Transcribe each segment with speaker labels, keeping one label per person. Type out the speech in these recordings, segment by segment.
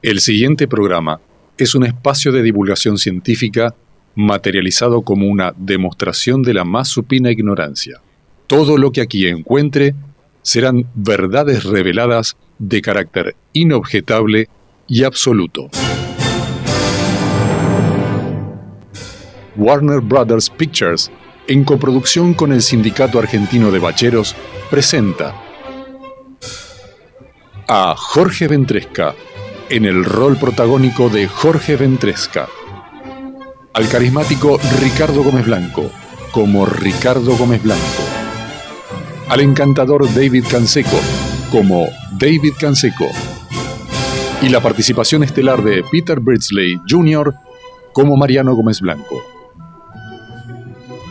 Speaker 1: El siguiente programa es un espacio de divulgación científica materializado como una demostración de la más supina ignorancia. Todo lo que aquí encuentre serán verdades reveladas de carácter inobjetable y absoluto. Warner Brothers Pictures, en coproducción con el Sindicato Argentino de Bacheros, presenta a Jorge Ventresca en el rol protagónico de Jorge Ventresca, al carismático Ricardo Gómez Blanco como Ricardo Gómez Blanco, al encantador David Canseco como David Canseco y la participación estelar de Peter Bridsley Jr. como Mariano Gómez Blanco.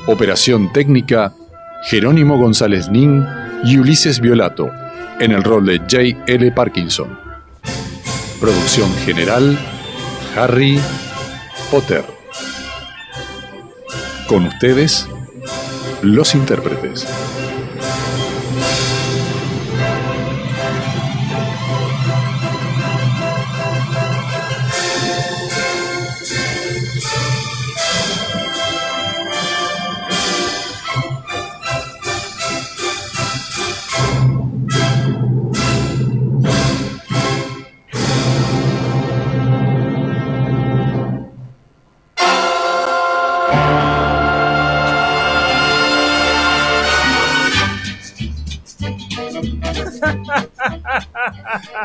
Speaker 1: Operación técnica, Jerónimo González Nin y Ulises Violato, en el rol de J. L. Parkinson. Producción general, Harry Potter. Con ustedes, los intérpretes.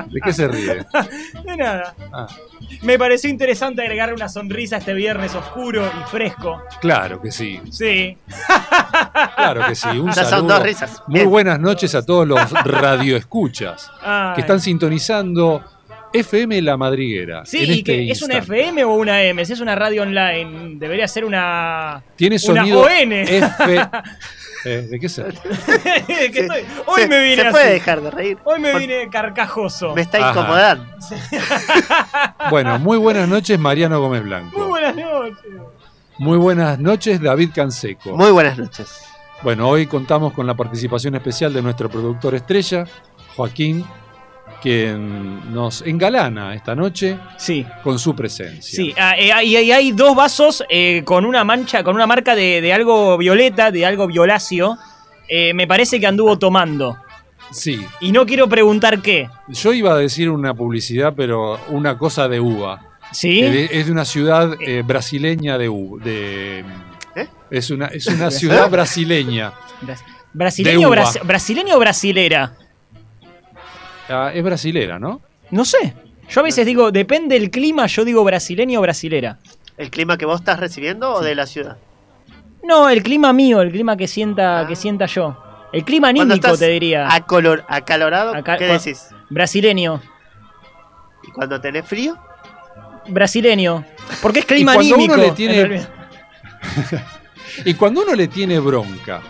Speaker 2: ¿De qué se ríe?
Speaker 3: De nada.
Speaker 2: Ah,
Speaker 3: Me pareció interesante agregar una sonrisa a este viernes oscuro y fresco.
Speaker 2: claro que sí,
Speaker 3: Sí.
Speaker 2: claro que sí. Un
Speaker 4: Ya son
Speaker 2: saludo.
Speaker 4: dos risas.
Speaker 2: Muy
Speaker 4: Bien.
Speaker 2: buenas noches a todos los radioescuchas
Speaker 3: Ay.
Speaker 2: que están sintonizando FM La Madriguera.
Speaker 3: Sí,
Speaker 2: en
Speaker 3: y
Speaker 2: este
Speaker 3: que es una
Speaker 2: instante.
Speaker 3: FM o una M, si es una radio online, debería ser una.
Speaker 2: Tiene
Speaker 3: una
Speaker 2: sonido
Speaker 3: ON.
Speaker 2: F. Eh, ¿De qué se ríe?
Speaker 3: Que estoy- Hoy
Speaker 4: se,
Speaker 3: me vine
Speaker 4: se
Speaker 3: así.
Speaker 4: puede dejar de reír.
Speaker 3: Hoy me vine carcajoso.
Speaker 4: Me está
Speaker 2: Ajá.
Speaker 4: incomodando.
Speaker 2: Bueno, muy buenas noches Mariano Gómez
Speaker 3: Muy
Speaker 2: Blanco.
Speaker 3: buenas noches.
Speaker 2: Muy buenas noches David Canseco.
Speaker 4: Muy buenas noches.
Speaker 2: Bueno, hoy contamos con la participación especial de nuestro productor estrella, Joaquín, quien nos engalana esta noche
Speaker 3: Sí,
Speaker 2: con su presencia.
Speaker 3: sí. Ah, eh, ah, y y hay dos vasos eh, con una mancha, con una marca de, de algo violeta, de algo violáceo. Eh, me parece que anduvo tomando.
Speaker 2: Sí,
Speaker 3: Y no quiero preguntar qué.
Speaker 2: yo iba a decir una publicidad, pero una cosa de uva.
Speaker 3: ¿Sí?
Speaker 2: Eh, Es de una ciudad eh, brasileña de uva. De,
Speaker 4: ¿Eh?
Speaker 2: Es una, es una ciudad brasileña.
Speaker 3: Bras-
Speaker 2: De
Speaker 3: Brasileño,
Speaker 2: uva.
Speaker 3: bras- brasileño o brasilera.
Speaker 2: Ah, es brasilera, ¿no?
Speaker 3: No sé. Yo a veces digo, depende del clima, yo digo brasileño o brasilera.
Speaker 4: ¿El clima que vos estás recibiendo o de la ciudad?
Speaker 3: No, el clima mío, el clima que sienta,
Speaker 4: Ah.
Speaker 3: que sienta yo. El clima
Speaker 4: Cuando
Speaker 3: anímico,
Speaker 4: estás
Speaker 3: te diría.
Speaker 4: Acolor, acalorado,
Speaker 3: Aca-
Speaker 4: ¿qué
Speaker 3: cua-
Speaker 4: decís?
Speaker 3: Brasileño.
Speaker 4: ¿Y cuando tenés frío?
Speaker 3: Brasileño. Porque es clima
Speaker 2: Y cuando uno
Speaker 3: anímico.
Speaker 2: le tiene-
Speaker 3: en realidad.
Speaker 2: Y cuando uno le tiene bronca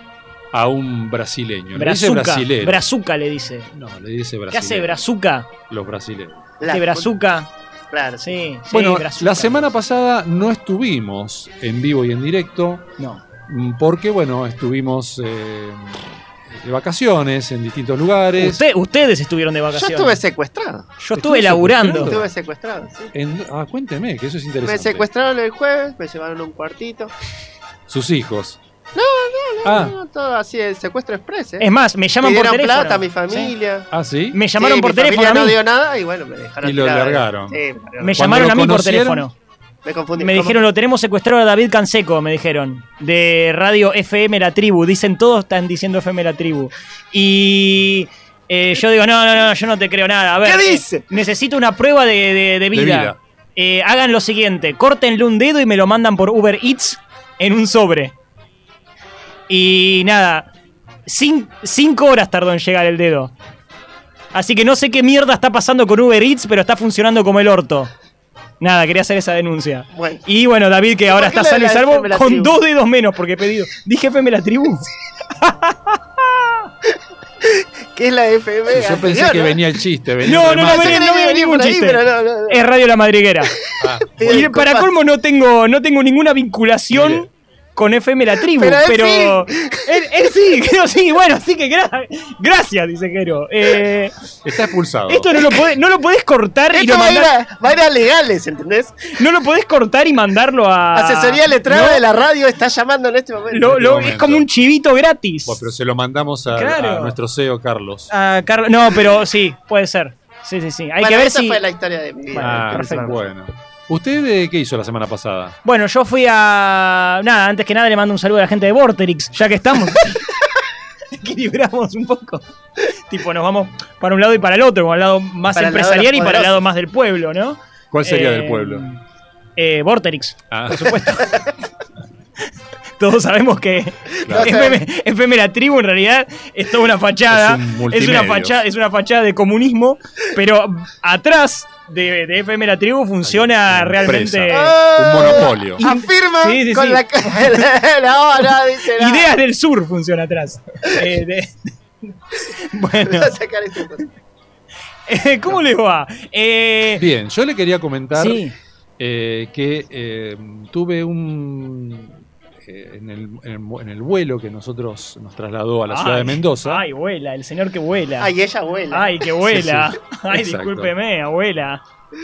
Speaker 2: a un brasileño, le dice
Speaker 3: Brazuca.
Speaker 2: brasilero.
Speaker 3: Brazuca le dice.
Speaker 2: no, le dice
Speaker 3: ¿Qué hace
Speaker 2: brasilero.
Speaker 3: Brazuca?
Speaker 2: Los brasileños.
Speaker 4: La-
Speaker 3: De Brazuca.
Speaker 4: Claro, sí.
Speaker 3: Sí, sí,
Speaker 2: bueno,
Speaker 3: brazuca.
Speaker 2: la semana pasada no estuvimos en vivo y en directo
Speaker 3: No.
Speaker 2: mm, porque, bueno, estuvimos eh, de vacaciones en distintos lugares.
Speaker 3: Usted- ustedes estuvieron de
Speaker 4: Yo
Speaker 3: vacaciones.
Speaker 4: estuve secuestrado.
Speaker 3: Yo
Speaker 2: estuve
Speaker 3: estuve laburando.
Speaker 2: secuestrado.
Speaker 4: Estuve secuestrado, sí.
Speaker 2: En- ah, cuénteme, que eso es
Speaker 4: Me
Speaker 2: interesante.
Speaker 4: secuestraron el jueves, me llevaron a un cuartito.
Speaker 2: Sus hijos.
Speaker 4: No,
Speaker 2: Ah.
Speaker 4: no, todo así, el secuestro express, ¿eh?
Speaker 3: Es más, me llaman por
Speaker 4: Pidieron
Speaker 3: teléfono.
Speaker 4: plata a mi
Speaker 3: Sí.
Speaker 4: familia.
Speaker 2: Ah, sí.
Speaker 3: Me llamaron
Speaker 4: Sí,
Speaker 3: por
Speaker 4: mi
Speaker 3: teléfono.
Speaker 4: familia
Speaker 3: a
Speaker 4: no
Speaker 3: mí.
Speaker 4: dio nada y bueno, me dejaron
Speaker 2: Y lo
Speaker 4: tirado.
Speaker 2: largaron.
Speaker 4: Sí, me largaron.
Speaker 3: Me
Speaker 2: Cuando
Speaker 3: llamaron
Speaker 2: lo
Speaker 3: a mí por
Speaker 2: conocieron,
Speaker 3: teléfono.
Speaker 4: Me confundí.
Speaker 3: Me
Speaker 4: ¿Cómo?
Speaker 3: dijeron, lo tenemos secuestrado a David Canseco, me dijeron. De Radio FM La Tribu. Dicen, todos están diciendo FM La Tribu. Y eh, yo digo, no, no, no, yo no te creo nada. A ver,
Speaker 4: ¿Qué
Speaker 3: eh,
Speaker 4: dice?
Speaker 3: Necesito una prueba de, de- de vida.
Speaker 2: vida.
Speaker 3: Eh, hagan lo siguiente, córtenle un dedo y me lo mandan por Uber Eats en un sobre. Y nada, cin- cinco horas tardó en llegar el dedo. Así que no sé qué mierda está pasando con Uber Eats, pero está funcionando como el orto. Nada, quería hacer esa denuncia.
Speaker 4: Bueno.
Speaker 3: Y bueno, David, que ahora
Speaker 4: por qué
Speaker 3: está
Speaker 4: la-
Speaker 3: sano y
Speaker 4: la-
Speaker 3: salvo,
Speaker 4: FM la
Speaker 3: con
Speaker 4: tribu?
Speaker 3: dos dedos menos, porque he pedido. Dije FM la tribu.
Speaker 4: ¿Qué es la FM?
Speaker 2: Sí, yo pensé
Speaker 4: anterior, ¿eh?
Speaker 2: que
Speaker 4: ¿no?
Speaker 2: venía el chiste. Venía
Speaker 3: No,
Speaker 2: el
Speaker 3: no, no,
Speaker 2: remate.
Speaker 4: Pensé que
Speaker 3: venía- no
Speaker 4: venía
Speaker 3: venía ningún
Speaker 4: por ahí,
Speaker 3: chiste.
Speaker 4: pero no, no, no.
Speaker 3: Es Radio La Madriguera.
Speaker 2: Ah,
Speaker 4: Pido
Speaker 3: Y para
Speaker 4: disculpas.
Speaker 3: colmo no tengo, no tengo ninguna vinculación
Speaker 2: Mire.
Speaker 3: con FM La Tribu,
Speaker 4: Pero
Speaker 3: pero.
Speaker 4: él
Speaker 3: Él, él sí, creo sí, bueno, así que gra- gracias, dice Jero. Eh,
Speaker 2: Está expulsado.
Speaker 3: esto no lo, podés, no lo podés cortar y
Speaker 4: Esto
Speaker 3: lo
Speaker 4: va a, ir
Speaker 3: mandás-
Speaker 4: a, va a ir a legales, ¿entendés?
Speaker 3: no lo podés cortar y mandarlo a.
Speaker 4: Asesoría letrada
Speaker 3: Ah, No,
Speaker 4: de la radio está llamando en este momento.
Speaker 3: lo- lo-
Speaker 2: En este
Speaker 3: es como un
Speaker 2: momento.
Speaker 3: chivito gratis.
Speaker 2: Bueno, pero se lo mandamos a,
Speaker 3: Claro. Ah,
Speaker 2: a nuestro CEO Carlos.
Speaker 3: A Carlos- no, pero sí, puede ser. Sí, sí, sí. Hay
Speaker 4: Bueno,
Speaker 3: que ver
Speaker 4: esa
Speaker 3: si.
Speaker 4: fue la historia de mi vida.
Speaker 3: Ah,
Speaker 4: Este,
Speaker 3: perfecto.
Speaker 2: Bueno. ¿Usted eh, qué hizo la semana pasada?
Speaker 3: Bueno, yo fui a. Nada, antes que nada le mando un saludo a la gente de Vorterix, ya que estamos. Equilibramos un poco. tipo, nos vamos para un lado y para el otro, como al lado más
Speaker 4: Para el lado de los
Speaker 3: empresarial y para el
Speaker 4: poderosos.
Speaker 3: lado más del pueblo, ¿no?
Speaker 2: ¿Cuál sería
Speaker 3: Eh,
Speaker 2: del pueblo?
Speaker 3: Eh, Vorterix,
Speaker 2: Ah,
Speaker 3: por supuesto. Todos sabemos que
Speaker 2: claro.
Speaker 4: Es
Speaker 3: FM, FM La Tribu en realidad es toda una fachada.
Speaker 2: Es un
Speaker 3: Es,
Speaker 2: multimedio.
Speaker 3: una fachada, es una fachada de comunismo, pero atrás de, de FM La Tribu funciona
Speaker 2: Hay una empresa.
Speaker 3: realmente.
Speaker 2: eh, Un monopolio.
Speaker 3: Y-
Speaker 4: Ah, Afirma
Speaker 3: Sí, sí,
Speaker 4: con
Speaker 3: sí.
Speaker 4: la cara. no, no, dice nada.
Speaker 3: Ideas del Sur funciona atrás. Eh, de- bueno,
Speaker 4: Voy a sacar este cosa.
Speaker 3: eh, ¿cómo les va? Eh,
Speaker 2: Bien, yo le quería comentar
Speaker 3: sí,
Speaker 2: eh, que eh, tuve un. eh, en, el, en el vu- en el vuelo que nosotros nos trasladó a la ciudad de
Speaker 3: Ay,
Speaker 2: Mendoza.
Speaker 3: Ay, vuela, el señor que vuela. Ay,
Speaker 4: Ay, ella vuela.
Speaker 3: que vuela. Ay,
Speaker 2: Exacto.
Speaker 3: discúlpeme, abuela.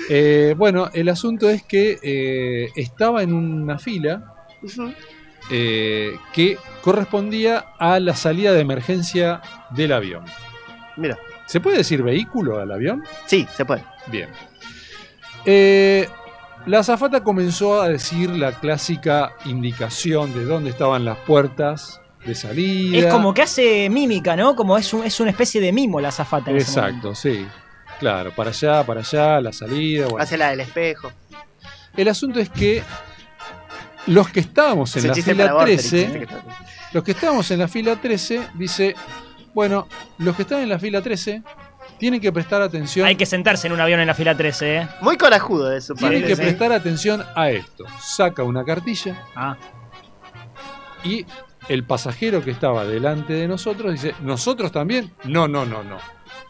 Speaker 2: eh, bueno, el asunto es que eh, estaba en una fila
Speaker 4: Ujú.
Speaker 2: eh, que correspondía a la salida de emergencia del avión.
Speaker 4: Mira,
Speaker 2: ¿Se puede decir vehículo al avión?
Speaker 4: sí, se puede.
Speaker 2: Bien. Eh, la azafata comenzó a decir la clásica indicación de dónde estaban las puertas de salida.
Speaker 3: Es como que hace mímica, ¿no? Como es, un- es una especie de mimo la zafata.
Speaker 2: Exacto, sí. Claro, para allá, para allá, la salida. bueno.
Speaker 4: Hace la del espejo.
Speaker 2: El asunto es que los que estábamos en
Speaker 4: Ese
Speaker 2: la
Speaker 4: chiste
Speaker 2: fila
Speaker 4: para
Speaker 2: 13,
Speaker 4: Vorterix, este que está-
Speaker 2: los que estábamos en la fila 13, dice, bueno, los que están en la fila 13 tienen que prestar atención
Speaker 3: Hay que sentarse en un avión en la fila 13, ¿eh?
Speaker 4: Muy corajudo de su parte. ¿eh?
Speaker 2: Tienen que
Speaker 4: ¿sí?
Speaker 2: prestar atención a esto. Saca una cartilla
Speaker 3: Ah.
Speaker 2: y el pasajero que estaba delante de nosotros dice, ¿nosotros también? No, no, no, no.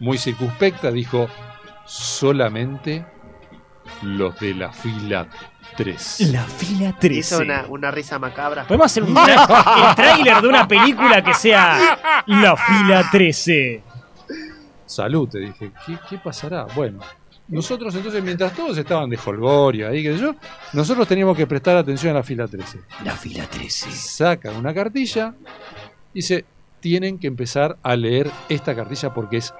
Speaker 2: Muy circunspecta dijo, solamente los de la fila 3.
Speaker 3: La fila
Speaker 4: Hizo una, una risa macabra.
Speaker 3: Podemos hacer un tra- el tráiler de una película que sea La fila 13.
Speaker 2: Salud, te dije, ¿qué, qué pasará? Bueno.
Speaker 3: Mm.
Speaker 2: Nosotros entonces, mientras todos estaban de holgorio ahí, qué sé yo, nosotros teníamos que prestar atención a la fila 13.
Speaker 3: La fila 13.
Speaker 2: saca una cartilla, dice, tienen que empezar a leer esta cartilla porque es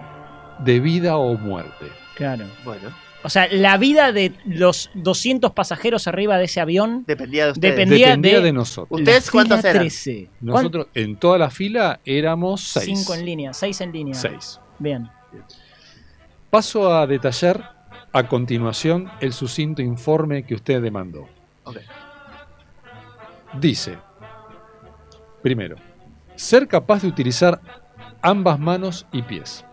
Speaker 2: de vida o muerte.
Speaker 3: Claro.
Speaker 4: Bueno,
Speaker 3: O sea, la vida de los 200 pasajeros arriba de ese avión.
Speaker 4: dependía de ustedes.
Speaker 3: Depende- Dependía
Speaker 2: Dependía
Speaker 3: de-
Speaker 2: de, nosotros.
Speaker 4: ¿Ustedes
Speaker 3: la
Speaker 4: cuántos
Speaker 3: fila
Speaker 4: eran?
Speaker 3: 13. ¿Cuán-
Speaker 2: Nosotros en toda la fila éramos seis.
Speaker 3: Cinco en línea, seis en línea.
Speaker 2: Seis.
Speaker 3: Bien.
Speaker 2: Paso a detallar a continuación el sucinto informe que usted demandó.
Speaker 4: Ok.
Speaker 2: Dice, primero, ser capaz de utilizar ambas manos y pies.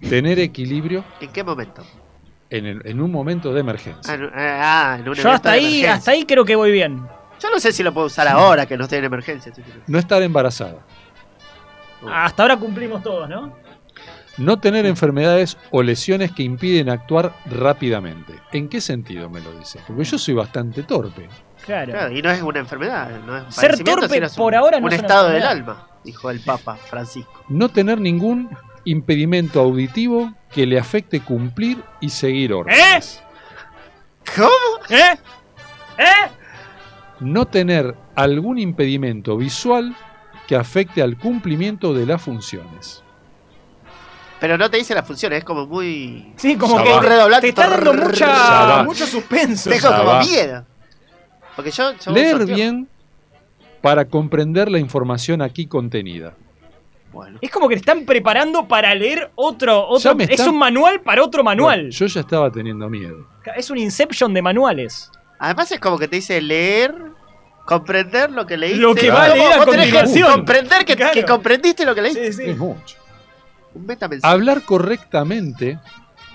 Speaker 2: Tener equilibrio
Speaker 4: ¿En qué momento?
Speaker 2: en, el- en un momento de
Speaker 4: Ah,
Speaker 2: emergencia.
Speaker 4: en- ah, en un
Speaker 3: Yo
Speaker 4: evento
Speaker 3: hasta
Speaker 4: de
Speaker 3: ahí,
Speaker 4: emergencia.
Speaker 3: hasta ahí creo que voy bien.
Speaker 4: Yo no sé si lo puedo usar ahora que no estoy en emergencia.
Speaker 2: No estar embarazada.
Speaker 3: Hasta ahora cumplimos todos, ¿no?
Speaker 2: No tener enfermedades o lesiones que impiden actuar rápidamente. ¿En qué sentido me lo dice? Porque yo soy bastante torpe.
Speaker 3: Claro.
Speaker 4: Claro, y no es una enfermedad, no es un
Speaker 3: Ser
Speaker 4: padecimiento,
Speaker 3: torpe
Speaker 4: sino es un-
Speaker 3: por ahora no
Speaker 4: un
Speaker 3: es una
Speaker 4: estado del
Speaker 3: enfermedad.
Speaker 4: alma, dijo el Papa Francisco.
Speaker 2: No tener ningún impedimento auditivo que le afecte cumplir y seguir órdenes.
Speaker 4: ¿Cómo?
Speaker 3: ¿Eh? ¿Eh?
Speaker 2: No tener algún impedimento visual que afecte al cumplimiento de las funciones.
Speaker 4: Pero no te dice las funciones, es como muy.
Speaker 3: Sí, como
Speaker 2: Ya
Speaker 3: que
Speaker 2: va.
Speaker 4: Un redoblante.
Speaker 3: te está dando
Speaker 2: Ya
Speaker 3: mucha,
Speaker 2: va.
Speaker 3: mucho suspenso.
Speaker 4: Tengo
Speaker 2: Ya
Speaker 4: como
Speaker 2: va.
Speaker 4: miedo. Porque yo. yo
Speaker 2: Leer
Speaker 4: sorteo.
Speaker 2: bien para comprender la información aquí contenida.
Speaker 4: Bueno.
Speaker 3: Es como que te están preparando para leer otro.
Speaker 2: Ya
Speaker 3: otro
Speaker 2: me
Speaker 3: es
Speaker 2: está-
Speaker 3: un manual para otro manual.
Speaker 2: Bueno, yo ya estaba teniendo miedo.
Speaker 3: Es un inception de manuales.
Speaker 4: Además es como que te dice leer, comprender lo que leíste.
Speaker 3: Lo que
Speaker 4: Es
Speaker 2: va a
Speaker 4: como
Speaker 3: leer a
Speaker 4: vos tenés que
Speaker 3: continuación.
Speaker 4: Comprender que,
Speaker 3: Claro.
Speaker 4: que comprendiste lo que leíste.
Speaker 2: Es mucho.
Speaker 4: Un
Speaker 3: Ah,
Speaker 4: metamensaje.
Speaker 2: Hablar correctamente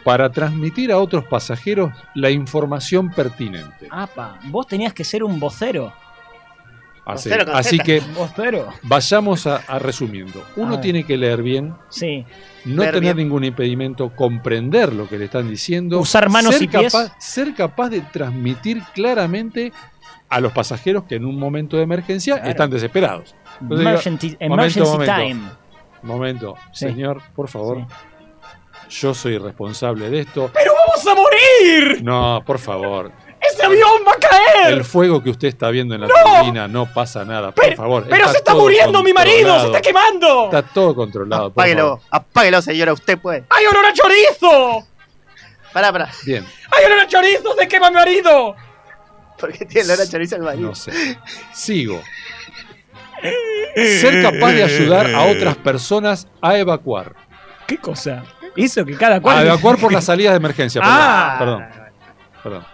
Speaker 2: para transmitir a otros pasajeros la información pertinente.
Speaker 3: Apa, vos tenías que ser un vocero.
Speaker 2: Así,
Speaker 4: Cero con
Speaker 2: así
Speaker 4: Z.
Speaker 2: que
Speaker 3: ¿Vocero?
Speaker 2: vayamos a, a resumiendo.
Speaker 3: A
Speaker 2: Uno
Speaker 3: ver.
Speaker 2: tiene que leer bien,
Speaker 3: Sí.
Speaker 2: no
Speaker 4: Leer
Speaker 2: tener
Speaker 4: bien.
Speaker 2: ningún impedimento, comprender lo que le están diciendo,
Speaker 3: Usar manos
Speaker 2: ser
Speaker 3: y pies.
Speaker 2: Capaz, ser capaz de transmitir claramente a los pasajeros que en un momento de emergencia
Speaker 3: Claro.
Speaker 2: están desesperados. Entonces digo,
Speaker 3: Emergency,
Speaker 2: momento,
Speaker 3: emergency
Speaker 2: momento.
Speaker 3: time.
Speaker 2: momento,
Speaker 3: Sí.
Speaker 2: señor, por favor,
Speaker 3: Sí.
Speaker 2: yo soy responsable de esto.
Speaker 3: ¡Pero vamos a morir!
Speaker 2: No, por favor.
Speaker 3: ¡Ese avión va a
Speaker 2: El
Speaker 3: caer!
Speaker 2: fuego que usted está viendo en la turbina no pasa nada, por
Speaker 3: Pero-
Speaker 2: favor.
Speaker 3: ¡Pero se está
Speaker 2: todo
Speaker 3: muriendo mi marido! ¡Se
Speaker 2: controlado.
Speaker 3: está quemando!
Speaker 2: Está todo controlado. por
Speaker 4: Apáguelo,
Speaker 2: favor.
Speaker 4: apáguelo, señora, usted puede.
Speaker 3: ¡Hay olor a chorizo!
Speaker 4: Pará, pará,
Speaker 2: Bien,
Speaker 3: ¡Hay olor a chorizo! ¡Se quema mi marido!
Speaker 4: porque tiene la hora chorizo al marido.
Speaker 2: no sé. Sigo. Ser capaz de ayudar a otras personas a evacuar.
Speaker 3: ¿Qué cosa? Eso que cada
Speaker 2: A
Speaker 3: cual.
Speaker 2: evacuar por las salidas de emergencia. perdón,
Speaker 3: Ah.
Speaker 2: Perdón, perdón.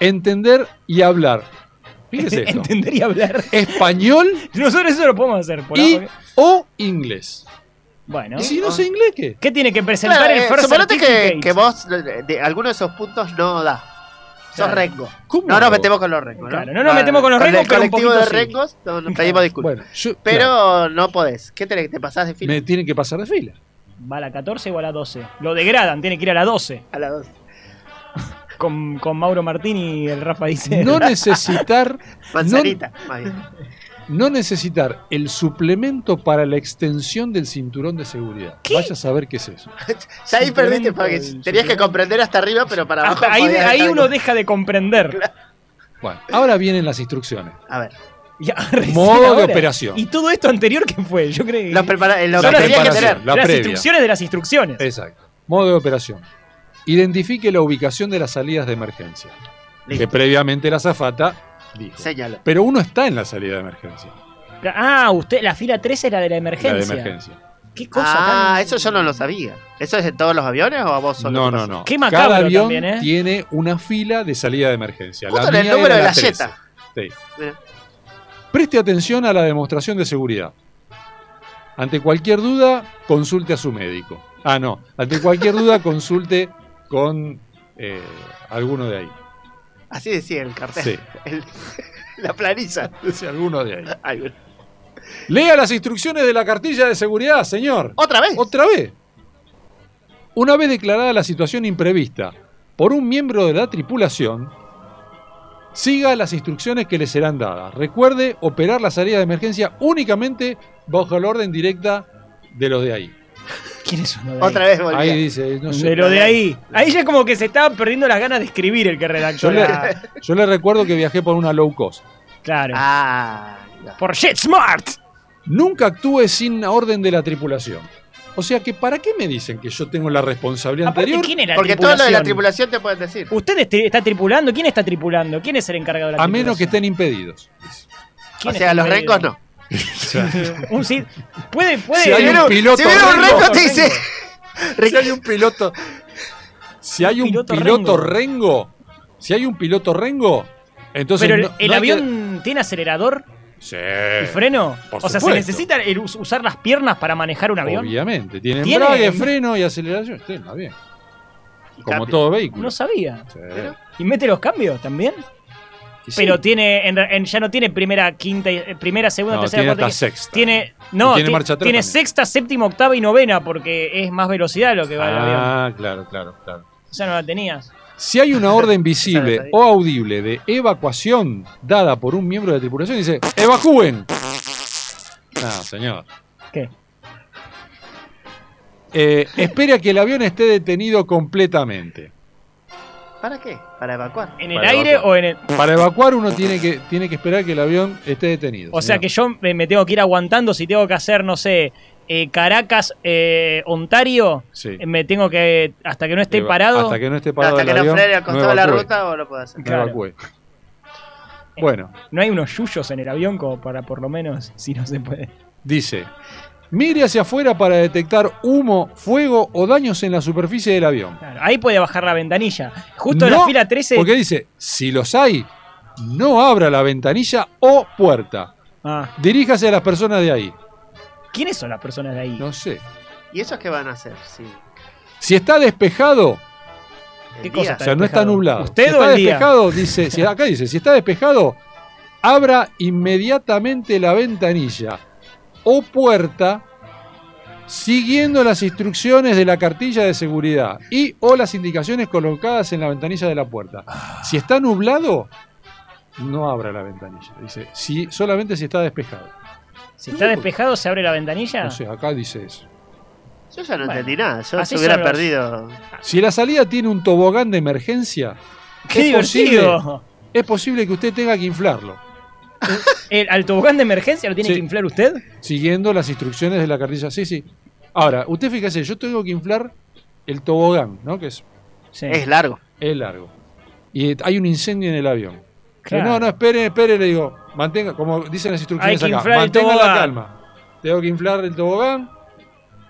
Speaker 2: Entender y hablar. Fíjese esto.
Speaker 3: Entender y hablar.
Speaker 2: Español
Speaker 3: Nosotros eso lo podemos hacer. Por
Speaker 2: y
Speaker 3: ahora.
Speaker 2: o inglés.
Speaker 3: Bueno.
Speaker 2: ¿Y si no sé inglés qué?
Speaker 3: ¿Qué tiene que presentar
Speaker 4: Claro,
Speaker 3: el
Speaker 4: eh,
Speaker 3: first
Speaker 4: suponete que,
Speaker 3: certificate?
Speaker 4: que vos eh, de, alguno de esos puntos no da. Sos
Speaker 3: Claro.
Speaker 4: rengo.
Speaker 2: ¿Cómo
Speaker 4: No nos
Speaker 2: hago?
Speaker 4: metemos con los rengos.
Speaker 3: Claro, no nos metemos con los rengos,
Speaker 4: el
Speaker 3: pero un
Speaker 4: colectivo de
Speaker 3: poquito sí.
Speaker 4: rengos no, nos
Speaker 3: Claro.
Speaker 4: pedimos disculpas.
Speaker 2: Bueno, yo-
Speaker 4: pero
Speaker 2: claro,
Speaker 4: no podés. ¿Qué tenés? ¿Te pasás de fila?
Speaker 2: me tienen que pasar de fila.
Speaker 3: ¿Va a la 14 o a la 12? Lo degradan, tiene que ir a la 12.
Speaker 4: A las 12.
Speaker 3: Con, con Mauro Martín y el Rafa dice.
Speaker 2: No necesitar
Speaker 4: Manzanita, más bien.
Speaker 2: No necesitar el suplemento para la extensión del cinturón de seguridad.
Speaker 3: ¿Qué?
Speaker 2: Vaya a saber qué es eso.
Speaker 4: Ya ahí perdiste
Speaker 3: Suplemento
Speaker 4: porque
Speaker 3: del
Speaker 4: tenías que
Speaker 3: suplemento.
Speaker 4: comprender hasta arriba, pero para abajo.
Speaker 3: Hasta ahí,
Speaker 4: podías
Speaker 3: ahí
Speaker 4: dejar
Speaker 3: uno
Speaker 4: de-
Speaker 3: deja de comprender.
Speaker 2: Bueno, ahora vienen las instrucciones.
Speaker 4: A ver.
Speaker 3: Ya, ah, recién
Speaker 2: Modo de
Speaker 3: ahora.
Speaker 2: operación.
Speaker 3: Y todo esto anterior que fue, yo creo. que-
Speaker 4: Lo, prepara- eh, lo
Speaker 2: La
Speaker 4: que tenías que
Speaker 2: preparación.
Speaker 4: tener.
Speaker 2: la
Speaker 3: las
Speaker 2: previa.
Speaker 3: instrucciones de las instrucciones.
Speaker 2: Exacto. Modo de operación. Identifique la ubicación de las salidas de emergencia.
Speaker 4: Listo.
Speaker 2: Que previamente la azafata dijo.
Speaker 4: Señalo.
Speaker 2: Pero uno está en la salida de emergencia.
Speaker 3: Ah, usted, la fila 13 era de la emergencia.
Speaker 2: La de emergencia.
Speaker 3: ¿Qué cosa
Speaker 4: Ah,
Speaker 3: tan-
Speaker 4: eso yo no lo sabía. ¿Eso es de todos los aviones o a vos solo?
Speaker 2: No,
Speaker 4: te
Speaker 2: no,
Speaker 4: pasó?
Speaker 2: no.
Speaker 3: Qué macabro
Speaker 2: Cada avión
Speaker 3: también, ¿eh?
Speaker 2: tiene una fila de salida de emergencia.
Speaker 4: Justo en el
Speaker 2: mía
Speaker 4: número
Speaker 2: era
Speaker 4: de la
Speaker 2: 13.
Speaker 4: yeta.
Speaker 2: Sí.
Speaker 4: Mira.
Speaker 2: Preste atención a la demostración de seguridad. Ante cualquier duda, consulte a su médico. Ah, no. Ante cualquier duda, consulte con eh, alguno de ahí.
Speaker 4: Así decía el cartel.
Speaker 2: Sí,
Speaker 4: El- la planilla.
Speaker 2: sí, alguno de ahí.
Speaker 4: Ay, bueno.
Speaker 2: Lea las instrucciones de la cartilla de seguridad, señor.
Speaker 4: ¿Otra vez?
Speaker 2: Otra vez. Una vez declarada la situación imprevista por un miembro de la tripulación, siga las instrucciones que le serán dadas. Recuerde operar la salida de emergencia únicamente bajo la orden directa de los de ahí.
Speaker 3: ¿Quiénes son los de ahí?
Speaker 4: Otra vez volvía.
Speaker 2: Ahí dice, no
Speaker 3: de
Speaker 2: sé.
Speaker 3: lo de ahí. Ahí ya como que se estaba perdiendo las ganas de escribir el que redactó
Speaker 2: Yo le,
Speaker 3: la-
Speaker 2: yo le recuerdo que viajé por una low cost.
Speaker 3: Claro.
Speaker 4: Ah, no.
Speaker 3: Por Jet Smart.
Speaker 2: Nunca actúe sin la orden de la tripulación. O sea que, ¿para qué me dicen que yo tengo la responsabilidad
Speaker 3: Aparte,
Speaker 2: anterior?
Speaker 3: ¿quién era
Speaker 4: Porque todo
Speaker 3: tripulación?
Speaker 4: lo de la tripulación te pueden decir.
Speaker 3: ¿Usted este- está tripulando? ¿Quién está tripulando? ¿Quién es el encargado de la
Speaker 2: A menos que
Speaker 3: tripulación?
Speaker 2: estén impedidos.
Speaker 4: O
Speaker 3: ¿Quién
Speaker 4: sea,
Speaker 3: está
Speaker 4: los
Speaker 3: impedido?
Speaker 4: rengos no.
Speaker 3: Un sí- Puede, puede.
Speaker 2: Si hay
Speaker 4: viene
Speaker 2: un piloto
Speaker 4: si viene un
Speaker 2: rengo,
Speaker 4: rengo, te dice.
Speaker 2: si hay un piloto. Si hay un
Speaker 3: Piloto
Speaker 2: piloto,
Speaker 3: rengo.
Speaker 2: rengo. Si hay un piloto rengo. Entonces.
Speaker 3: Pero el,
Speaker 2: no-
Speaker 3: el
Speaker 2: no hay que-
Speaker 3: avión tiene acelerador
Speaker 2: Sí.
Speaker 3: y freno.
Speaker 2: por
Speaker 3: o sea, ¿se
Speaker 2: supuesto.
Speaker 3: necesita el us- usar las piernas para manejar un avión?
Speaker 2: Obviamente. Tiene
Speaker 3: Tiene-
Speaker 2: embrague, freno y aceleración. Sí, está bien. Como
Speaker 4: Cambio.
Speaker 2: todo vehículo.
Speaker 3: No sabía.
Speaker 2: Sí.
Speaker 3: ¿Y mete los cambios también?
Speaker 2: Y sí.
Speaker 3: Pero tiene, en, re- en- ya no tiene primera, quinta, y- eh, primera, segunda,
Speaker 2: No,
Speaker 3: tercera,
Speaker 2: tiene
Speaker 3: cuarta.
Speaker 2: hasta
Speaker 3: quinta.
Speaker 2: sexta.
Speaker 3: Tiene, no,
Speaker 2: Y tiene
Speaker 3: ti-
Speaker 2: marcha atrás
Speaker 3: tiene
Speaker 2: también.
Speaker 3: sexta, séptima, octava y novena porque es más velocidad lo que va el avión.
Speaker 2: Ah, claro, claro, claro.
Speaker 3: Ya no la tenías.
Speaker 2: Si hay una orden
Speaker 4: Esa
Speaker 2: visible
Speaker 4: no
Speaker 2: o audible de evacuación dada por un miembro de la tripulación, dice: ¡Evacúen! No, señor.
Speaker 3: ¿Qué?
Speaker 2: Eh, espere a que el avión esté detenido completamente.
Speaker 4: ¿Para qué? Para evacuar.
Speaker 3: ¿En el
Speaker 2: Para
Speaker 3: aire
Speaker 2: evacuar.
Speaker 3: o en el.?
Speaker 2: Para evacuar uno tiene que, tiene que esperar que el avión esté detenido.
Speaker 3: O sea
Speaker 2: señor.
Speaker 3: que yo me me tengo que ir aguantando si tengo que hacer, no sé, eh, Caracas, eh, Ontario.
Speaker 2: Sí.
Speaker 3: eh, Me tengo que. Hasta que no esté
Speaker 2: Eva-
Speaker 3: parado.
Speaker 2: Hasta que no esté parado
Speaker 4: Hasta que
Speaker 2: el
Speaker 4: no
Speaker 2: avión,
Speaker 4: frene al costado de la
Speaker 2: evacúe,
Speaker 4: ruta o no puedo hacer.
Speaker 2: no
Speaker 3: Claro. Eh.
Speaker 2: evacúe. Bueno,
Speaker 3: No hay unos yuyos en el avión como para por lo menos si no se puede.
Speaker 2: dice. Mire hacia afuera para detectar humo, fuego o daños en la superficie del avión.
Speaker 3: Claro, ahí puede bajar la ventanilla. Justo en
Speaker 2: No,
Speaker 3: la fila 13.
Speaker 2: Porque dice, si los hay, no abra la ventanilla o puerta.
Speaker 3: Ah,
Speaker 2: Diríjase a las personas de ahí.
Speaker 3: ¿Quiénes son las personas de ahí?
Speaker 2: No sé.
Speaker 4: ¿Y esos qué van a hacer? Sí.
Speaker 2: Si está despejado,
Speaker 4: El
Speaker 3: ¿Qué
Speaker 4: día.
Speaker 3: cosa
Speaker 2: O sea, no está
Speaker 3: despejado.
Speaker 2: nublado.
Speaker 3: ¿Usted
Speaker 2: si
Speaker 3: o
Speaker 2: está
Speaker 3: el día?
Speaker 2: despejado, dice, si- acá dice, si está despejado, abra inmediatamente la ventanilla o puerta siguiendo las instrucciones de la cartilla de seguridad y o las indicaciones colocadas en la ventanilla de la puerta. Si está nublado, no abra la ventanilla. Dice, si, solamente si está despejado.
Speaker 3: Si está despejado, se abre la ventanilla.
Speaker 2: No sé, acá dice eso.
Speaker 4: Yo ya no
Speaker 3: Bueno,
Speaker 4: entendí nada. Yo
Speaker 3: así
Speaker 4: se hubiera
Speaker 3: son los-
Speaker 4: perdido.
Speaker 2: Si la salida tiene un tobogán de emergencia,
Speaker 3: ¡Qué
Speaker 2: es posible.
Speaker 3: divertido!
Speaker 2: es posible que usted tenga que inflarlo,
Speaker 3: ¿El, ¿Al tobogán de emergencia lo tiene
Speaker 2: Sí.
Speaker 3: que inflar usted?
Speaker 2: siguiendo las instrucciones de la cartilla. Sí, sí. Ahora, usted fíjese, yo tengo que inflar el tobogán, ¿no? Que es,
Speaker 3: Sí.
Speaker 4: Es largo.
Speaker 2: es largo. Y eh, hay un incendio en el avión.
Speaker 3: Claro.
Speaker 2: No, no, espere, espere, le digo, mantenga, como dicen las instrucciones
Speaker 3: Hay que
Speaker 2: acá,
Speaker 3: inflar el
Speaker 2: mantenga la
Speaker 3: tobogán.
Speaker 2: calma. Tengo que inflar el tobogán.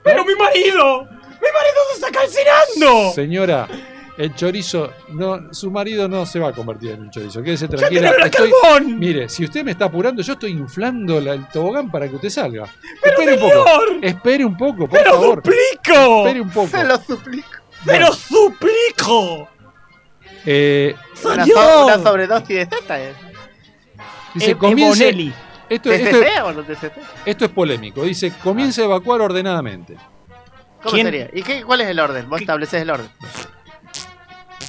Speaker 3: ¡Pero mi marido! ¡Mi marido se está calcinando!
Speaker 2: Señora, el chorizo, no, su marido no se va a convertir en un chorizo. Quédese
Speaker 3: ¡Ya
Speaker 2: tranquila.
Speaker 3: tenemos el
Speaker 2: estoy-
Speaker 3: carbón!
Speaker 2: mire, si usted me está apurando, yo estoy inflando la- el tobogán para que usted salga. espere un poco.
Speaker 3: ¡Señor!
Speaker 2: Espere un poco, por
Speaker 3: ¡Te lo
Speaker 2: favor. Espere
Speaker 3: suplico!
Speaker 2: un poco.
Speaker 4: lo suplico.
Speaker 3: ¡Te lo suplico!
Speaker 2: Eh,
Speaker 4: Una,
Speaker 3: ¡Señor!
Speaker 4: so- una sobredosis de teta. ¿eh?
Speaker 2: dice,
Speaker 3: Eh,
Speaker 2: comience-
Speaker 3: Bonelli.
Speaker 2: esto, esto,
Speaker 4: ¿TCT o no TCT?
Speaker 2: esto es polémico. Dice, comience a evacuar ordenadamente.
Speaker 4: ¿Cómo
Speaker 3: ¿Quién-
Speaker 4: sería? ¿Y qué, cuál es el orden? Vos estableces el orden.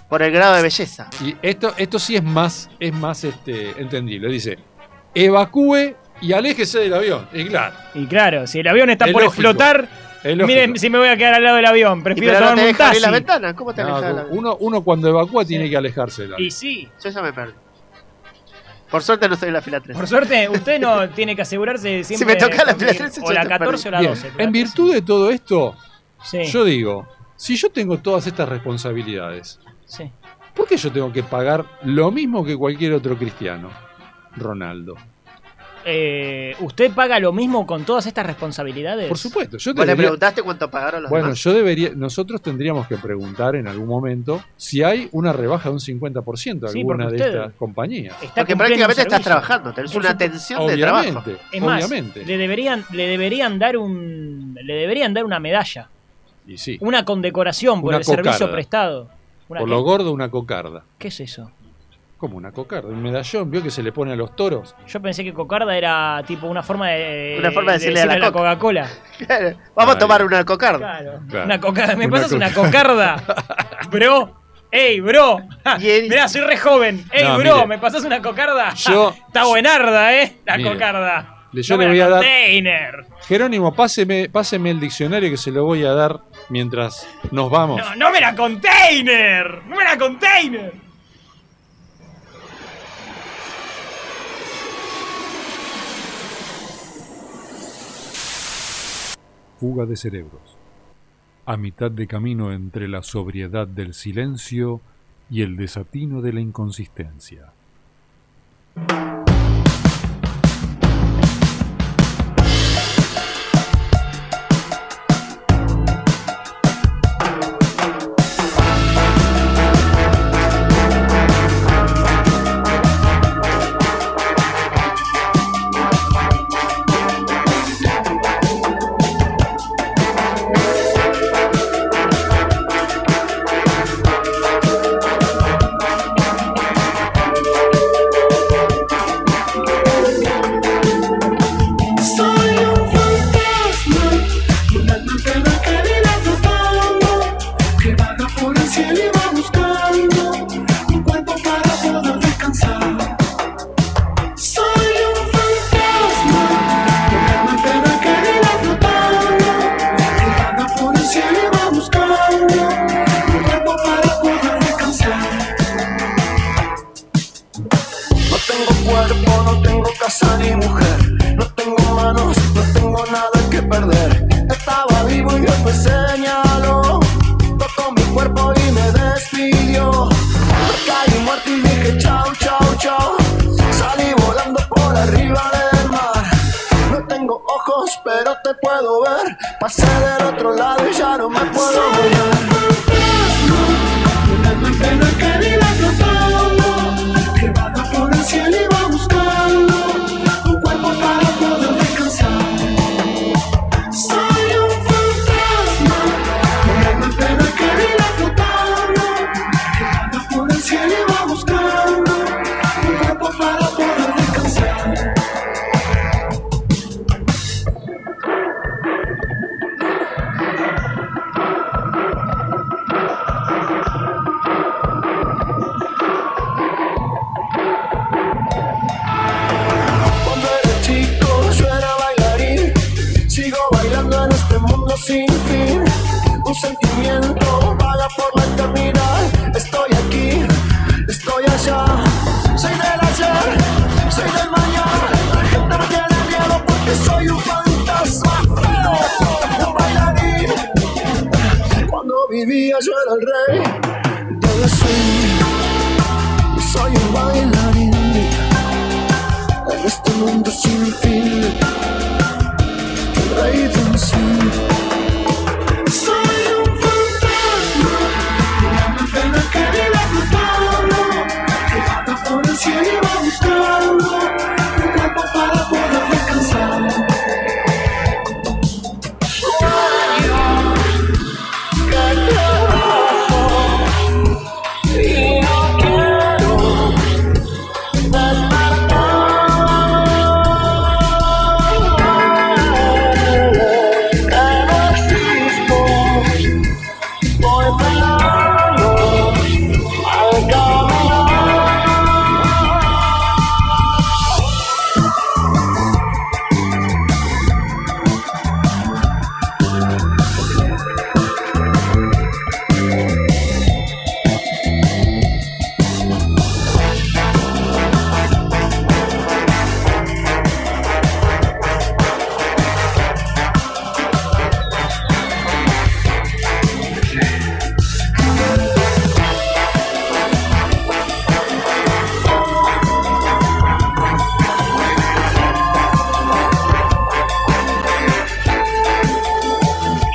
Speaker 4: Por el grado de belleza.
Speaker 2: Y esto, esto sí es más, es más este, entendible. Dice, evacúe y aléjese del avión. Y claro,
Speaker 3: Y claro, si el avión está
Speaker 2: Es
Speaker 3: por
Speaker 2: lógico.
Speaker 3: explotar,
Speaker 2: es lógico.
Speaker 3: miren si me voy a quedar al lado del avión.
Speaker 4: Y
Speaker 3: Prefiero
Speaker 4: pero no te
Speaker 3: tomarme un
Speaker 4: deja abrir la
Speaker 3: taxi.
Speaker 4: ventana. ¿Cómo te
Speaker 2: No,
Speaker 4: alejas de la ventana?
Speaker 2: uno, uno cuando evacúa tiene que alejarse del avión.
Speaker 3: Y sí.
Speaker 4: Yo ya me perdí. Por suerte no soy en la fila 3.
Speaker 3: Por suerte, usted no tiene que asegurarse siempre.
Speaker 4: me toca la
Speaker 3: porque-
Speaker 4: fila 13,
Speaker 3: O
Speaker 4: yo
Speaker 3: la
Speaker 4: te
Speaker 3: 14 o la
Speaker 2: Bien,
Speaker 3: 12. pero
Speaker 2: en
Speaker 3: la
Speaker 2: virtud de todo esto,
Speaker 3: 13. Sí,
Speaker 2: yo digo, si yo tengo todas estas responsabilidades,
Speaker 3: sí.
Speaker 2: ¿por qué yo tengo que pagar lo mismo que cualquier otro cristiano? Ronaldo.
Speaker 3: Eh, ¿Usted paga lo mismo con todas estas responsabilidades?
Speaker 2: Por supuesto, yo
Speaker 4: ¿Vos le
Speaker 2: debería-
Speaker 4: preguntaste cuánto pagaron los
Speaker 2: bueno,
Speaker 4: demás?
Speaker 2: yo debería, nosotros tendríamos que preguntar en algún momento si hay una rebaja de un 50% a
Speaker 3: Sí,
Speaker 2: alguna
Speaker 3: porque
Speaker 2: de
Speaker 3: usted-
Speaker 2: estas compañías.
Speaker 3: Está
Speaker 4: Porque
Speaker 3: cumpliendo
Speaker 4: prácticamente
Speaker 3: un
Speaker 4: estás
Speaker 3: servicio.
Speaker 4: trabajando. Tenés
Speaker 3: Por
Speaker 4: una
Speaker 3: supuesto.
Speaker 4: tensión de trabajo.
Speaker 2: Obviamente,
Speaker 3: Es más,
Speaker 2: obviamente.
Speaker 3: Le deberían, le deberían dar un. Le deberían dar una medalla.
Speaker 2: Y sí,
Speaker 3: Una condecoración por
Speaker 2: Una
Speaker 3: el
Speaker 2: cocarda.
Speaker 3: servicio prestado. Una-
Speaker 2: por lo gordo una cocarda.
Speaker 3: ¿Qué es eso?
Speaker 2: Como una cocarda, un medallón, vio que se le pone a los toros.
Speaker 3: Yo pensé que cocarda era tipo una forma de.
Speaker 4: Una forma de decirle a la Coca.
Speaker 3: Coca-Cola.
Speaker 4: Claro. Vamos a tomar una cocarda.
Speaker 3: Claro.
Speaker 2: Claro.
Speaker 3: Una coca ¿Me
Speaker 2: Una
Speaker 3: pasas
Speaker 2: coca-
Speaker 3: una cocarda? bro. Ey, bro. Ja,
Speaker 4: Y el-
Speaker 3: Mirá, soy re joven. Ey,
Speaker 2: No,
Speaker 3: bro,
Speaker 2: mire.
Speaker 3: ¿me pasas una cocarda? Ja,
Speaker 2: Yo-
Speaker 3: Está buenarda, ¿eh? La
Speaker 2: Mire.
Speaker 3: cocarda.
Speaker 2: Le- yo
Speaker 3: No
Speaker 2: le
Speaker 3: me
Speaker 2: voy
Speaker 3: la
Speaker 2: a dar-
Speaker 3: container.
Speaker 2: Jerónimo, páseme, páseme el diccionario que se lo voy a dar mientras nos vamos.
Speaker 3: No, no me la container. No me la container.
Speaker 1: Fuga de cerebros. A mitad de camino entre la sobriedad del silencio y el desatino de la inconsistencia.
Speaker 5: Soy un fantasma, una antena querida flotando, que vaga por el cielo y va buscando un cuerpo para poder descansar. Soy un fantasma, una antena querida flotando, que vaga por el cielo y va buscando un cuerpo para poder descansar. No tengo cuerpo, no tengo casa ni mujer. No tengo manos, no tengo nada que perder. Estaba vivo y Dios me señaló. Tocó mi cuerpo y me despidió. Me caí muerto y dije chau, chau, chau. Salí volando por arriba del mar. No tengo ojos, pero te puedo ver. Pasé del otro lado y ya no me puedo volver. Una antena querida flotando que vaga por el cielo y va buscando un cuerpo para poder descansar. Soy un fantasma, una antena querida flotando que vaga por el cielo y va buscando un cuerpo para poder descansar. este sin fin, un sentimiento vaga por la eternidad. Estoy aquí, estoy allá, soy del ayer, soy del mañana. La gente me tiene miedo porque soy un fantasma. Un bailarín. Cuando vivía yo era el rey del swing, y soy un bailarín en este mundo sin fin. El rey del swing. Soy un fantasma, una pena que vive flotando, que baja por el cielo y va buscando un cuerpo para poder descansar. Yo que trabajo y no quiero despertar, que no existo. Voy pelando al caminar.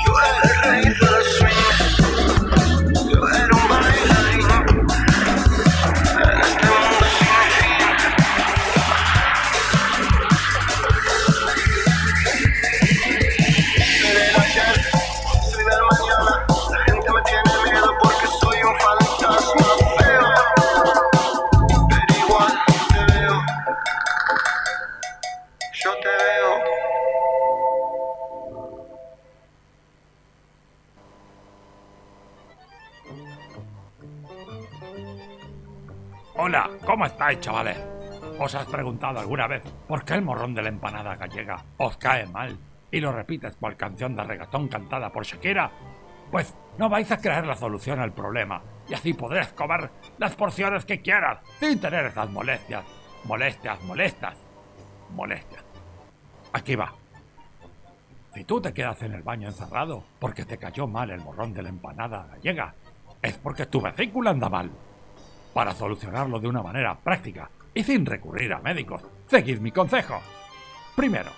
Speaker 6: Yo era el rey del swing, yo era un bailarín en este mundo sin fin. Soy del ayer, soy del mañana, la gente me tiene miedo porque soy un fantasma feo, pero igual te veo, yo te veo.
Speaker 7: Hola, ¿cómo estáis, chavales? ¿Os has preguntado alguna vez por qué el morrón de la empanada gallega os cae mal y lo repites por canción de reggaetón cantada por Shakira? Pues no vais a creer la solución al problema y así podréis comer las porciones que quieras sin tener esas molestias, molestias, molestas, molestias. Aquí va. Si tú te quedas en el baño encerrado porque te cayó mal el morrón de la empanada gallega, es porque tu vesícula anda mal. Para solucionarlo de una manera práctica y sin recurrir a médicos, seguid mi consejo. Primero,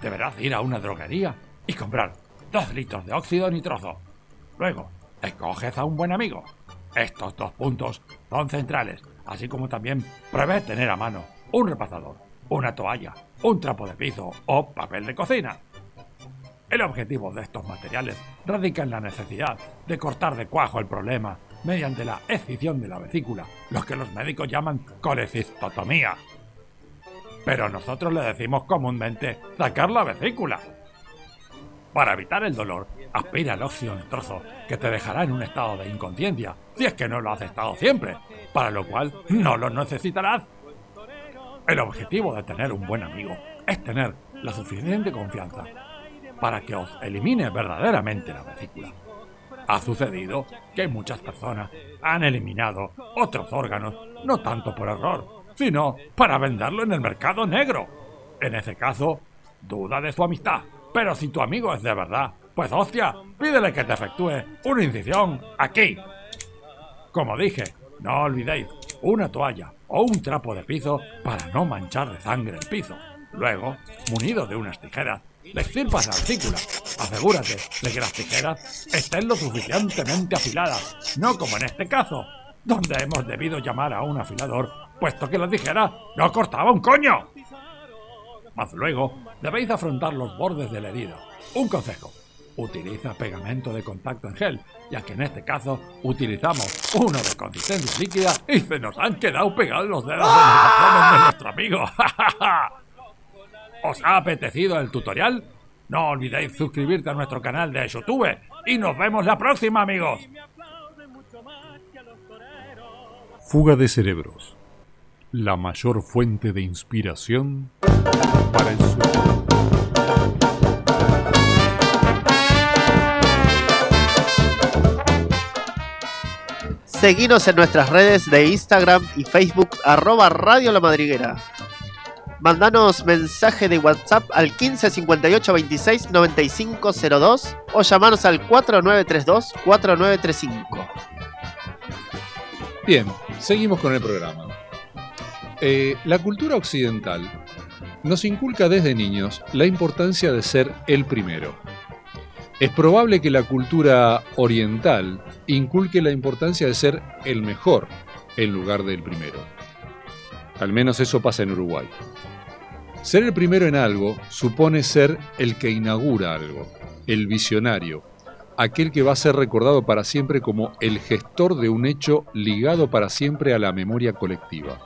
Speaker 7: deberás ir a una droguería y comprar dos litros de óxido nitroso. Luego, escoges a un buen amigo. Estos dos puntos son centrales, así como también prevé tener a mano un repasador, una toalla, un trapo de piso o papel de cocina. El objetivo de estos materiales radica en la necesidad de cortar de cuajo el problema mediante la escisión de la vesícula, lo que los médicos llaman colecistotomía. Pero nosotros le decimos comúnmente sacar la vesícula. Para evitar el dolor, aspira el óxido nitroso, que te dejará en un estado de inconsciencia, si es que no lo has estado siempre, para lo cual no lo necesitarás. El objetivo de tener un buen amigo es tener la suficiente confianza para que os elimine verdaderamente la vesícula. Ha sucedido que muchas personas han eliminado otros órganos, no tanto por error, sino para venderlo en el mercado negro. En ese caso, duda de su amistad. Pero si tu amigo es de verdad, pues hostia, pídele que te efectúe una incisión aquí. Como dije, no olvidéis una toalla o un trapo de piso para no manchar de sangre el piso. Luego, munido de unas tijeras, le extirpas la artícula. Asegúrate de que las tijeras estén lo suficientemente afiladas, no como en este caso, donde hemos debido llamar a un afilador, puesto que las tijeras no cortaba un coño. Más luego, debéis afrontar los bordes de la herida. Un consejo. Utiliza pegamento de contacto en gel, ya que en este caso utilizamos uno de consistencia líquida y se nos han quedado pegados los dedos de los abdomen de nuestro amigo. ¿Os ha apetecido el tutorial? No olvidéis suscribirte a nuestro canal de YouTube y nos vemos la próxima, amigos.
Speaker 1: Fuga de cerebros. La mayor fuente de inspiración para el sueño.
Speaker 4: Seguinos en nuestras redes de Instagram y Facebook, arroba Radio La Madriguera. Mandanos mensaje de WhatsApp al 15 58 26 95 02 o llamanos al 4932 4935.
Speaker 2: Bien, seguimos con el programa. Eh, la cultura occidental nos inculca desde niños la importancia de ser el primero. Es probable que la cultura oriental inculque la importancia de ser el mejor en lugar del primero. Al menos eso pasa en Uruguay. Ser el primero en algo supone ser el que inaugura algo, el visionario, aquel que va a ser recordado para siempre como el gestor de un hecho ligado para siempre a la memoria colectiva.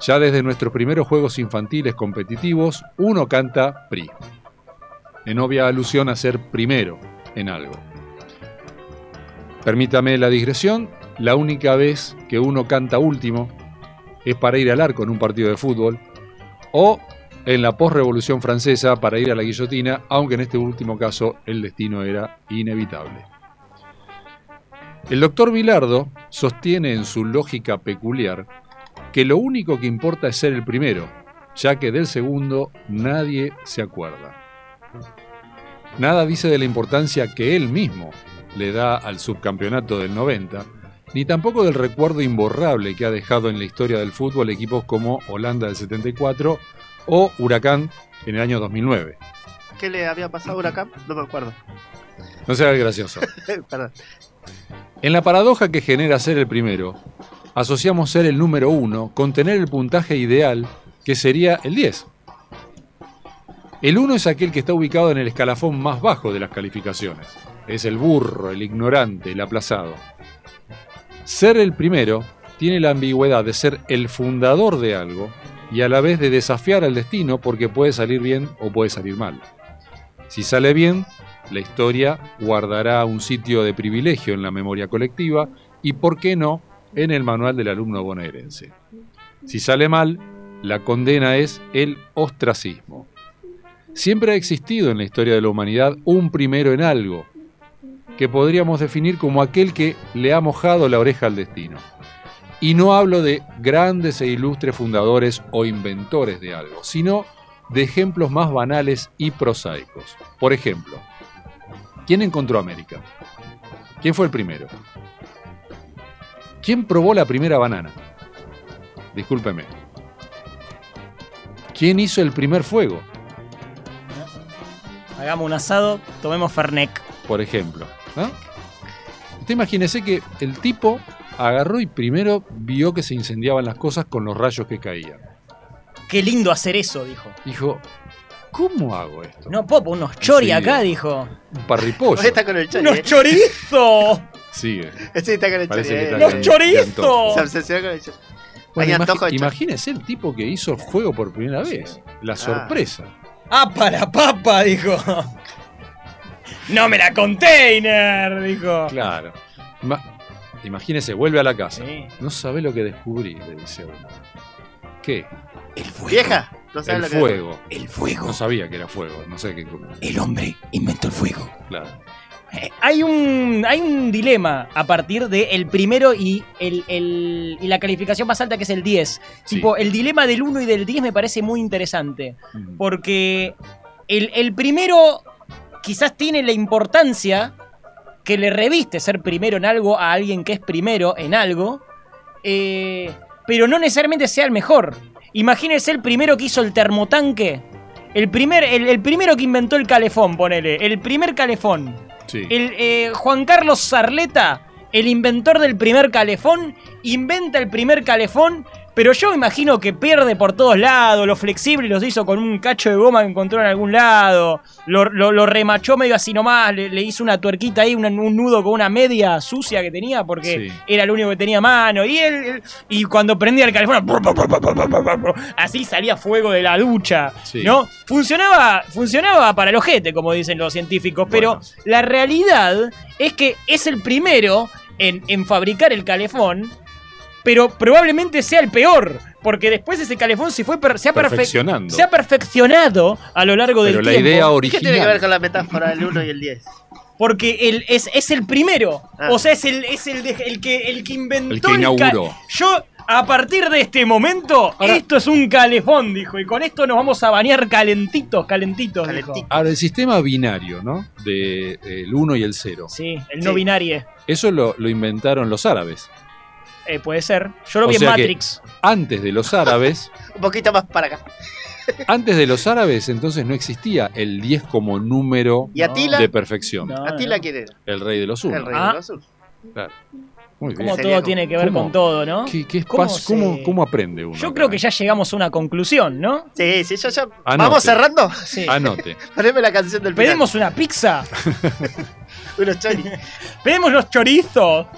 Speaker 2: Ya desde nuestros primeros juegos infantiles competitivos, uno canta PRI, en obvia alusión a ser primero en algo. Permítame la digresión, la única vez que uno canta último es para ir al arco en un partido de fútbol, o en la posrevolución francesa para ir a la guillotina, aunque en este último caso el destino era inevitable. El doctor Vilardo sostiene en su lógica peculiar que lo único que importa es ser el primero, ya que del segundo nadie se acuerda. Nada dice de la importancia que él mismo le da al subcampeonato del 90, ni tampoco del recuerdo imborrable que ha dejado en la historia del fútbol equipos como Holanda del 74 o Huracán en el año 2009.
Speaker 4: ¿Qué le había pasado a Huracán? No me acuerdo.
Speaker 2: No será gracioso.
Speaker 4: Perdón.
Speaker 2: En la paradoja que genera ser el primero, asociamos ser el número uno con tener el puntaje ideal que sería el 10. El 1 es aquel que está ubicado en el escalafón más bajo de las calificaciones. Es el burro, el ignorante, el aplazado. Ser el primero tiene la ambigüedad de ser el fundador de algo y a la vez de desafiar al destino porque puede salir bien o puede salir mal. Si sale bien, la historia guardará un sitio de privilegio en la memoria colectiva y, por qué no, en el manual del alumno bonaerense. Si sale mal, la condena es el ostracismo. Siempre ha existido en la historia de la humanidad un primero en algo, que podríamos definir como aquel que le ha mojado la oreja al destino. Y no hablo de grandes e ilustres fundadores o inventores de algo, sino de ejemplos más banales y prosaicos. Por ejemplo, ¿quién encontró América? ¿Quién fue el primero? ¿Quién probó la primera banana? Discúlpeme. ¿Quién hizo el primer fuego?
Speaker 3: Hagamos un asado, tomemos Fernec.
Speaker 2: por ejemplo. ¿no? Usted imagínese que el tipo agarró y primero vio que se incendiaban las cosas con los rayos que caían.
Speaker 3: Qué lindo hacer eso, dijo.
Speaker 2: Dijo, ¿cómo hago esto?
Speaker 3: No, Popo, unos chori
Speaker 2: Sí.
Speaker 3: acá, dijo.
Speaker 2: Un
Speaker 4: No,
Speaker 2: parripollo.
Speaker 4: está con el chori.
Speaker 3: ¡Unos
Speaker 4: eh.
Speaker 3: chorizos!
Speaker 2: Sigue.
Speaker 4: Sí, está con el chori.
Speaker 2: Parece que
Speaker 4: eh.
Speaker 2: está
Speaker 3: ¡Unos
Speaker 2: bien.
Speaker 4: Se
Speaker 3: chorizos!
Speaker 4: obsesionó con el chori.
Speaker 2: Bueno,
Speaker 4: Hay
Speaker 2: imagi-
Speaker 4: antojo de chori.
Speaker 2: imagínese el tipo que hizo el juego por primera vez. La sorpresa.
Speaker 3: ¡Ah, para papa! Dijo. ¡No me la container! Dijo.
Speaker 2: Claro. Ima- imagínese, vuelve a la casa.
Speaker 3: Sí.
Speaker 2: No sabe lo que descubrí, le dice uno. ¿Qué?
Speaker 4: Vieja, no sabe
Speaker 2: El
Speaker 4: lo que
Speaker 2: fuego.
Speaker 8: El fuego.
Speaker 2: No sabía que era fuego. No sé qué.
Speaker 8: El hombre inventó el fuego.
Speaker 2: Claro.
Speaker 3: Eh, Hay un, hay un dilema a partir de el primero y, el, el- y la calificación más alta que es el 10.
Speaker 2: Sí.
Speaker 3: Tipo, el dilema del 1 y del 10 me parece muy interesante.
Speaker 2: Mm.
Speaker 3: Porque el, el primero quizás tiene la importancia que le reviste ser primero en algo a alguien que es primero en algo, eh, pero no necesariamente sea el mejor. Imagínense el primero que hizo el termotanque, el, primer, el, el primero que inventó el calefón, ponele, el primer calefón.
Speaker 2: Sí.
Speaker 3: El, eh, Juan Carlos Sarleta, el inventor del primer calefón, inventa el primer calefón, pero yo imagino que pierde por todos lados, lo flexible los hizo con un cacho de goma que encontró en algún lado, lo, lo- lo remachó medio así nomás, le, le hizo una tuerquita ahí, un, un nudo con una media sucia que tenía porque
Speaker 2: Sí.
Speaker 3: era el único que tenía a mano, y él, él- y cuando prendía el calefón, así salía fuego de la ducha,
Speaker 2: Sí.
Speaker 3: ¿no? Funcionaba, funcionaba para el ojete, como dicen los científicos, pero
Speaker 2: Bueno.
Speaker 3: la realidad es que es el primero en, en fabricar el calefón, pero probablemente sea el peor, porque después ese calefón se, fue per- se, ha, perfe-
Speaker 2: Perfeccionando.
Speaker 3: se ha perfeccionado a lo largo
Speaker 2: Pero
Speaker 3: del
Speaker 2: la
Speaker 3: tiempo.
Speaker 2: idea
Speaker 4: ¿Qué tiene que ver con
Speaker 2: original.
Speaker 4: la metáfora del 1 y el 10?
Speaker 3: Porque él es, es el primero.
Speaker 4: Ah.
Speaker 3: O sea, es el, es el, de- el que, el que inventó.
Speaker 1: El que
Speaker 3: ca-
Speaker 1: inauguró.
Speaker 3: Yo, a partir de este momento,
Speaker 2: Ahora-
Speaker 3: esto es un calefón, dijo. Y con esto nos vamos a bañar calentitos, calentitos, dijo.
Speaker 4: Calentito.
Speaker 2: Ahora, el sistema binario, ¿no? De eh, el 1 y el 0.
Speaker 3: Sí, el no
Speaker 4: Sí.
Speaker 3: binario.
Speaker 2: Eso lo, lo inventaron los árabes.
Speaker 3: Eh, puede ser. Yo lo
Speaker 2: O
Speaker 3: vi en
Speaker 2: sea que-
Speaker 3: Matrix.
Speaker 2: Antes de los árabes,
Speaker 4: Un poquito más para acá.
Speaker 2: antes de los árabes entonces no existía el 10 como número
Speaker 4: ¿Y Atila?
Speaker 2: de perfección.
Speaker 3: No,
Speaker 4: ¿Atila
Speaker 3: no.
Speaker 4: quién era?
Speaker 2: El rey de los uno.
Speaker 4: El rey
Speaker 3: Ah.
Speaker 4: del azul.
Speaker 2: Muy bien.
Speaker 3: Como
Speaker 4: Ese
Speaker 3: todo
Speaker 4: viejo.
Speaker 3: tiene que ver
Speaker 2: ¿Cómo?
Speaker 3: con todo, ¿no?
Speaker 2: ¿Qué, qué es
Speaker 3: ¿Cómo
Speaker 2: pas-
Speaker 3: se-
Speaker 2: cómo, cómo aprende uno?
Speaker 3: Yo creo
Speaker 2: acá? eh?
Speaker 3: que ya llegamos a una conclusión, ¿no?
Speaker 4: Sí, sí, ya, ya.
Speaker 2: Anote.
Speaker 4: Vamos cerrando.
Speaker 3: Sí.
Speaker 2: Anote.
Speaker 4: Poneme la canción del final.
Speaker 3: Pedimos una pizza.
Speaker 4: unos choris.
Speaker 3: Pedimos los chorizos.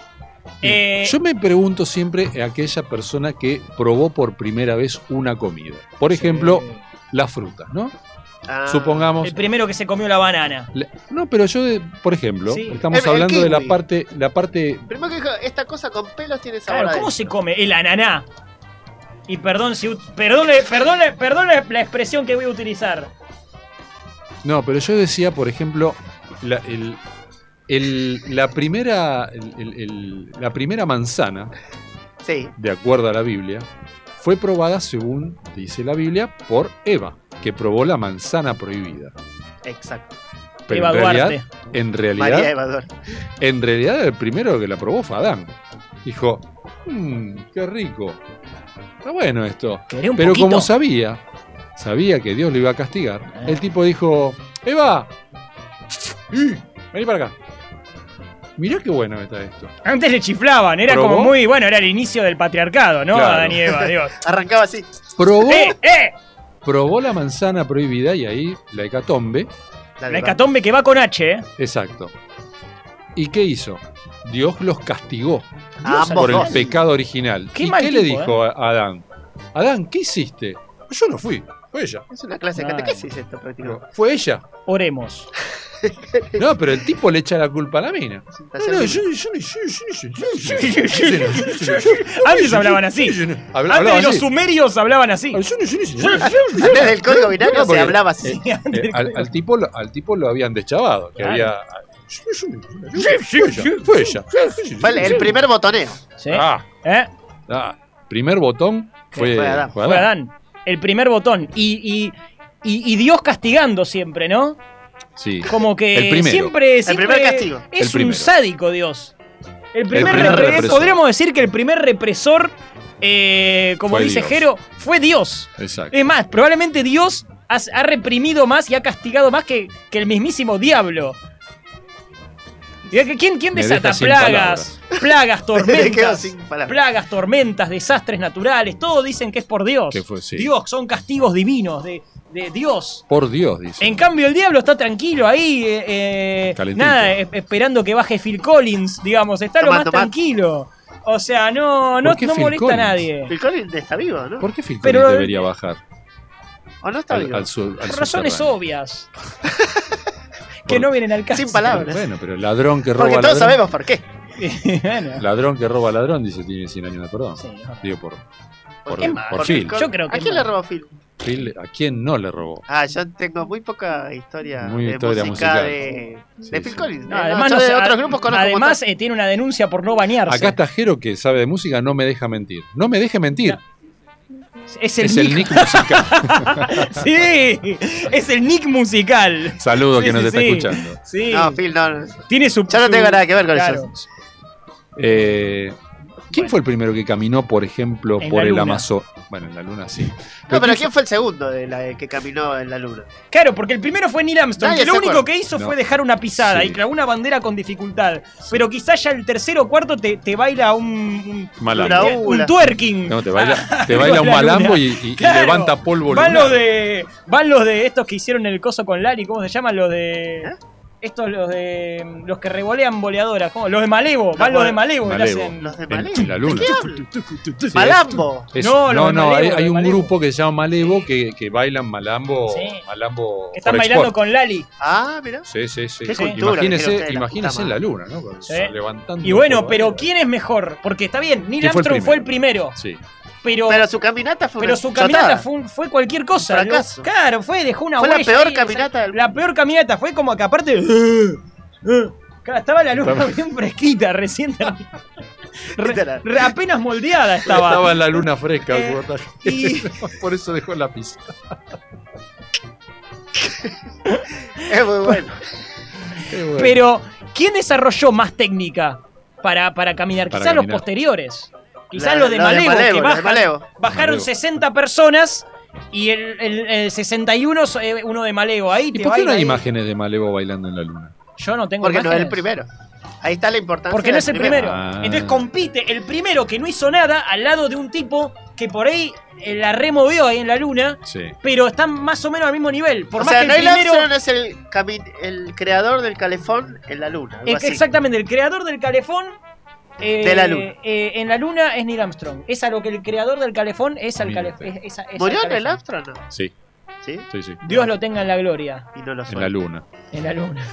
Speaker 3: Eh,
Speaker 2: Yo me pregunto siempre a aquella persona que probó por primera vez una comida. Por ejemplo, las frutas, ¿no?
Speaker 4: Ah.
Speaker 2: Supongamos.
Speaker 3: el primero que se comió la banana.
Speaker 2: le- No, pero yo, de- por ejemplo,
Speaker 3: Sí.
Speaker 2: estamos
Speaker 4: El- el
Speaker 2: hablando de la
Speaker 4: kiwi.
Speaker 2: parte, la parte
Speaker 4: Ah, Primero que dijo, esta cosa con pelos tiene sabor.
Speaker 3: Claro, ¿cómo
Speaker 4: adentro.
Speaker 3: se come? El ananá. Y perdón si ut- perdone, perdone, perdone la expresión que voy a utilizar.
Speaker 2: No, pero yo decía, por ejemplo, la, el- el- la primera, el- el- el- la primera manzana,
Speaker 4: Sí.
Speaker 2: de acuerdo a la Biblia, fue probada, según dice la Biblia, por Eva, que probó la manzana prohibida.
Speaker 4: Exacto.
Speaker 2: Pero
Speaker 3: Eva
Speaker 2: en realidad,
Speaker 3: Duarte.
Speaker 2: en
Speaker 4: María
Speaker 2: realidad,
Speaker 4: Eva Duarte.
Speaker 2: en realidad, el primero que la probó fue Adán. Dijo, mmm, qué rico. Está bueno esto.
Speaker 3: ¿Querés un
Speaker 2: Pero
Speaker 3: poquito?
Speaker 2: como sabía, sabía que Dios lo iba a castigar,
Speaker 3: Eh.
Speaker 2: el tipo dijo, Eva, ¡Y! vení para acá. Mirá qué bueno está esto.
Speaker 3: Antes le chiflaban, era
Speaker 2: ¿Probó?
Speaker 3: como muy. Bueno, era el inicio del patriarcado, ¿no?
Speaker 2: Claro.
Speaker 3: Adán y Eva, Dios.
Speaker 4: Arrancaba así.
Speaker 2: Probó,
Speaker 3: ¡Eh, eh!
Speaker 2: probó la manzana prohibida y ahí la hecatombe.
Speaker 3: La hecatombe que va con H, ¿eh?
Speaker 2: Exacto. ¿Y qué hizo? Dios los castigó
Speaker 4: A ambos
Speaker 2: por el
Speaker 4: dos.
Speaker 2: pecado original.
Speaker 3: Qué
Speaker 2: ¿Y
Speaker 3: mal
Speaker 2: qué le
Speaker 3: tipo, ¿eh?
Speaker 2: dijo a Adán? Adán, ¿qué hiciste? Yo no fui, fue ella.
Speaker 4: Es una clase de
Speaker 3: Ay.
Speaker 4: catequesis esto prácticamente.
Speaker 2: Fue ella.
Speaker 3: Oremos.
Speaker 2: No, pero el tipo le echa la culpa a la mina.
Speaker 4: Presentación de-
Speaker 3: Antes hablaban así.
Speaker 2: Habla-
Speaker 3: Antes
Speaker 2: hablaba
Speaker 3: de los
Speaker 2: así.
Speaker 3: sumerios hablaban así.
Speaker 4: Antes del código binario se
Speaker 2: Porque-
Speaker 4: hablaba así.
Speaker 2: Eh, al, al tipo, lo- al tipo lo habían deschavado. Que
Speaker 3: Claro.
Speaker 2: había. Fue ella. Fue ella.
Speaker 4: Fue el, el primer botoneo.
Speaker 3: Sí.
Speaker 2: Ah,
Speaker 3: ¿Eh?
Speaker 2: ah, primer botón fue,
Speaker 4: Fue Adán.
Speaker 3: Fue Adán. El primer botón. Y, y, y- y Dios castigando siempre, ¿no?
Speaker 2: Sí.
Speaker 3: Como que
Speaker 2: El primero.
Speaker 3: siempre, siempre
Speaker 4: primer castigo.
Speaker 2: El
Speaker 3: Es
Speaker 2: primero.
Speaker 3: un sádico Dios. El primer,
Speaker 2: primer
Speaker 3: repre-
Speaker 2: represor.
Speaker 3: Podríamos decir que el primer represor, eh, como
Speaker 2: Fue
Speaker 3: dice
Speaker 2: Dios.
Speaker 3: Jero, fue Dios.
Speaker 2: Exacto.
Speaker 3: Es más, probablemente Dios ha, ha reprimido más y ha castigado más que, que el mismísimo diablo. Mirá que- ¿Quién, quién
Speaker 2: Me
Speaker 3: desata
Speaker 2: deja sin
Speaker 3: plagas? Plagas,
Speaker 4: Me quedo
Speaker 3: tormentas.
Speaker 4: sin palabras.
Speaker 3: Plagas, tormentas, desastres naturales, todo dicen que es por Dios.
Speaker 2: Que fue, sí.
Speaker 3: Dios, son castigos divinos de, de Dios.
Speaker 2: Por Dios, dice.
Speaker 3: En cambio, el diablo está tranquilo ahí, eh, eh,
Speaker 2: Calentito.
Speaker 3: nada, eh, esperando que baje Phil Collins, digamos, está lo más
Speaker 4: Tomando mate.
Speaker 3: tranquilo. O sea, no, no,
Speaker 2: ¿Por qué
Speaker 3: no
Speaker 2: Phil
Speaker 3: molesta a
Speaker 2: Collins?
Speaker 3: nadie.
Speaker 4: Phil Collins está vivo, ¿no?
Speaker 2: ¿Por qué Phil
Speaker 3: Pero-
Speaker 2: Collins debería bajar
Speaker 4: ¿O no está
Speaker 2: al,
Speaker 4: vivo?
Speaker 2: al sur- al
Speaker 3: Por razones
Speaker 2: subterráneo?
Speaker 3: obvias. que no vienen al caso.
Speaker 4: Sin palabras.
Speaker 2: Bueno, pero ladrón que roba
Speaker 4: Porque todos
Speaker 2: ladrón.
Speaker 4: sabemos por qué.
Speaker 3: Bueno,
Speaker 2: Ladrón que roba ladrón, dice, tiene 100 años de perdón.
Speaker 3: sí, no.
Speaker 2: Digo, por, por,
Speaker 4: qué?
Speaker 2: por
Speaker 4: Porque
Speaker 2: Phil.
Speaker 4: Col-
Speaker 3: Yo creo que
Speaker 4: ¿A quién
Speaker 3: no.
Speaker 4: le robó Phil?
Speaker 2: Phil, ¿A quién no le robó?
Speaker 4: Ah, yo tengo muy poca historia
Speaker 2: Muy
Speaker 4: de
Speaker 2: historia
Speaker 4: música
Speaker 2: musical.
Speaker 4: de,
Speaker 2: Sí,
Speaker 4: de Phil
Speaker 2: sí.
Speaker 4: Collins.
Speaker 3: No,
Speaker 4: Eh, no,
Speaker 3: además,
Speaker 4: yo
Speaker 3: no
Speaker 4: de
Speaker 3: sé,
Speaker 4: otros
Speaker 3: ad-
Speaker 4: grupos conozco un
Speaker 3: además eh, tiene una denuncia por no bañarse.
Speaker 2: Acá está Jero que sabe de música, no me deja mentir. No me deje mentir.
Speaker 3: es el,
Speaker 2: es el
Speaker 3: Nick.
Speaker 2: Nick musical.
Speaker 3: sí, es el Nick musical.
Speaker 2: Saludo
Speaker 3: Sí,
Speaker 2: que nos
Speaker 3: sí,
Speaker 2: está
Speaker 3: sí.
Speaker 2: escuchando.
Speaker 3: Sí,
Speaker 4: montón. No, Phil, no. no.
Speaker 3: tiene su.
Speaker 4: Yo no
Speaker 3: su-
Speaker 4: tengo nada que ver con
Speaker 3: claro.
Speaker 4: eso.
Speaker 2: Eh, ¿Quién fue el primero que caminó, por ejemplo,
Speaker 3: En
Speaker 2: por
Speaker 3: la
Speaker 2: el
Speaker 3: luna.
Speaker 2: Amazonas? Bueno, en la luna sí.
Speaker 4: No, pero ¿quién fue el segundo de la que caminó en la luna?
Speaker 3: Claro, porque el primero fue Neil Armstrong,
Speaker 4: Nadie
Speaker 3: que lo
Speaker 4: se
Speaker 3: único
Speaker 4: acuerda.
Speaker 3: que hizo
Speaker 2: No.
Speaker 3: fue dejar una pisada
Speaker 2: Sí.
Speaker 3: y clavó una bandera con dificultad. Pero quizás ya el tercero o cuarto te, te baila un, un,
Speaker 2: Malambo.
Speaker 3: te- un
Speaker 4: Ula.
Speaker 3: twerking.
Speaker 2: No, te baila, te
Speaker 3: Ah,
Speaker 2: baila un
Speaker 3: la
Speaker 2: malambo
Speaker 3: luna.
Speaker 2: y, y- y
Speaker 3: Claro.
Speaker 2: levanta polvo
Speaker 3: Van
Speaker 2: lunar.
Speaker 3: los de. Van los de estos que hicieron el coso con Lali, ¿cómo se llaman? Los de.
Speaker 4: ¿Eh?
Speaker 3: Estos los de. Los que revolean boleadoras, ¿cómo? Los de Malevo, van los de Malevo, que le
Speaker 2: Malevo.
Speaker 3: hacen-
Speaker 4: Los de
Speaker 2: En,
Speaker 4: Malé.
Speaker 2: en la luna. Sí,
Speaker 4: Malambo.
Speaker 2: es-
Speaker 3: No,
Speaker 2: no,
Speaker 3: los
Speaker 2: no,
Speaker 3: de Malevo,
Speaker 2: hay,
Speaker 3: los de
Speaker 2: hay un
Speaker 3: Malevo.
Speaker 2: grupo que se llama Malevo que, que bailan malambo.
Speaker 3: Sí.
Speaker 2: malambo
Speaker 3: que están
Speaker 2: por
Speaker 3: bailando
Speaker 2: export.
Speaker 3: con Lali.
Speaker 4: Ah, mira.
Speaker 2: Sí, sí, sí.
Speaker 3: Qué
Speaker 2: Sí.
Speaker 3: cultura
Speaker 4: que tiene
Speaker 2: imagínense
Speaker 4: ustedes, la
Speaker 2: imagínense
Speaker 4: puta
Speaker 2: en la luna, ¿no? Con-
Speaker 3: Sí.
Speaker 2: Levantando ¿eh?
Speaker 3: Y bueno,
Speaker 2: polvo.
Speaker 3: pero ¿quién es mejor? Porque está bien, Neil
Speaker 2: ¿Quién fue el
Speaker 3: Armstrong fue el primero.
Speaker 2: Sí.
Speaker 3: Pero,
Speaker 4: Pero su caminata fue
Speaker 3: pero
Speaker 4: una
Speaker 3: su caminata
Speaker 4: chotada.
Speaker 3: fue, un- fue cualquier cosa.
Speaker 4: Un fracaso.
Speaker 3: Claro, fue, dejó una
Speaker 4: Fue la
Speaker 3: huella
Speaker 4: peor
Speaker 3: ahí, o sea,
Speaker 4: caminata del-
Speaker 3: La peor caminata, fue como que aparte. eh. Claro, Estaba la luna
Speaker 2: Estaba-
Speaker 3: bien fresquita, recién. ter- re-
Speaker 4: Literal.
Speaker 3: re- apenas moldeada estaba.
Speaker 2: Estaba en la luna fresca el
Speaker 3: Eh,
Speaker 2: reportaje.
Speaker 3: y-
Speaker 2: Por eso dejó la pizza.
Speaker 4: Es muy bueno.
Speaker 2: Qué bueno.
Speaker 3: Pero, ¿quién desarrolló más técnica para, para caminar?
Speaker 2: Para
Speaker 3: Quizás los
Speaker 2: caminar.
Speaker 3: posteriores. Quizás
Speaker 4: La-
Speaker 3: los de
Speaker 4: los de
Speaker 3: Malevo,
Speaker 4: Malevo,
Speaker 3: que
Speaker 4: los de
Speaker 3: bajan-
Speaker 4: Malevo.
Speaker 3: bajaron
Speaker 2: Malevo.
Speaker 3: 60 personas y el, el- el 61 so- eh, uno de Malevo. Ahí
Speaker 2: ¿Y
Speaker 3: te
Speaker 2: por qué no
Speaker 3: baila
Speaker 2: hay
Speaker 3: ahí.
Speaker 2: imágenes de Malevo bailando en la luna?
Speaker 3: Yo no tengo
Speaker 4: Porque no es el
Speaker 3: imágenes.
Speaker 4: primero. Ahí está la importancia.
Speaker 3: Porque no
Speaker 4: del
Speaker 3: es el primero.
Speaker 2: Ah.
Speaker 3: Entonces compite el primero que no hizo nada al lado de un tipo que por ahí eh, la removió ahí en la luna,
Speaker 2: Sí.
Speaker 3: pero están más o menos al mismo nivel. Por
Speaker 4: o
Speaker 3: más
Speaker 4: sea,
Speaker 3: que el
Speaker 4: Neil
Speaker 3: primero.
Speaker 4: Armstrong es el, cami- el creador del calefón en la luna. algo
Speaker 3: Ex-
Speaker 4: así.
Speaker 3: Exactamente, el creador del calefón. eh,
Speaker 4: De la luna.
Speaker 3: eh, en la luna es Neil Armstrong. Es a lo que el creador del calefón es al
Speaker 2: Mira.
Speaker 3: calefón. Es, es a- es al
Speaker 4: ¿Murió
Speaker 3: calefón.
Speaker 4: Neil Armstrong? No.
Speaker 2: Sí,
Speaker 4: ¿Sí?
Speaker 2: sí, sí.
Speaker 3: Dios lo tenga en la gloria.
Speaker 4: Y no lo
Speaker 2: En la
Speaker 4: suena.
Speaker 2: luna.
Speaker 3: En la luna.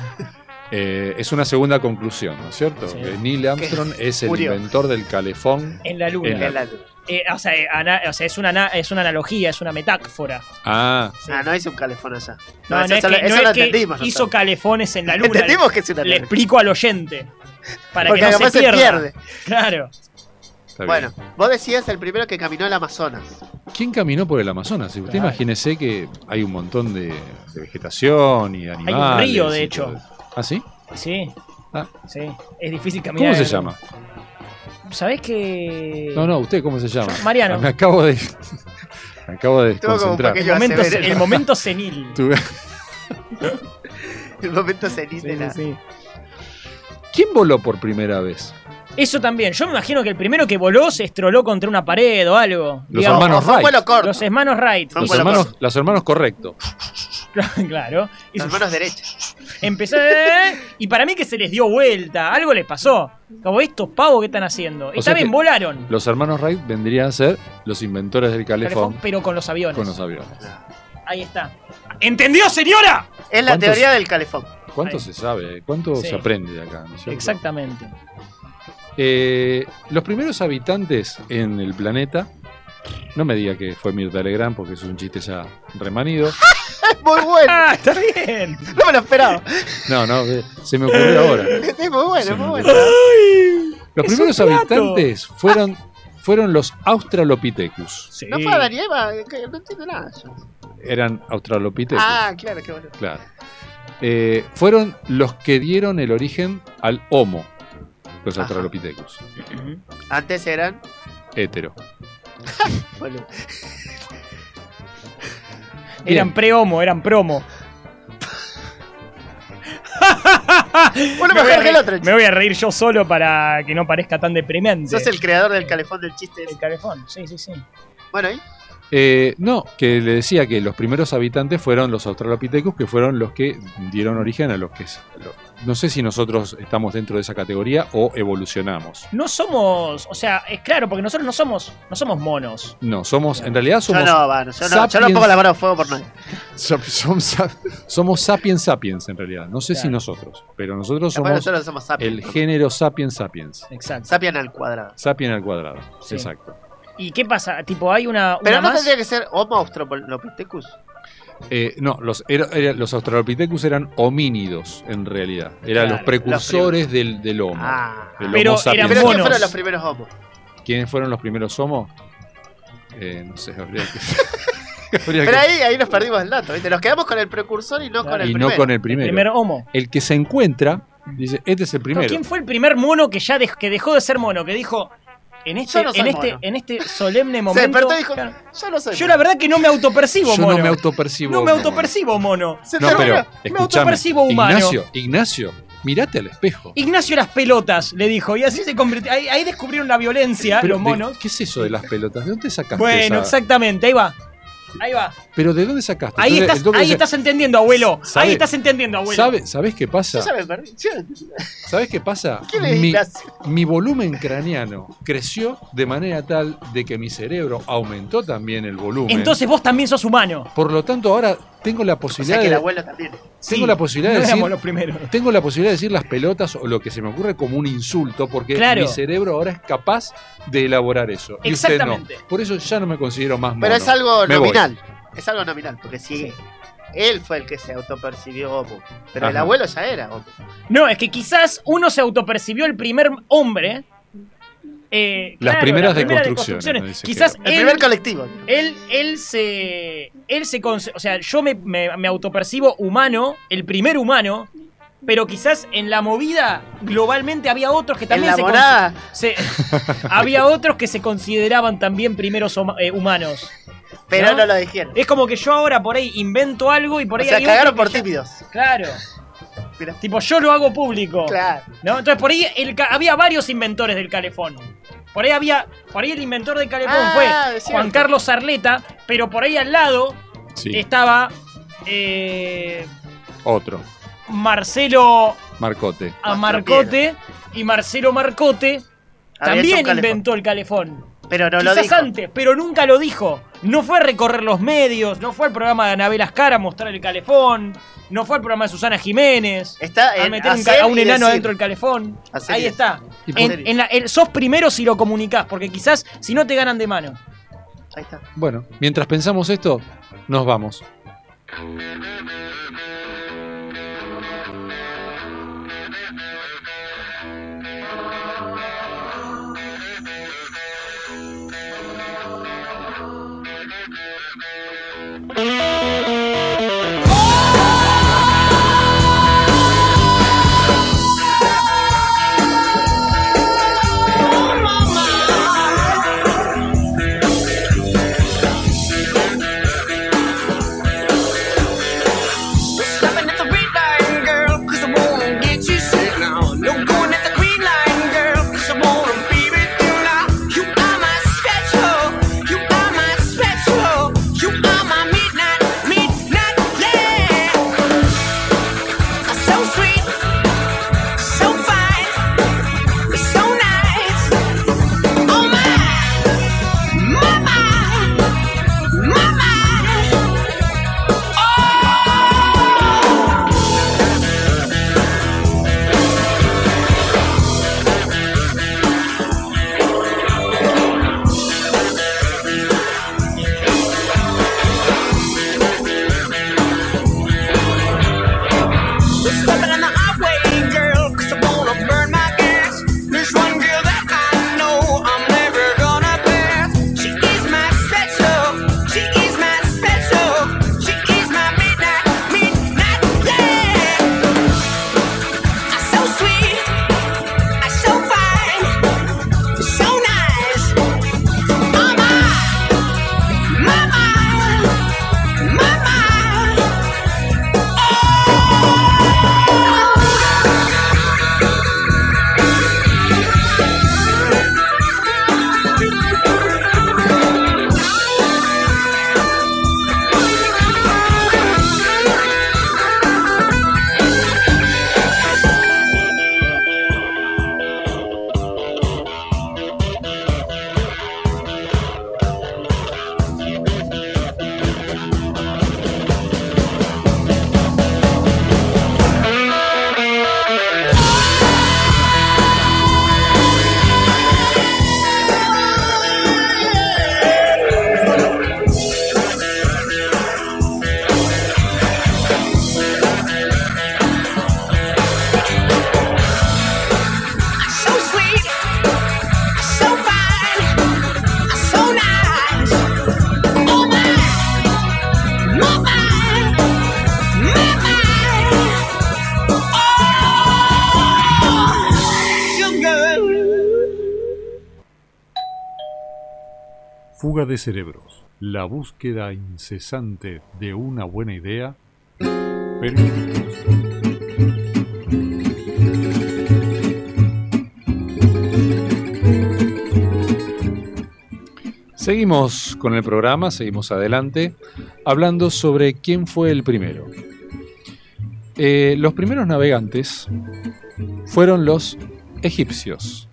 Speaker 2: Eh, es una segunda conclusión, ¿no es cierto?
Speaker 3: Sí.
Speaker 2: Que Neil Armstrong es el
Speaker 4: Murió.
Speaker 2: inventor del calefón.
Speaker 3: En la luna.
Speaker 2: En la-
Speaker 4: En la luna.
Speaker 3: Eh, o sea, eh, ana- o sea, es, una, ana- es una analogía, es una metáfora.
Speaker 2: Ah,
Speaker 4: Ah, no hizo un calefón allá. No,
Speaker 3: No, no
Speaker 4: eso,
Speaker 3: es
Speaker 4: eso
Speaker 3: que,
Speaker 4: lo- eso
Speaker 3: no
Speaker 4: lo
Speaker 3: es que
Speaker 4: entendimos. nosotros.
Speaker 3: hizo calefones en la luna.
Speaker 4: Entendimos que es una
Speaker 3: Le
Speaker 4: luna.
Speaker 3: explico al oyente. Para
Speaker 4: Porque
Speaker 3: que no
Speaker 4: además
Speaker 3: se pierda. Claro.
Speaker 2: está bien.
Speaker 4: Bueno, vos decías el primero que caminó el Amazonas.
Speaker 2: ¿Quién caminó por el Amazonas? Usted
Speaker 3: Claro.
Speaker 2: imagínese que hay un montón de, de vegetación y de animales.
Speaker 3: río, de
Speaker 2: y
Speaker 3: hecho.
Speaker 2: todo. ¿Ah, sí?
Speaker 3: Sí.
Speaker 2: Ah.
Speaker 3: Sí. Es difícil
Speaker 2: ¿Cómo
Speaker 3: caminar.
Speaker 2: se llama?
Speaker 3: ¿Sabés que.?
Speaker 2: No, no, ¿usted cómo se llama?
Speaker 3: Mariano.
Speaker 2: Me acabo de. Me acabo de
Speaker 4: Tuvo como un
Speaker 2: desconcentrar.
Speaker 3: El
Speaker 4: pequeño-
Speaker 3: momento,
Speaker 4: Acevedo.
Speaker 3: el momento senil.
Speaker 2: Tuve-
Speaker 4: El momento ceniz de
Speaker 3: Sí,
Speaker 4: la-
Speaker 3: sí.
Speaker 2: ¿Quién voló por primera vez?
Speaker 3: Eso también. Yo me imagino que el primero que voló se estroló contra una pared o algo.
Speaker 2: Los
Speaker 3: Digamos,
Speaker 2: hermanos
Speaker 4: Fue un
Speaker 2: Wright.
Speaker 4: vuelo corto.
Speaker 3: Los hermanos Wright.
Speaker 4: Son
Speaker 2: Los
Speaker 4: buena
Speaker 2: hermanos, los hermanos correcto.
Speaker 3: claro. Y
Speaker 4: Las
Speaker 3: su-
Speaker 4: manos derechas.
Speaker 3: empezó. eh, Y para mí que se les dio vuelta. Algo les pasó. Como estos pavos que están haciendo. Y
Speaker 2: sea
Speaker 3: también
Speaker 2: que-
Speaker 3: volaron.
Speaker 2: Los hermanos Wright vendrían a ser los inventores del calefón,
Speaker 3: Calefón, pero con los aviones.
Speaker 2: con los aviones.
Speaker 3: Ahí está. ¿Entendió, señora?
Speaker 4: Es la
Speaker 2: ¿Cuántos?
Speaker 4: teoría del calefón.
Speaker 2: ¿Cuánto
Speaker 3: Ahí.
Speaker 2: se sabe? ¿Cuánto
Speaker 3: Sí.
Speaker 2: se aprende de acá? ¿no es cierto?
Speaker 3: Exactamente.
Speaker 2: Eh, los primeros habitantes en el planeta, no me diga que fue Mirta Legrand porque es un chiste ya remanido.
Speaker 4: Es muy bueno.
Speaker 3: Ah, está bien.
Speaker 4: No me lo esperaba.
Speaker 2: No, no, eh, se me ocurrió ahora.
Speaker 4: Es muy bueno,
Speaker 2: Se
Speaker 4: es muy
Speaker 2: me
Speaker 4: bueno.
Speaker 2: ocurrió.
Speaker 3: Ay.
Speaker 2: Los
Speaker 3: Es
Speaker 2: primeros
Speaker 3: un plato.
Speaker 2: habitantes fueron, fueron los Australopithecus.
Speaker 3: Sí.
Speaker 4: No fue Adán y Eva, que no entiendo nada. yo.
Speaker 2: Eran Australopithecus.
Speaker 4: Ah, claro, qué bueno.
Speaker 2: Claro. Eh, fueron los que dieron el origen al Homo, los
Speaker 4: Ajá.
Speaker 2: Australopithecus.
Speaker 4: Antes eran.
Speaker 2: Hétero.
Speaker 4: Bueno,
Speaker 3: Eran pre-homo, eran promo.
Speaker 4: uno
Speaker 3: voy
Speaker 4: mejor
Speaker 3: a
Speaker 4: que el
Speaker 3: reír-
Speaker 4: otro.
Speaker 3: Me voy a reír yo solo para que no parezca tan deprimente.
Speaker 4: Sos el creador del calefón del chiste.
Speaker 3: El
Speaker 4: ese.
Speaker 3: calefón, sí, sí, sí.
Speaker 4: Bueno, ¿y?
Speaker 2: Eh, no, que le decía que los primeros habitantes fueron los Australopithecus, que fueron los que dieron origen a los que. es- a lo- no sé si nosotros estamos dentro de esa categoría o evolucionamos.
Speaker 3: No somos, o sea, es claro, porque nosotros no somos, no somos monos.
Speaker 2: No, somos. En realidad
Speaker 4: Yo
Speaker 2: somos.
Speaker 4: no, bueno, yo no, yo no
Speaker 2: sapiens.
Speaker 4: pongo la mano a fuego por nada.
Speaker 2: sap- som- sap- somos sapiens sapiens, en realidad. No sé si
Speaker 3: Claro.
Speaker 2: nosotros, pero nosotros
Speaker 4: Bueno,
Speaker 2: somos
Speaker 4: nosotros somos sapiens.
Speaker 2: el género sapiens sapiens.
Speaker 3: Exacto.
Speaker 4: Sapiens al cuadrado.
Speaker 2: Sapien al cuadrado.
Speaker 3: Sí.
Speaker 2: Exacto.
Speaker 3: ¿Y qué pasa? Tipo, hay una,
Speaker 4: Pero
Speaker 3: una
Speaker 4: no
Speaker 3: más.
Speaker 4: tendría que ser Homo australopithecus.
Speaker 2: Eh, no, los, era- era- los Australopithecus eran homínidos, en realidad. Eran
Speaker 3: Claro,
Speaker 2: los precursores del, del Homo.
Speaker 4: Ah.
Speaker 2: del
Speaker 3: Pero
Speaker 2: Homo sapiens.
Speaker 3: eran
Speaker 4: Pero ¿quiénes
Speaker 3: monos.
Speaker 4: fueron los primeros homos?
Speaker 2: ¿Quiénes fueron los primeros Homo? Eh, no sé, habría que. habría
Speaker 4: Pero
Speaker 2: que-
Speaker 4: ahí, ahí nos perdimos el dato, ¿viste? Nos quedamos con el precursor y no
Speaker 3: Claro.
Speaker 4: con el
Speaker 2: y
Speaker 4: primero.
Speaker 2: no con el primero.
Speaker 3: El
Speaker 2: El,
Speaker 3: primer homo.
Speaker 2: que se encuentra dice: Este es el
Speaker 3: No,
Speaker 2: primero.
Speaker 3: ¿Quién fue el primer mono que ya dej- que dejó de ser mono? Que dijo, en este,
Speaker 4: Yo no soy
Speaker 3: en este,
Speaker 4: mono.
Speaker 3: en este solemne
Speaker 4: Se
Speaker 3: momento.
Speaker 4: despertó y dijo,
Speaker 3: Claro.
Speaker 4: yo no soy
Speaker 3: Yo la verdad que no me autopercibo
Speaker 2: Yo
Speaker 3: mono.
Speaker 2: no me autopercibo.
Speaker 3: No me
Speaker 2: Homo.
Speaker 3: autopercibo mono.
Speaker 4: Se
Speaker 2: No,
Speaker 4: terminó.
Speaker 2: pero
Speaker 3: Me
Speaker 2: escúchame.
Speaker 3: autopercibo humano.
Speaker 2: Ignacio, Ignacio, mirate al espejo.
Speaker 3: Ignacio las pelotas, le dijo. Y así se convirtió. Ahí, ahí descubrieron la violencia,
Speaker 2: Pero,
Speaker 3: los
Speaker 2: de-
Speaker 3: monos.
Speaker 2: ¿Qué es eso de las pelotas? ¿De dónde sacaste
Speaker 3: Bueno,
Speaker 2: esa-
Speaker 3: exactamente, ahí va. Ahí va.
Speaker 2: Pero ¿de dónde sacaste?
Speaker 3: Ahí
Speaker 2: Entonces-
Speaker 3: estás,
Speaker 2: entonces
Speaker 3: ahí
Speaker 2: dice,
Speaker 3: estás entendiendo, abuelo.
Speaker 2: ¿sabe-
Speaker 3: Ahí estás entendiendo, abuelo.
Speaker 2: ¿sabe- ¿Sabes qué pasa?
Speaker 4: Yo ya me perdí. Yo-
Speaker 2: ¿Sabes qué pasa?
Speaker 4: ¿Quién es
Speaker 2: Mi,
Speaker 4: Ignacio?
Speaker 2: mi volumen craneano creció de manera tal de que mi cerebro aumentó también el volumen.
Speaker 3: Entonces vos también sos humano.
Speaker 2: por lo tanto, ahora tengo la
Speaker 4: O sea
Speaker 2: posibilidad
Speaker 4: que el
Speaker 2: de,
Speaker 4: abuelo también.
Speaker 2: tengo la posibilidad de
Speaker 3: no éramos
Speaker 2: decir,
Speaker 3: los primeros.
Speaker 2: tengo la posibilidad de decir las pelotas o lo que se me ocurre como un insulto porque
Speaker 3: Claro.
Speaker 2: mi cerebro ahora es capaz de elaborar eso y usted no.
Speaker 3: Exactamente.
Speaker 2: Por eso ya no me considero más mono.
Speaker 4: Pero es algo
Speaker 2: Me voy.
Speaker 4: nominal. Es algo nominal, porque si
Speaker 3: Sí.
Speaker 4: Él fue el que se autopercibió homo. Pero el
Speaker 2: Ajá.
Speaker 4: abuelo ya era homo.
Speaker 3: No, es que quizás uno se autopercibió el primer hombre. eh,
Speaker 2: Las
Speaker 3: claro,
Speaker 2: primeras
Speaker 3: las primeras
Speaker 2: deconstrucciones,
Speaker 3: deconstrucciones.
Speaker 2: me dice
Speaker 3: Quizás
Speaker 4: El
Speaker 3: él,
Speaker 4: primer colectivo.
Speaker 3: él, él se. Él se. conce- O sea, yo me, me, me autopercibo humano, el primer humano. Pero quizás en la movida globalmente había otros que
Speaker 4: En
Speaker 3: también
Speaker 4: la
Speaker 3: se, con-
Speaker 4: morada.
Speaker 3: se- había otros que se consideraban también primeros homa- eh, humanos.
Speaker 4: Pero
Speaker 3: ¿No?
Speaker 4: no lo dijeron.
Speaker 3: Es como que yo ahora por ahí invento algo y por
Speaker 4: O
Speaker 3: ahí
Speaker 4: sea,
Speaker 3: hay otro
Speaker 4: cagaron
Speaker 3: que
Speaker 4: por
Speaker 3: ya-
Speaker 4: tímidos.
Speaker 3: Claro.
Speaker 4: Mirá.
Speaker 3: Tipo, yo lo hago público.
Speaker 4: Claro.
Speaker 3: ¿no? Entonces por ahí el ca- había varios inventores del calefón. Por ahí había. Por ahí el inventor del calefón
Speaker 4: Ah,
Speaker 3: fue
Speaker 4: es cierto.
Speaker 3: Juan Carlos Arleta, pero por ahí al lado
Speaker 9: Sí,
Speaker 3: estaba eh,
Speaker 2: Otro,
Speaker 3: Marcelo
Speaker 2: Marcote.
Speaker 3: Amarcote. Y Marcelo Marcote
Speaker 4: Había
Speaker 3: también
Speaker 4: hecho un calefón.
Speaker 3: inventó el calefón.
Speaker 4: Pero no lo
Speaker 3: Quizás
Speaker 4: dijo.
Speaker 3: antes, pero nunca lo dijo. No fue a recorrer los medios, no fue al programa de Anabel Ascara a mostrar el calefón, no fue al programa de Susana Jiménez.
Speaker 4: Está
Speaker 3: A
Speaker 4: en
Speaker 3: meter un ca-
Speaker 4: hacer
Speaker 3: a un
Speaker 4: y
Speaker 3: enano
Speaker 4: decir.
Speaker 3: adentro del calefón.
Speaker 4: Hacer y
Speaker 3: Ahí
Speaker 4: decir.
Speaker 3: está.
Speaker 4: Y por-
Speaker 3: En, en la- el- sos primero si lo comunicás, porque quizás si no te ganan de mano.
Speaker 4: Ahí está.
Speaker 2: Bueno, mientras pensamos esto, nos vamos.
Speaker 5: Stopping at the red line, girl, 'cause I wanna get you set now. No going at the green line, girl, 'cause I wanna be with you now. You are my special, you are my special, you are my midnight, midnight, yeah. So sweet, so fine, so nice. Oh my, my, my, my. Oh. Stopping on the highway, girl, 'cause I wanna burn my gas. There's one girl that I know I'm never gonna pass. She is my special, she is my special, she is my midnight, midnight, yeah. I'm so sweet, I'm so fine, so nice. Oh my, my, my, my, my. oh. so sweet, so fine, so nice. Oh my, my, my, my, oh, sugar.
Speaker 10: Fuga de cerebros. La búsqueda incesante de una buena idea. Pero
Speaker 2: Seguimos con el programa, seguimos adelante, hablando sobre quién fue el primero. Eh, los primeros navegantes fueron los egipcios,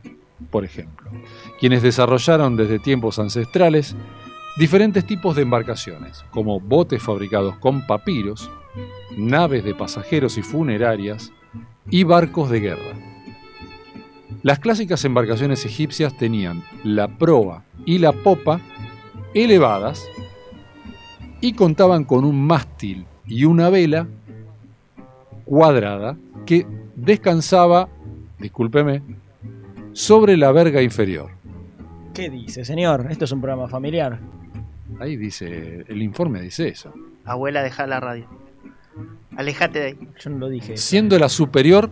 Speaker 2: por ejemplo, quienes desarrollaron desde tiempos ancestrales diferentes tipos de embarcaciones, como botes fabricados con papiros, naves de pasajeros y funerarias, y barcos de guerra. Las clásicas embarcaciones egipcias tenían la proa y la popa elevadas y contaban con un mástil y una vela cuadrada que descansaba, discúlpeme, sobre la verga inferior.
Speaker 3: ¿Qué dice, señor? Esto es un programa familiar.
Speaker 2: Ahí dice, el informe dice eso.
Speaker 4: Abuela, deja la radio. Alejate de ahí.
Speaker 3: Yo no lo dije.
Speaker 2: Siendo la superior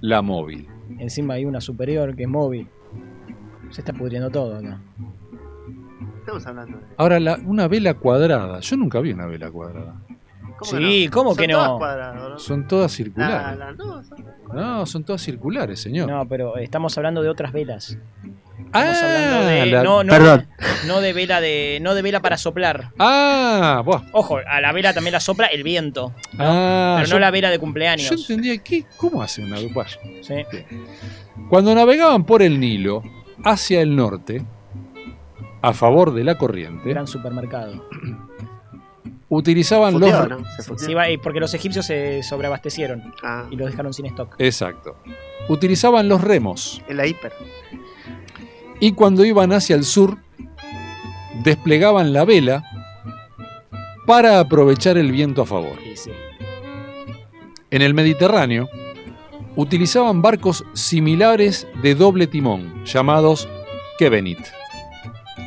Speaker 2: la móvil.
Speaker 3: Encima hay una superior que es móvil. Se está pudriendo todo acá.
Speaker 4: Estamos hablando de.
Speaker 2: Ahora, la- una vela cuadrada. Yo nunca vi una vela cuadrada.
Speaker 3: Sí, ¿cómo que
Speaker 4: Son todas
Speaker 3: no?
Speaker 4: cuadradas, ¿no?
Speaker 2: Son todas
Speaker 4: La-
Speaker 2: circulares.
Speaker 4: Ah, la- no, son-
Speaker 2: No, son todas circulares, señor.
Speaker 3: No, pero estamos hablando de otras velas.
Speaker 2: ah,
Speaker 3: Estamos hablando de.
Speaker 2: la-
Speaker 3: No, no,
Speaker 4: Perdón.
Speaker 3: no de vela de. No de vela para soplar.
Speaker 2: ah, buah.
Speaker 3: Ojo, a la vela también la sopla el viento.
Speaker 2: Ah,
Speaker 3: pero
Speaker 2: yo,
Speaker 3: no la vela de
Speaker 2: yo
Speaker 3: cumpleaños.
Speaker 2: entendía que, ¿cómo hace una vela?
Speaker 3: Sí.
Speaker 2: Cuando navegaban por el Nilo hacia el norte, a favor de la corriente,
Speaker 3: Gran supermercado.
Speaker 2: utilizaban los...
Speaker 4: Fundió, ¿no? Se fundió.
Speaker 3: Sí, va- eh, porque los egipcios se sobreabastecieron
Speaker 4: Ah,
Speaker 3: y los dejaron sin stock.
Speaker 2: Exacto. Utilizaban los remos
Speaker 4: en la hiper.
Speaker 2: y cuando iban hacia el sur, desplegaban la vela para aprovechar el viento a favor.
Speaker 3: Y sí.
Speaker 2: En el Mediterráneo, utilizaban barcos similares de doble timón, llamados Kevenit.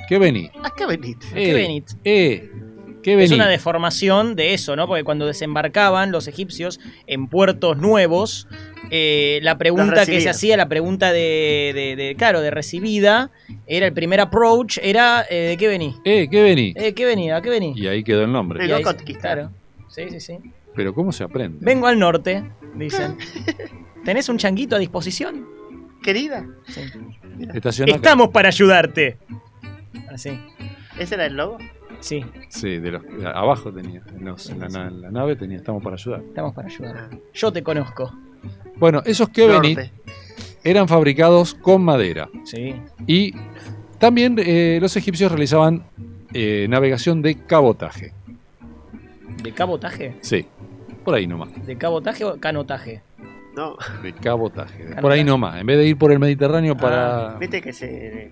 Speaker 2: Kevenit.
Speaker 4: ¿A qué veniste?
Speaker 3: ¿Qué
Speaker 2: Eh,
Speaker 3: venit?
Speaker 2: Eh,
Speaker 3: Ah, Es
Speaker 2: Kevenit.
Speaker 3: una deformación de eso, ¿no? Porque cuando desembarcaban los egipcios en puertos nuevos, eh, la pregunta que se
Speaker 4: recibían.
Speaker 3: hacía, la pregunta de, de- de- claro, de recibida, era el primer approach, era eh, ¿de qué venís?
Speaker 2: Eh, Kevenit.
Speaker 3: Eh, ¿Qué venís? ¿A qué venís?
Speaker 2: Y ahí quedó el nombre.
Speaker 4: Eh.
Speaker 3: ahí
Speaker 4: Vengo a
Speaker 3: se-
Speaker 4: conquistar.
Speaker 3: claro. Sí, sí, sí.
Speaker 2: Pero ¿cómo se aprende?
Speaker 3: Vengo al norte, dicen. ¿Tenés un changuito a disposición?
Speaker 4: Querida.
Speaker 3: Sí.
Speaker 2: Estaciona acá.
Speaker 3: Estamos para ayudarte. Así,
Speaker 4: ¿Ese era el logo?
Speaker 3: Ah, sí,
Speaker 2: Sí, de los, abajo tenía. En, los- en la, na- en la nave tenía, estamos para ayudar.
Speaker 3: estamos para ayudarte. Yo te conozco.
Speaker 2: Bueno, esos Kevenit
Speaker 4: Norte.
Speaker 2: eran fabricados con madera.
Speaker 3: Sí.
Speaker 2: Y también eh, los egipcios realizaban eh, navegación de cabotaje.
Speaker 3: ¿De cabotaje?
Speaker 2: Sí, por ahí nomás.
Speaker 3: ¿De cabotaje o canotaje?
Speaker 4: No,
Speaker 2: De cabotaje. de- Por ahí nomás. En vez de ir por el
Speaker 3: Ah,
Speaker 2: Mediterráneo para.
Speaker 4: viste que se.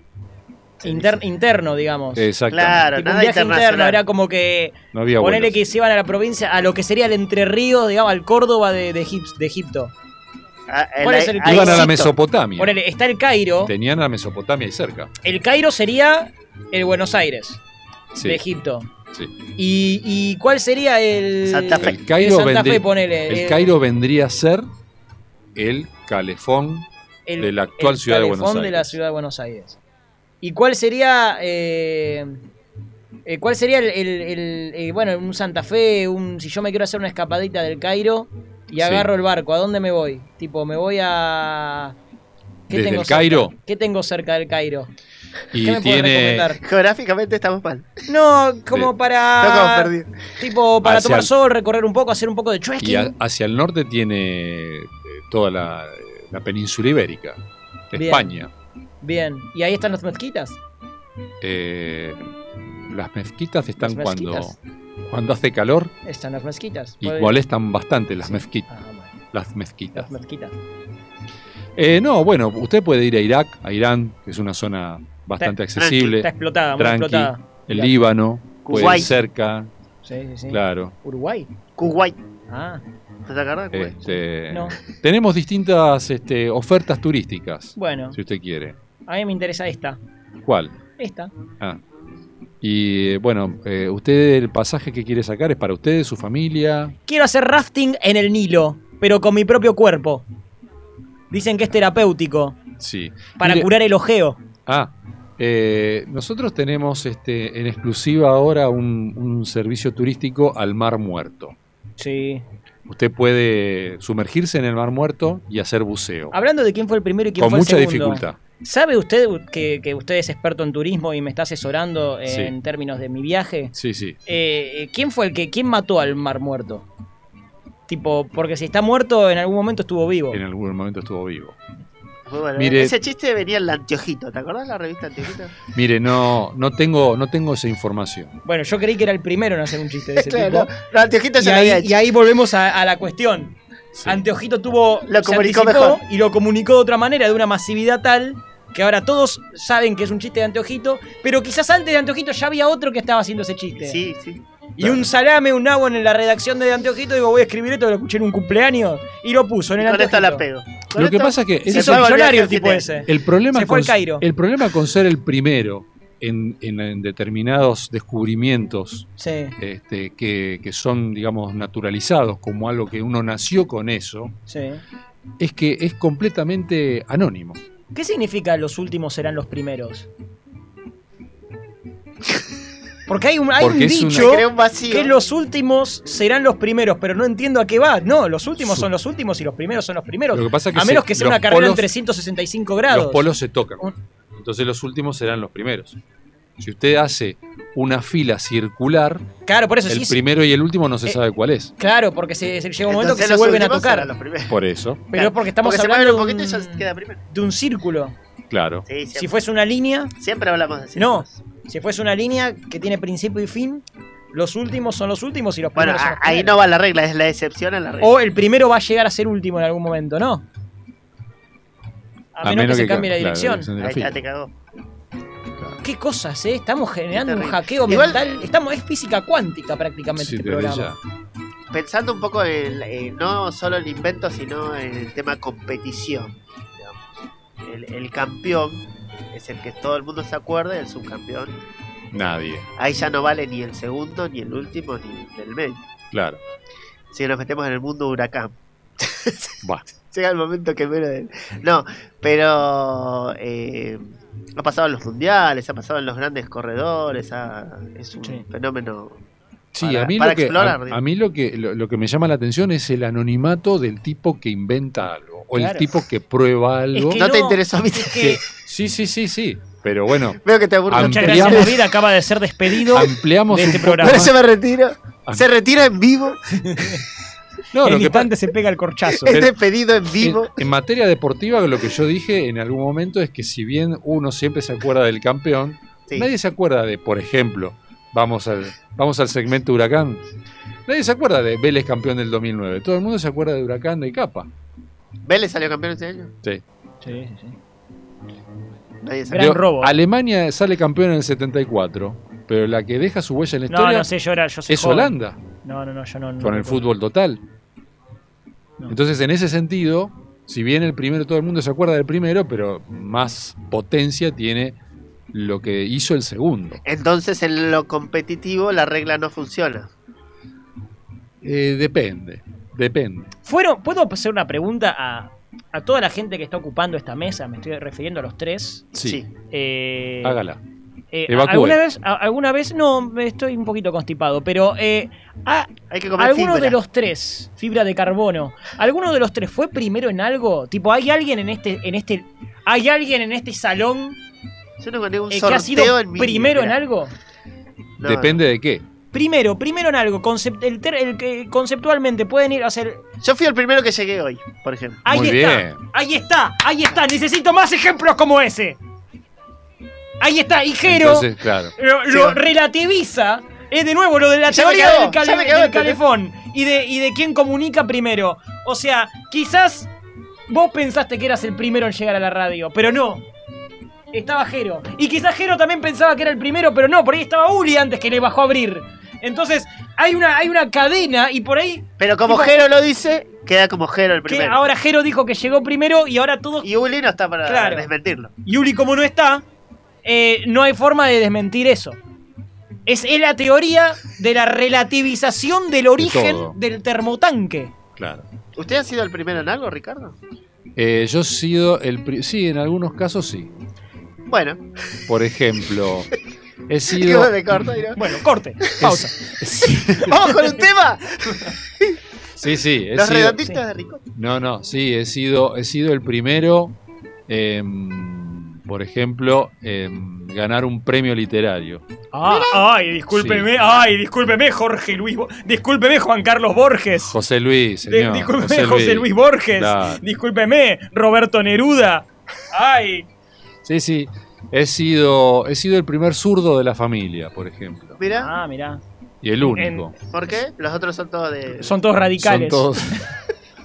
Speaker 4: se-
Speaker 3: Inter- interno, digamos.
Speaker 2: Exacto.
Speaker 4: Claro,
Speaker 3: Tipo, un
Speaker 4: nada
Speaker 3: viaje interno, era
Speaker 4: internacional.
Speaker 3: como que
Speaker 2: No había
Speaker 3: ponerle
Speaker 2: vuelos.
Speaker 3: que se iban a la provincia, a lo que sería el Entre Ríos, digamos, al Córdoba de, de, Egip- de Egipto.
Speaker 4: Ah, el-
Speaker 3: ¿Cuál es el-
Speaker 4: ahí
Speaker 2: Iban a la
Speaker 3: Egipto.
Speaker 2: Mesopotamia.
Speaker 3: Ponele, está el Cairo.
Speaker 2: Tenían a la Mesopotamia ahí cerca.
Speaker 3: El Cairo sería el Buenos Aires
Speaker 2: Sí.
Speaker 3: de Egipto.
Speaker 2: Sí.
Speaker 3: ¿Y, y cuál sería el.
Speaker 4: Santa Fe.
Speaker 2: El Cairo,
Speaker 3: el Santa
Speaker 2: vendría-
Speaker 3: Fe, ponele.
Speaker 2: el Cairo vendría a ser el calefón
Speaker 3: el-
Speaker 2: de la actual
Speaker 3: el
Speaker 2: ciudad de
Speaker 3: calefón
Speaker 2: Buenos
Speaker 3: de la
Speaker 2: Aires.
Speaker 3: ciudad de Buenos Aires. ¿Y cuál sería. eh, eh, ¿Cuál sería el, el- el- eh, bueno, un Santa Fe, un si yo me quiero hacer una escapadita del Cairo y
Speaker 2: Sí.
Speaker 3: agarro el barco, ¿a dónde me voy? Tipo, me voy a
Speaker 2: Desde el
Speaker 3: cerca?
Speaker 2: Cairo.
Speaker 3: ¿Qué tengo cerca del Cairo?
Speaker 2: Y
Speaker 3: ¿Qué me puedes
Speaker 2: tiene
Speaker 3: recomendar?
Speaker 4: Geográficamente estamos mal.
Speaker 3: No,
Speaker 2: De-
Speaker 3: como
Speaker 4: Estamos
Speaker 3: para
Speaker 4: perdidos.
Speaker 3: tipo para
Speaker 2: Hacia
Speaker 3: tomar
Speaker 2: el-
Speaker 3: sol, recorrer un poco, hacer un poco de trekking.
Speaker 2: y a- hacia el norte tiene eh, toda la, la península ibérica,
Speaker 3: Bien.
Speaker 2: España,
Speaker 3: Bien, y ahí están las mezquitas.
Speaker 2: Eh, las mezquitas están
Speaker 3: Las mezquitas.
Speaker 2: cuando cuando hace calor
Speaker 3: Están las mezquitas.
Speaker 2: y
Speaker 3: Puedes-
Speaker 2: molestan bastante las
Speaker 3: Sí.
Speaker 2: mezquitas.
Speaker 3: Ah, bueno,
Speaker 2: Las mezquitas.
Speaker 3: las mezquitas.
Speaker 2: Eh, no, bueno, usted puede ir a Irak, a Irán, que es una zona bastante accesible.
Speaker 3: Está explotada, muy
Speaker 2: Tranqui.
Speaker 3: explotada.
Speaker 2: El Líbano, puede ir
Speaker 4: Kuwait.
Speaker 2: cerca,
Speaker 3: Sí, sí, sí.
Speaker 2: claro.
Speaker 3: Uruguay.
Speaker 4: Kuwait.
Speaker 3: Ah,
Speaker 4: ¿Te acordás? de
Speaker 3: Eh,
Speaker 4: Kuwait?
Speaker 2: Este,
Speaker 3: no.
Speaker 2: Tenemos distintas este, ofertas turísticas,
Speaker 3: Bueno,
Speaker 2: si usted quiere.
Speaker 3: a mí me interesa esta.
Speaker 2: ¿Cuál?
Speaker 3: Esta.
Speaker 2: Ah. Y eh, bueno, eh, usted el pasaje que quiere sacar es para usted, su familia.
Speaker 3: Quiero hacer rafting en el Nilo, pero con mi propio cuerpo. Dicen que es terapéutico
Speaker 2: Sí.
Speaker 3: para
Speaker 2: Mire-
Speaker 3: curar el ojeo.
Speaker 2: Ah, eh, nosotros tenemos este, en exclusiva ahora un, un servicio turístico al Mar Muerto.
Speaker 3: Sí.
Speaker 2: Usted puede sumergirse en el Mar Muerto y hacer buceo.
Speaker 3: Hablando de quién fue el primero y Ah, quién
Speaker 2: Con
Speaker 3: fue el
Speaker 2: mucha
Speaker 3: segundo.
Speaker 2: dificultad.
Speaker 3: ¿Sabe usted que, que usted es experto en turismo y me está asesorando
Speaker 2: Sí.
Speaker 3: en términos de mi viaje?
Speaker 2: Sí, sí.
Speaker 3: Eh, eh, ¿Quién fue el que quién mató al mar muerto? Tipo, porque si está muerto en algún momento estuvo vivo.
Speaker 2: En algún momento estuvo vivo.
Speaker 4: Muy bueno.
Speaker 2: Mire-
Speaker 4: Ese chiste venía en la Antiojito. ¿Te acordás la revista Antiojito?
Speaker 2: Mire, no, no, tengo, no tengo esa información.
Speaker 3: Bueno, yo creí que era el primero en hacer un chiste de ese
Speaker 4: Claro,
Speaker 3: tipo.
Speaker 4: no, la Antiojito
Speaker 3: Y
Speaker 4: ya la había
Speaker 3: ahí, y
Speaker 4: hecho.
Speaker 3: ahí volvemos a, a la cuestión.
Speaker 2: Sí.
Speaker 3: Anteojito tuvo.
Speaker 4: Lo
Speaker 3: se
Speaker 4: comunicó
Speaker 3: anticipó
Speaker 4: mejor.
Speaker 3: Y lo comunicó de otra manera, de una masividad tal que ahora todos saben que es un chiste de Anteojito, pero quizás antes de Anteojito ya había otro que estaba haciendo ese chiste.
Speaker 4: Sí, sí.
Speaker 3: Y un salame, un agua en la redacción de Anteojito, digo, voy a escribir esto, lo escuché en un cumpleaños, y lo puso en el
Speaker 4: Con esta
Speaker 3: anteojito.
Speaker 4: la pego. Con
Speaker 2: Lo que
Speaker 4: esta-
Speaker 2: pasa es que
Speaker 4: se
Speaker 2: ese
Speaker 3: Se
Speaker 2: es
Speaker 3: hizo
Speaker 4: fue a volver
Speaker 3: millonario
Speaker 4: al
Speaker 3: el tipo
Speaker 4: cine.
Speaker 3: ese.
Speaker 2: El problema,
Speaker 3: Se fue
Speaker 2: con,
Speaker 3: al Cairo.
Speaker 2: el problema con ser el primero en, en- en determinados descubrimientos
Speaker 3: Sí,
Speaker 2: este, que, que son, digamos, naturalizados como algo que uno nació con eso,
Speaker 3: sí.
Speaker 2: es que es completamente anónimo.
Speaker 3: ¿Qué significa los últimos serán los primeros? Porque hay un, hay
Speaker 2: Porque
Speaker 3: un
Speaker 2: es una-
Speaker 3: dicho
Speaker 4: Crea un vacío.
Speaker 3: que los últimos serán los primeros, pero no entiendo a qué va. No, los últimos
Speaker 2: Su-
Speaker 3: son los últimos y los primeros son los primeros.
Speaker 2: Lo que pasa es que
Speaker 3: a
Speaker 2: se-
Speaker 3: menos que sea
Speaker 2: los
Speaker 3: una carrera en
Speaker 2: polos-
Speaker 3: 365 grados.
Speaker 2: Los polos se tocan.
Speaker 3: Un-
Speaker 2: Entonces los últimos serán los primeros. Si usted hace una fila circular,
Speaker 3: claro, por eso
Speaker 2: el
Speaker 3: sí.
Speaker 2: primero y el último no se
Speaker 3: Eh,
Speaker 2: sabe cuál es.
Speaker 3: Claro, porque se, se llega un momento
Speaker 4: Entonces
Speaker 3: que se
Speaker 4: los
Speaker 3: vuelven a
Speaker 4: últimos
Speaker 3: tocar.
Speaker 4: serán los primeros.
Speaker 2: Por eso,
Speaker 3: Pero es porque estamos
Speaker 4: Porque se mueven
Speaker 3: hablando
Speaker 4: un poquito y
Speaker 3: de,
Speaker 4: ya
Speaker 3: un,
Speaker 4: queda primero.
Speaker 3: de un círculo.
Speaker 2: claro.
Speaker 4: Sí, siempre,
Speaker 3: Si fuese una línea,
Speaker 4: siempre hablamos de
Speaker 3: No.
Speaker 4: círculos.
Speaker 3: si fuese una línea que tiene principio y fin, los últimos son los últimos y los
Speaker 4: Bueno,
Speaker 3: primeros son
Speaker 4: a-
Speaker 3: los
Speaker 4: ahí
Speaker 3: primeros.
Speaker 4: no va la regla, es la excepción a la regla.
Speaker 3: O el primero va a llegar a ser último en algún momento, ¿no? A, menos, que se cambie la
Speaker 2: claro,
Speaker 3: dirección.
Speaker 2: dirección de la
Speaker 4: Ahí
Speaker 2: fila.
Speaker 4: ya te cagó.
Speaker 3: Qué cosas, ¿eh? Estamos generando un
Speaker 4: terrible.
Speaker 3: hackeo
Speaker 4: Igual-
Speaker 3: mental. Estamos, es física cuántica prácticamente
Speaker 2: Sí,
Speaker 3: este
Speaker 2: desde
Speaker 3: programa.
Speaker 2: ya.
Speaker 4: Pensando un poco en, en no solo el invento, sino en el tema competición. digamos. El, el campeón es el que todo el mundo se acuerda, y el subcampeón.
Speaker 2: Nadie,
Speaker 4: Ahí ya no vale ni el segundo, ni el último, ni el del medio.
Speaker 2: claro.
Speaker 4: Si nos metemos en el mundo huracán.
Speaker 2: Va.
Speaker 4: Llega el momento que menos. de- No, pero eh, ha pasado en los mundiales, ha pasado en los grandes corredores, ha- es un
Speaker 3: Sí.
Speaker 4: fenómeno.
Speaker 2: Sí,
Speaker 4: Para-
Speaker 2: a mí,
Speaker 4: para
Speaker 2: lo que,
Speaker 4: explorar,
Speaker 2: a- a,
Speaker 4: digo.
Speaker 2: mí lo que lo, lo que me llama la atención es el anonimato del tipo que inventa algo o
Speaker 3: Claro.
Speaker 2: el tipo que prueba algo.
Speaker 3: que
Speaker 4: No, te
Speaker 3: no,
Speaker 4: interesó a mí.
Speaker 3: Es Ah, que
Speaker 2: Sí, sí, sí, sí. Pero bueno,
Speaker 4: Veo que te aburro.
Speaker 2: Am-
Speaker 3: muchas
Speaker 2: Ampliamos-
Speaker 3: gracias, David. Acaba de ser despedido.
Speaker 2: ampliamos
Speaker 3: de
Speaker 2: un
Speaker 3: este
Speaker 2: poco-
Speaker 3: programa.
Speaker 4: Ahora se me retira.
Speaker 2: Ah.
Speaker 4: Se retira en vivo.
Speaker 2: No,
Speaker 3: en
Speaker 2: lo que pa-
Speaker 3: instante se pega el corchazo.
Speaker 4: Es despedido en
Speaker 2: en,
Speaker 4: vivo.
Speaker 2: en materia deportiva lo que yo dije en algún momento es que si bien uno siempre se acuerda del campeón,
Speaker 4: Sí.
Speaker 2: nadie se acuerda de, por ejemplo, vamos al vamos al segmento Huracán. Nadie se acuerda de Vélez campeón del 2009. Todo el mundo se acuerda de Huracán de Capa.
Speaker 4: ¿Vélez salió campeón este año?
Speaker 2: Sí.
Speaker 3: Sí, sí, sí.
Speaker 4: Nadie
Speaker 3: Gran
Speaker 4: sabe.
Speaker 2: Digo,
Speaker 3: robo.
Speaker 2: Alemania sale campeón en el 74, pero la que deja su huella en la
Speaker 3: No,
Speaker 2: historia
Speaker 3: no sé, yo era, yo soy
Speaker 2: es
Speaker 3: joven.
Speaker 2: Holanda,
Speaker 3: No, no, no, yo no. no
Speaker 2: con el
Speaker 3: recuerdo.
Speaker 2: fútbol total.
Speaker 3: No.
Speaker 2: Entonces, en ese sentido, si bien el primero, todo el mundo se acuerda del primero, pero más potencia tiene lo que hizo el segundo.
Speaker 4: Entonces, en lo competitivo, la regla no funciona.
Speaker 2: Eh, depende, depende.
Speaker 3: Fueron, ¿Puedo hacer una pregunta a, a toda la gente que está ocupando esta mesa? Me estoy refiriendo a los tres.
Speaker 2: Sí,
Speaker 3: Eh,
Speaker 2: hágala.
Speaker 3: eh,
Speaker 2: Evacúe.
Speaker 3: ¿alguna, vez, a- ¿Alguna vez? No, me estoy un poquito constipado, pero eh, ¿ha-
Speaker 4: Hay que comer
Speaker 3: ¿alguno
Speaker 4: fibra.
Speaker 3: de los tres, fibra de carbono, alguno de los tres fue primero en algo? Tipo, ¿hay alguien en este, en este, ¿hay alguien en este salón
Speaker 4: Yo no gané un
Speaker 3: eh, que
Speaker 4: sorteo
Speaker 3: ha sido
Speaker 4: en mi vida,
Speaker 3: primero en
Speaker 4: mirá.
Speaker 3: algo?
Speaker 4: No,
Speaker 2: depende de qué.
Speaker 3: Primero, primero en algo, concep- el ter- el que conceptualmente pueden ir a hacer
Speaker 4: Yo fui el primero que llegué hoy, por ejemplo.
Speaker 3: Ahí
Speaker 2: Muy
Speaker 3: está.
Speaker 2: bien.
Speaker 3: Ahí está. Ahí está. Necesito más ejemplos como ese. Ahí está. Y Jero
Speaker 2: Entonces, claro.
Speaker 3: lo,
Speaker 4: sí,
Speaker 3: lo
Speaker 4: va.
Speaker 3: relativiza. Es de nuevo lo de la
Speaker 4: Ya me
Speaker 3: teoría
Speaker 4: quedó,
Speaker 3: del, cale-
Speaker 4: ya me quedó, este, ¿eh?
Speaker 3: del
Speaker 4: ¿entendés?
Speaker 3: calefón y de, y de quién comunica primero. O sea, quizás vos pensaste que eras el primero en llegar a la radio, pero no. Estaba Jero. Y quizás Jero también pensaba que era el primero, pero no, por ahí estaba Uli antes que le bajó a abrir. Entonces, hay una, hay una cadena y por ahí
Speaker 4: Pero como
Speaker 3: Tipo-
Speaker 4: Jero lo dice, queda como Jero el
Speaker 3: que
Speaker 4: primero.
Speaker 3: ahora Jero dijo que llegó primero y ahora todos
Speaker 4: Y Uli no está para
Speaker 3: Claro.
Speaker 4: desmentirlo.
Speaker 3: Yuli como no está, eh, no hay forma de desmentir eso. Es, es la teoría de la relativización del origen
Speaker 2: todo.
Speaker 3: del termotanque.
Speaker 2: claro.
Speaker 4: ¿Usted ha sido el primero en algo, Ricardo?
Speaker 2: Eh, yo he sido el. pri- Sí, en algunos casos sí.
Speaker 4: Bueno,
Speaker 2: Por ejemplo, he sido.
Speaker 4: quedó de corto. ¿no?
Speaker 3: Bueno, corte, pausa.
Speaker 4: Vamos con un tema.
Speaker 2: Sí, sí, he
Speaker 4: Los
Speaker 2: sido.
Speaker 4: redonditos de Rico.
Speaker 2: No, no, sí, he sido, he sido el primero, eh, por ejemplo, en ganar un premio literario.
Speaker 3: Ah, ay, discúlpeme,
Speaker 2: Sí.
Speaker 3: ay, discúlpeme, Jorge Luis, Bo- discúlpeme, Juan Carlos Borges.
Speaker 2: José Luis,
Speaker 3: De-
Speaker 2: señor.
Speaker 3: discúlpeme, Eh, José, Luis, Borges.
Speaker 2: Claro.
Speaker 3: Discúlpeme, Roberto Neruda. Ay,
Speaker 2: Sí, sí, he sido, he sido el primer zurdo de la familia, por ejemplo,
Speaker 4: Mirá,
Speaker 3: ah, mirá.
Speaker 2: y el único.
Speaker 3: Ah.
Speaker 4: ¿por qué? Los otros son todos de.
Speaker 3: Son todos
Speaker 2: Son
Speaker 3: radicales.
Speaker 2: todos,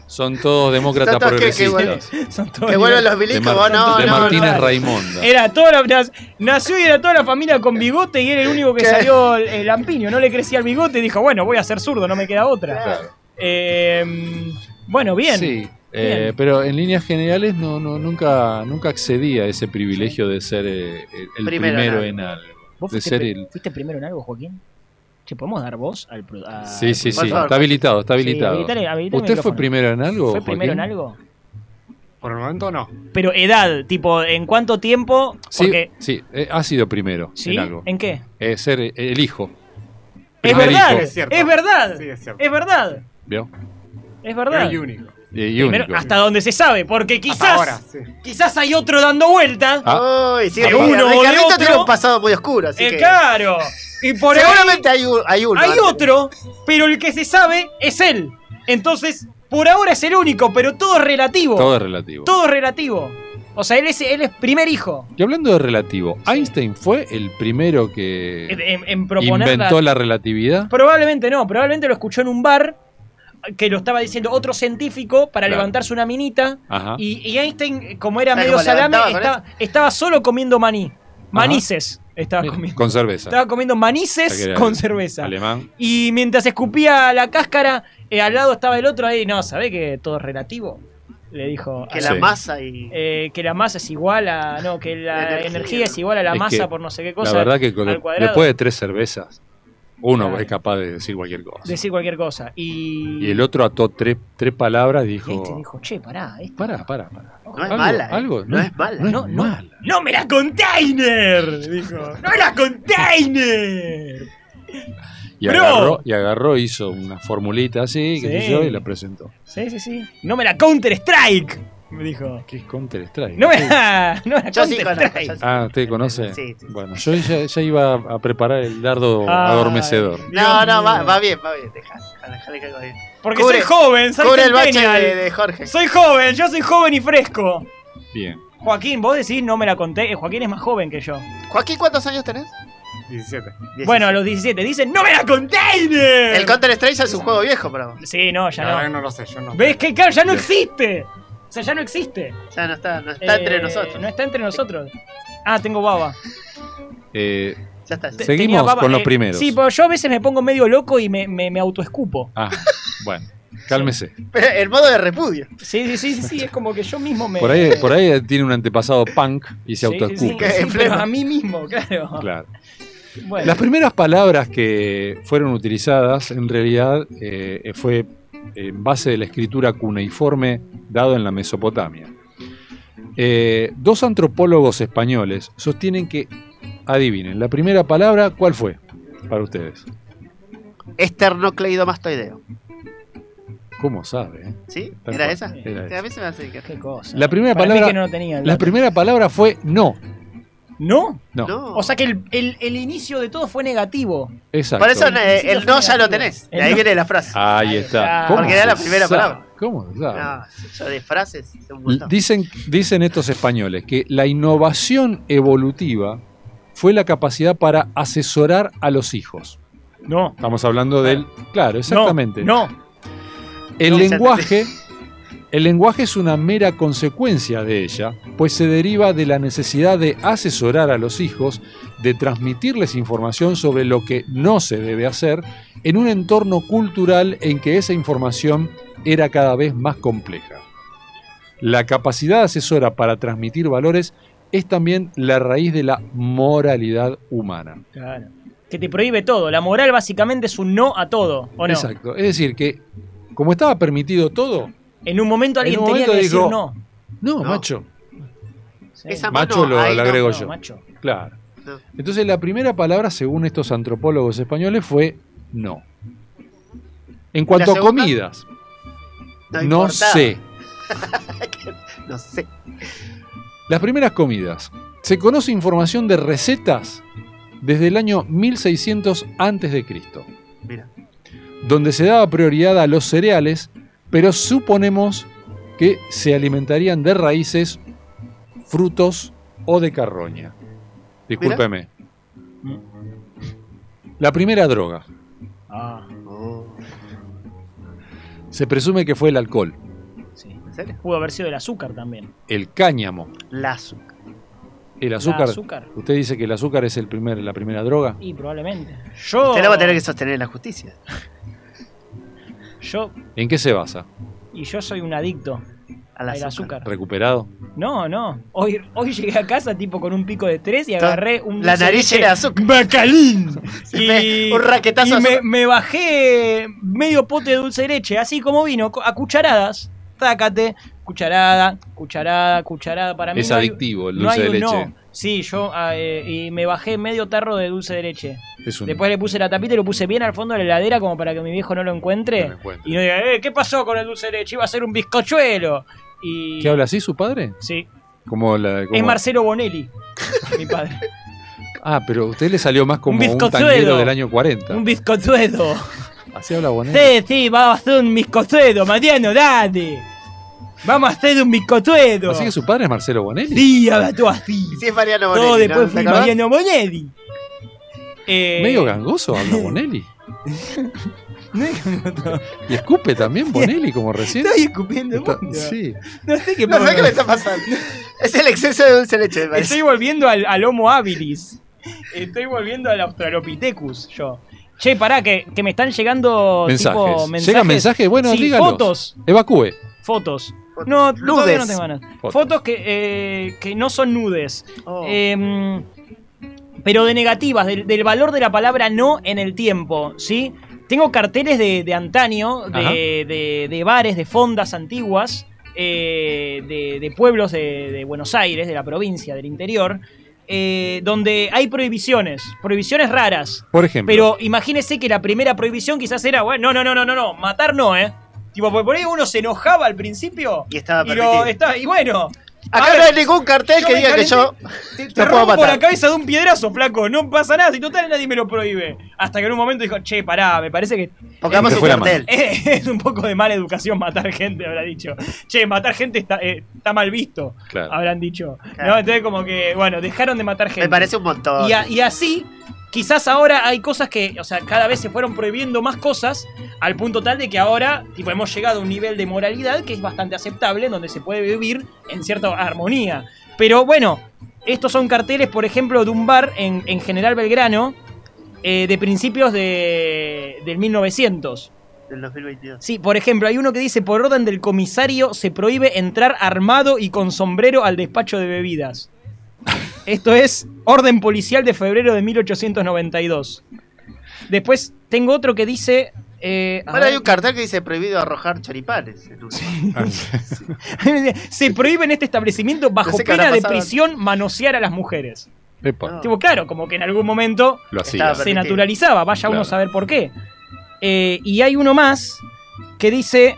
Speaker 2: Son todos demócratas
Speaker 4: Tantos que- que
Speaker 2: progresistas.
Speaker 3: Son todos
Speaker 4: Que vuelven
Speaker 3: liberales.
Speaker 4: los
Speaker 2: De,
Speaker 4: milicos,
Speaker 2: Mar-
Speaker 4: vos no,
Speaker 2: de
Speaker 4: no,
Speaker 2: Martínez
Speaker 4: no.
Speaker 2: Raimonda.
Speaker 3: Era toda la, nas- nació y era toda la familia con bigote y era el único que
Speaker 4: ¿Qué?
Speaker 3: salió el, el lampiño. No le crecía el bigote y dijo, bueno, voy a ser zurdo, no me queda otra.
Speaker 2: Claro.
Speaker 3: Eh, bueno, bien.
Speaker 2: Sí, eh,
Speaker 3: Bien.
Speaker 2: pero en líneas generales no, no, nunca, nunca accedí a ese privilegio de ser eh, el el primero,
Speaker 4: Primero
Speaker 2: en
Speaker 4: en
Speaker 2: algo.
Speaker 3: ¿Vos
Speaker 2: de
Speaker 3: fuiste,
Speaker 2: ser
Speaker 3: pri-
Speaker 2: el-
Speaker 3: fuiste primero en algo, Joaquín? Che, ¿podemos dar voz al pro- a-
Speaker 2: Sí, sí,
Speaker 4: por
Speaker 2: sí,
Speaker 4: favor.
Speaker 2: está habilitado, está
Speaker 3: Sí,
Speaker 2: habilitado.
Speaker 3: habilitale- habilitale el
Speaker 2: ¿Usted fue
Speaker 3: micrófono.
Speaker 2: primero en algo?
Speaker 3: ¿Fue primero en
Speaker 2: Joaquín?
Speaker 3: algo?
Speaker 2: Por el momento no.
Speaker 3: Pero edad, tipo, ¿en cuánto tiempo?
Speaker 2: Sí,
Speaker 3: Porque,
Speaker 2: sí eh, ha sido primero
Speaker 3: ¿sí?
Speaker 2: en algo.
Speaker 3: ¿En qué?
Speaker 2: Eh, ser eh, el hijo.
Speaker 3: Es
Speaker 2: Primer
Speaker 3: verdad,
Speaker 2: hijo,
Speaker 3: es, verdad, es verdad, es verdad,
Speaker 2: ¿vio?
Speaker 11: único.
Speaker 2: Eh, y
Speaker 3: Primero,
Speaker 2: único.
Speaker 3: hasta donde se sabe, porque
Speaker 11: Hasta
Speaker 3: quizás,
Speaker 11: ahora, sí.
Speaker 3: quizás hay otro dando vuelta.
Speaker 2: Ah.
Speaker 4: Uy, sí,
Speaker 3: De
Speaker 4: Rica-
Speaker 3: uno o de
Speaker 4: Ricardito
Speaker 3: otro.
Speaker 4: tiene un pasado muy oscuro, así
Speaker 3: Eh,
Speaker 4: que.
Speaker 3: claro. Y por ahí
Speaker 4: seguramente hay, un- hay uno.
Speaker 3: hay otro, pero el que se sabe es él. Entonces, por ahora es el único, pero todo es relativo.
Speaker 2: Todo es relativo.
Speaker 3: Todo es relativo. O sea, él es, él es primer hijo.
Speaker 2: Y hablando de relativo, ¿Einstein fue el primero
Speaker 3: En,
Speaker 2: que
Speaker 3: en- en Eh, proponer
Speaker 2: Eh, inventó
Speaker 3: la-
Speaker 2: la relatividad?
Speaker 3: Probablemente no, probablemente lo escuchó en un bar que lo estaba diciendo otro científico para
Speaker 2: Claro.
Speaker 3: levantarse una minita.
Speaker 2: Ajá.
Speaker 3: Y, y Einstein, como era
Speaker 4: Claro,
Speaker 3: medio
Speaker 4: como
Speaker 3: salame,
Speaker 4: levantaba con
Speaker 3: estaba, estaba solo comiendo maní. Manices estaba
Speaker 2: Mira,
Speaker 3: comiendo.
Speaker 2: Con cerveza.
Speaker 3: Estaba comiendo
Speaker 2: O sea
Speaker 3: manices
Speaker 2: que era
Speaker 3: con cerveza.
Speaker 2: Alemán.
Speaker 3: Y mientras escupía la cáscara, eh, al lado estaba el otro ahí. No, ¿sabés que todo es relativo? Le dijo.
Speaker 4: Que
Speaker 3: a-
Speaker 4: la
Speaker 2: Sí.
Speaker 4: masa y.
Speaker 3: eh, que la masa es igual a. No, que la
Speaker 4: La
Speaker 3: energía,
Speaker 4: energía.
Speaker 3: es igual a la
Speaker 2: Es
Speaker 3: masa
Speaker 2: que
Speaker 3: por no sé qué cosa.
Speaker 2: la verdad que con-
Speaker 3: al cuadrado.
Speaker 2: después de tres cervezas, uno
Speaker 3: Claro.
Speaker 2: es capaz de decir cualquier cosa.
Speaker 3: Decir cualquier cosa. Y.
Speaker 2: Y el otro ató tres, tres palabras y dijo...
Speaker 3: Este dijo, che, pará, este-
Speaker 2: Pará, pará, pará.
Speaker 4: No es
Speaker 2: Algo-
Speaker 4: mala. eh.
Speaker 2: algo,
Speaker 4: no,
Speaker 2: no-
Speaker 4: es mala.
Speaker 2: no es
Speaker 3: No, no,
Speaker 2: mala.
Speaker 3: ¡No me la container! Dijo. ¡No me la container!
Speaker 2: Y
Speaker 3: Bro.
Speaker 2: agarró, y agarró, hizo una formulita así, qué sé
Speaker 3: Sí.
Speaker 2: yo, y la presentó.
Speaker 3: Sí, sí, sí. ¡No me la counter strike! Me dijo.
Speaker 2: ¿Qué es Counter Strike?
Speaker 3: ¡No me la, no me la
Speaker 4: Yo sí
Speaker 3: counter
Speaker 4: conozco,
Speaker 3: strike!
Speaker 4: yo sí.
Speaker 2: Ah, ¿usted conoce?
Speaker 4: Sí, sí.
Speaker 2: Bueno, yo ya, ya iba a preparar el dardo
Speaker 3: Ay.
Speaker 2: Oh, adormecedor.
Speaker 4: No, no, va,
Speaker 3: mío.
Speaker 4: va bien, va bien. Dejá, dejá, dejá que caiga bien.
Speaker 3: Porque
Speaker 4: Cubre-
Speaker 3: soy joven, soy
Speaker 4: Cubre el bache
Speaker 3: centennial.
Speaker 4: de, de Jorge.
Speaker 3: Soy joven, yo soy joven y fresco.
Speaker 2: Bien.
Speaker 3: Joaquín, vos decís, no me la conté. eh, Joaquín es más joven que yo.
Speaker 4: Joaquín, ¿cuántos años tenés?
Speaker 11: 17.
Speaker 3: Bueno, eh, a los 17 dicen, ¡No me la container!
Speaker 4: El Counter Strike ya es un juego viejo, pero.
Speaker 3: Sí, no, ya
Speaker 11: La verdad que
Speaker 3: no.
Speaker 11: no lo sé, yo no.
Speaker 3: ¿Ves que claro, ya no
Speaker 2: Bien.
Speaker 3: existe? O sea, ya no existe.
Speaker 4: Ya no está, no está entre
Speaker 3: Eh,
Speaker 4: nosotros.
Speaker 3: No está entre nosotros. Ah, tengo baba.
Speaker 2: Eh,
Speaker 4: Ya está. ya
Speaker 3: Te-
Speaker 4: está.
Speaker 2: Seguimos
Speaker 3: tenía baba,
Speaker 2: con los
Speaker 3: eh,
Speaker 2: primeros.
Speaker 3: Sí, pero yo a veces me pongo medio loco y me, me, me autoescupo.
Speaker 2: ah, bueno, cálmese.
Speaker 4: Pero el modo de repudio.
Speaker 3: Sí, sí, sí, sí, sí, es como que yo mismo me.
Speaker 2: Por ahí, por ahí tiene un antepasado punk y se
Speaker 3: Sí, sí,
Speaker 2: autoescupe.
Speaker 3: sí,
Speaker 4: En
Speaker 3: pero
Speaker 4: pleno.
Speaker 3: a mí mismo, claro.
Speaker 2: Claro.
Speaker 3: Bueno,
Speaker 2: Las primeras palabras que fueron utilizadas en realidad eh, fue en base de la escritura cuneiforme dado en la Mesopotamia. Eh, dos antropólogos españoles sostienen que, adivinen, la primera palabra, ¿cuál fue para ustedes?
Speaker 4: Esternocleidomastoideo.
Speaker 2: ¿Cómo sabe? eh?
Speaker 4: ¿Sí?
Speaker 2: Tal
Speaker 4: ¿Era
Speaker 2: cual.
Speaker 4: esa?
Speaker 2: Era
Speaker 4: Sí,
Speaker 2: esa.
Speaker 4: A mí se me hace que.
Speaker 3: qué cosa.
Speaker 2: La primera
Speaker 3: Para mí
Speaker 2: palabra-
Speaker 3: que no lo tenía. el
Speaker 2: La
Speaker 3: dato.
Speaker 2: primera palabra fue no.
Speaker 3: ¿No?
Speaker 2: No.
Speaker 4: No.
Speaker 3: O sea que el, el- el inicio de todo fue negativo.
Speaker 2: Exacto.
Speaker 4: Por eso eh,
Speaker 3: Sí,
Speaker 4: el
Speaker 3: sí,
Speaker 4: no
Speaker 3: sí,
Speaker 4: ya
Speaker 3: sí.
Speaker 4: lo tenés. De
Speaker 3: El
Speaker 4: ahí
Speaker 3: no.
Speaker 4: viene la frase.
Speaker 2: Ahí está.
Speaker 3: está.
Speaker 2: ¿Cómo
Speaker 4: Porque era la
Speaker 2: se
Speaker 4: primera
Speaker 2: sabe?
Speaker 4: palabra.
Speaker 2: ¿Cómo se sabe?
Speaker 4: No, yo de frases. sé Un montón.
Speaker 2: Dicen, dicen estos españoles que la innovación evolutiva fue la capacidad para asesorar a los hijos.
Speaker 3: No.
Speaker 2: Estamos hablando del... Claro, exactamente.
Speaker 3: No.
Speaker 2: el
Speaker 4: No,
Speaker 2: lenguaje... El lenguaje es una mera consecuencia de ella, pues se deriva de la necesidad de asesorar a los hijos, de transmitirles información sobre lo que no se debe hacer, en un entorno cultural en que esa información era cada vez más compleja. La capacidad asesora para transmitir valores es también la raíz de la moralidad humana.
Speaker 3: Claro. Que te prohíbe todo. La moral básicamente es un no a todo, ¿o no?
Speaker 2: Exacto. Es decir, que como estaba permitido todo,
Speaker 3: En un momento
Speaker 2: En
Speaker 3: alguien
Speaker 2: un
Speaker 3: tenía
Speaker 2: momento
Speaker 3: que decir
Speaker 2: dijo,
Speaker 3: no.
Speaker 2: no,
Speaker 4: No.
Speaker 2: macho,
Speaker 3: Sí.
Speaker 4: Esa
Speaker 2: macho
Speaker 4: mano,
Speaker 2: lo,
Speaker 4: ahí
Speaker 2: lo
Speaker 4: no,
Speaker 2: agrego
Speaker 3: No,
Speaker 2: yo.
Speaker 3: macho.
Speaker 2: Claro.
Speaker 4: No.
Speaker 2: Entonces la primera palabra, según estos antropólogos españoles, fue no. En cuanto a
Speaker 4: segunda?
Speaker 2: comidas, no,
Speaker 4: importaba.
Speaker 2: sé.
Speaker 4: No sé.
Speaker 2: Las primeras comidas. Se conoce información de recetas desde el año 1600 antes de Cristo,
Speaker 4: Mira.
Speaker 2: donde se daba prioridad a los cereales, pero suponemos que se alimentarían de raíces, frutos o de carroña. Discúlpeme. La primera droga.
Speaker 3: Ah.
Speaker 4: Oh.
Speaker 2: Se presume que fue el alcohol.
Speaker 4: serio?
Speaker 3: Pudo haber sido el azúcar también.
Speaker 2: El cáñamo.
Speaker 4: La azúcar.
Speaker 2: El azúcar.
Speaker 3: azúcar.
Speaker 2: Usted dice que el azúcar es el primer, la primera droga.
Speaker 3: Y probablemente. Yo.
Speaker 4: Usted la va a tener que sostener en la justicia.
Speaker 3: Yo.
Speaker 2: ¿En qué se basa?
Speaker 3: Y yo soy un adicto al azúcar.
Speaker 2: ¿Recuperado?
Speaker 3: No, no. Hoy, hoy llegué a casa tipo con un pico de tres y agarré un.
Speaker 4: La nariz llena de azúcar.
Speaker 3: ¡Bacalín!
Speaker 4: me-
Speaker 3: y,
Speaker 4: un raquetazo
Speaker 3: y
Speaker 4: de
Speaker 3: me,
Speaker 4: azúcar.
Speaker 3: me bajé medio pote de dulce de leche, así como vino, co- a cucharadas. Tácate, cucharada, cucharada, cucharada. Para mí
Speaker 2: Es
Speaker 3: no hay-
Speaker 2: adictivo el
Speaker 3: no
Speaker 2: dulce
Speaker 3: hay
Speaker 2: de
Speaker 3: un
Speaker 2: leche.
Speaker 3: no. Sí, yo ah, eh, y me bajé medio tarro de dulce de leche.
Speaker 2: Es un-
Speaker 3: Después le puse la tapita y lo puse bien al fondo de la heladera como para que mi viejo no lo encuentre.
Speaker 2: No lo encuentre.
Speaker 3: Y no diga, eh, ¿qué pasó con el dulce de leche? Iba a ser un bizcochuelo. Y...
Speaker 2: ¿Qué habla así su padre?
Speaker 3: Sí.
Speaker 2: Como la, como-
Speaker 3: Es Marcelo Bonelli, mi padre.
Speaker 2: Ah, pero a usted le salió más como un,
Speaker 3: bizcochuelo.
Speaker 2: tanguero del año 40.
Speaker 3: un bizcochuelo.
Speaker 2: Así habla Bonet.
Speaker 3: Sí, sí, vamos a hacer un bizcochuelo, Mariano, dale. Vamos a hacer un bizcochuelo.
Speaker 2: Así que su padre es Marcelo Bonelli.
Speaker 3: Sí, habla tú así.
Speaker 4: Y si es Mariano Bonelli,
Speaker 3: Todo
Speaker 4: ¿no?
Speaker 3: después
Speaker 4: ¿Te
Speaker 3: fui
Speaker 4: acordás?
Speaker 3: Mariano Bonelli. Eh,
Speaker 2: Medio gangoso habla Bonelli.
Speaker 3: no es que me-
Speaker 2: Y escupe también Bonelli, como recién.
Speaker 3: Estoy escupiendo
Speaker 2: Está-
Speaker 3: mundo.
Speaker 2: sí.
Speaker 3: No sé qué
Speaker 4: No
Speaker 3: pasa.
Speaker 4: sé qué le está pasando. Es el exceso de dulce de leche, me parece.
Speaker 3: Estoy volviendo al, al Homo habilis. Estoy volviendo al Australopithecus, yo. Che, pará, que, que me están llegando
Speaker 2: Mensajes.
Speaker 3: tipo, mensajes.
Speaker 2: Llega mensaje, bueno,
Speaker 3: Sí,
Speaker 2: dígalos.
Speaker 3: fotos.
Speaker 2: Evacúe.
Speaker 3: Fotos. No,
Speaker 4: Nudes.
Speaker 3: todavía no tengo ganas.
Speaker 2: Fotos.
Speaker 3: Fotos, que, eh, que no son nudes.
Speaker 4: Oh.
Speaker 3: Eh, pero de negativas, del, del valor de la palabra no en el tiempo, ¿sí? Tengo carteles de, de antaño,
Speaker 2: Ajá.
Speaker 3: de, de- de bares, de fondas antiguas, eh, de, de pueblos de, de Buenos Aires, de la provincia, del interior, eh, donde hay prohibiciones, prohibiciones raras.
Speaker 2: Por ejemplo.
Speaker 3: Pero imagínese que la primera prohibición quizás era, bueno, no, no, no, no, no, matar no, ¿eh? Tipo, porque por ahí uno se enojaba al principio.
Speaker 4: Y estaba
Speaker 3: y,
Speaker 4: permitido.
Speaker 3: lo- está- y bueno. a
Speaker 4: Acá
Speaker 3: ver,
Speaker 4: no hay ningún cartel
Speaker 3: yo
Speaker 4: que
Speaker 3: me
Speaker 4: diga que yo
Speaker 3: te, te
Speaker 4: no puedo
Speaker 3: rompo
Speaker 4: matar.
Speaker 3: la cabeza de un piedrazo, flaco. No pasa nada. Si total nadie me lo prohíbe. Hasta que en un momento dijo, che, pará, me parece que
Speaker 4: Pongamos
Speaker 2: Que
Speaker 4: un
Speaker 2: fuera
Speaker 4: cartel.
Speaker 3: es un poco de mala educación matar gente, habrá dicho. Che, matar gente está, eh, está mal visto,
Speaker 2: Claro.
Speaker 3: habrán dicho.
Speaker 4: Claro.
Speaker 3: ¿No? Entonces como que, bueno, dejaron de matar gente.
Speaker 4: Me parece un montón.
Speaker 3: Y, a- y así, quizás ahora hay cosas que, o sea, cada vez se fueron prohibiendo más cosas, al punto tal de que ahora, tipo, hemos llegado a un nivel de moralidad que es bastante aceptable, en donde se puede vivir en cierta armonía. Pero bueno, estos son carteles, por ejemplo, de un bar en, en General Belgrano, eh, de principios de, del 1900.
Speaker 4: Del 2022.
Speaker 3: Sí, por ejemplo, hay uno que dice, por orden del comisario se prohíbe entrar armado y con sombrero al despacho de bebidas. Esto es orden policial de febrero de 1892. Después tengo otro que dice... eh, a
Speaker 4: Ahora hay
Speaker 3: ver.
Speaker 4: un cartel que dice prohibido arrojar choripanes. en un-
Speaker 3: se prohíbe en este establecimiento bajo
Speaker 4: No sé qué habrá
Speaker 3: pena de
Speaker 4: pasado. Ah.
Speaker 3: prisión manosear a las mujeres.
Speaker 2: Epa,
Speaker 4: No.
Speaker 3: Tipo, claro, como que en algún momento
Speaker 2: Lo hacía.
Speaker 4: Estaba
Speaker 3: se
Speaker 4: permitido.
Speaker 3: naturalizaba, vaya uno a
Speaker 2: Claro.
Speaker 3: saber por qué. Eh, y hay uno más que dice,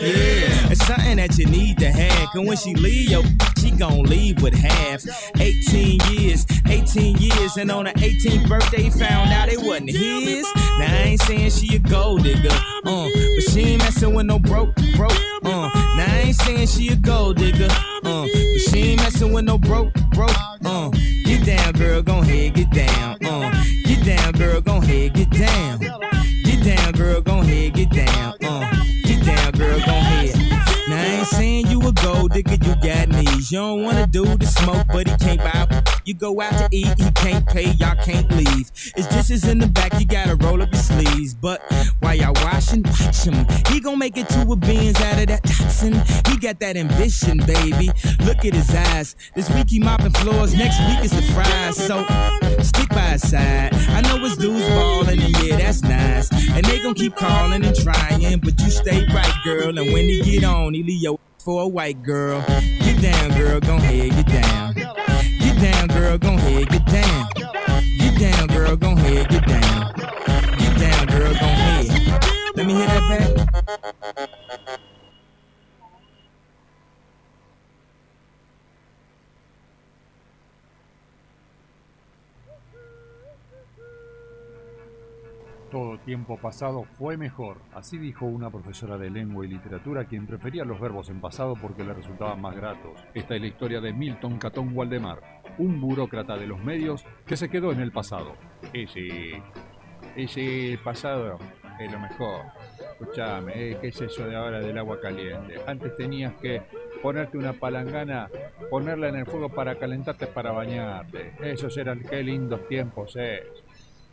Speaker 12: Yeah. It's something that you need to have. Cause when she leave, yo, she gon' leave with half. 18 years, 18 years, and on her 18th birthday, he found out it wasn't his. Now I ain't saying she a gold digger, uh, but she ain't messing with no broke, broke, uh. Now I ain't saying she a gold digger, uh, but she ain't messing with no broke, broke, uh. Get down, girl, gon' head, get down, uh. Get down, girl, gon' head, get down. Get down, girl, gon' head, get down, uh. Get down, girl, gon' head. Now I ain't saying you a gold digger, you got knees. You don't wanna do the smoke, but he can't buy. You go out to eat, he can't pay, y'all can't leave. His dishes in the back, you gotta roll up your sleeves. But while y'all washing, watch him. He gon' make it to a beans out of that toxin. He got that ambition, baby. Look at his eyes. This week he mopping floors, next week is the fries. So stick by his side. I know his dudes ballin', and yeah, that's nice. And they gon' keep calling and trying, but you stay right, girl. And when he get on, he leave your for a white girl. Get down, girl, gon' head, get down. Get down, girl, gon' head, get down. Get down, girl, gon' head, get down. Get down, girl, gon' head. Let me hear that back.
Speaker 2: Todo tiempo pasado fue mejor, así dijo una profesora de lengua y literatura quien prefería los verbos en pasado porque le resultaban más gratos. Esta es la historia de Milton Catón Waldemar, un burócrata de los medios que se quedó en el pasado. Ese, ese pasado es lo mejor. Escuchame, eh, ¿qué es eso de ahora del agua caliente? Antes tenías que ponerte una palangana, ponerla en el fuego para calentarte, para bañarte. Esos eran qué lindos tiempos, eh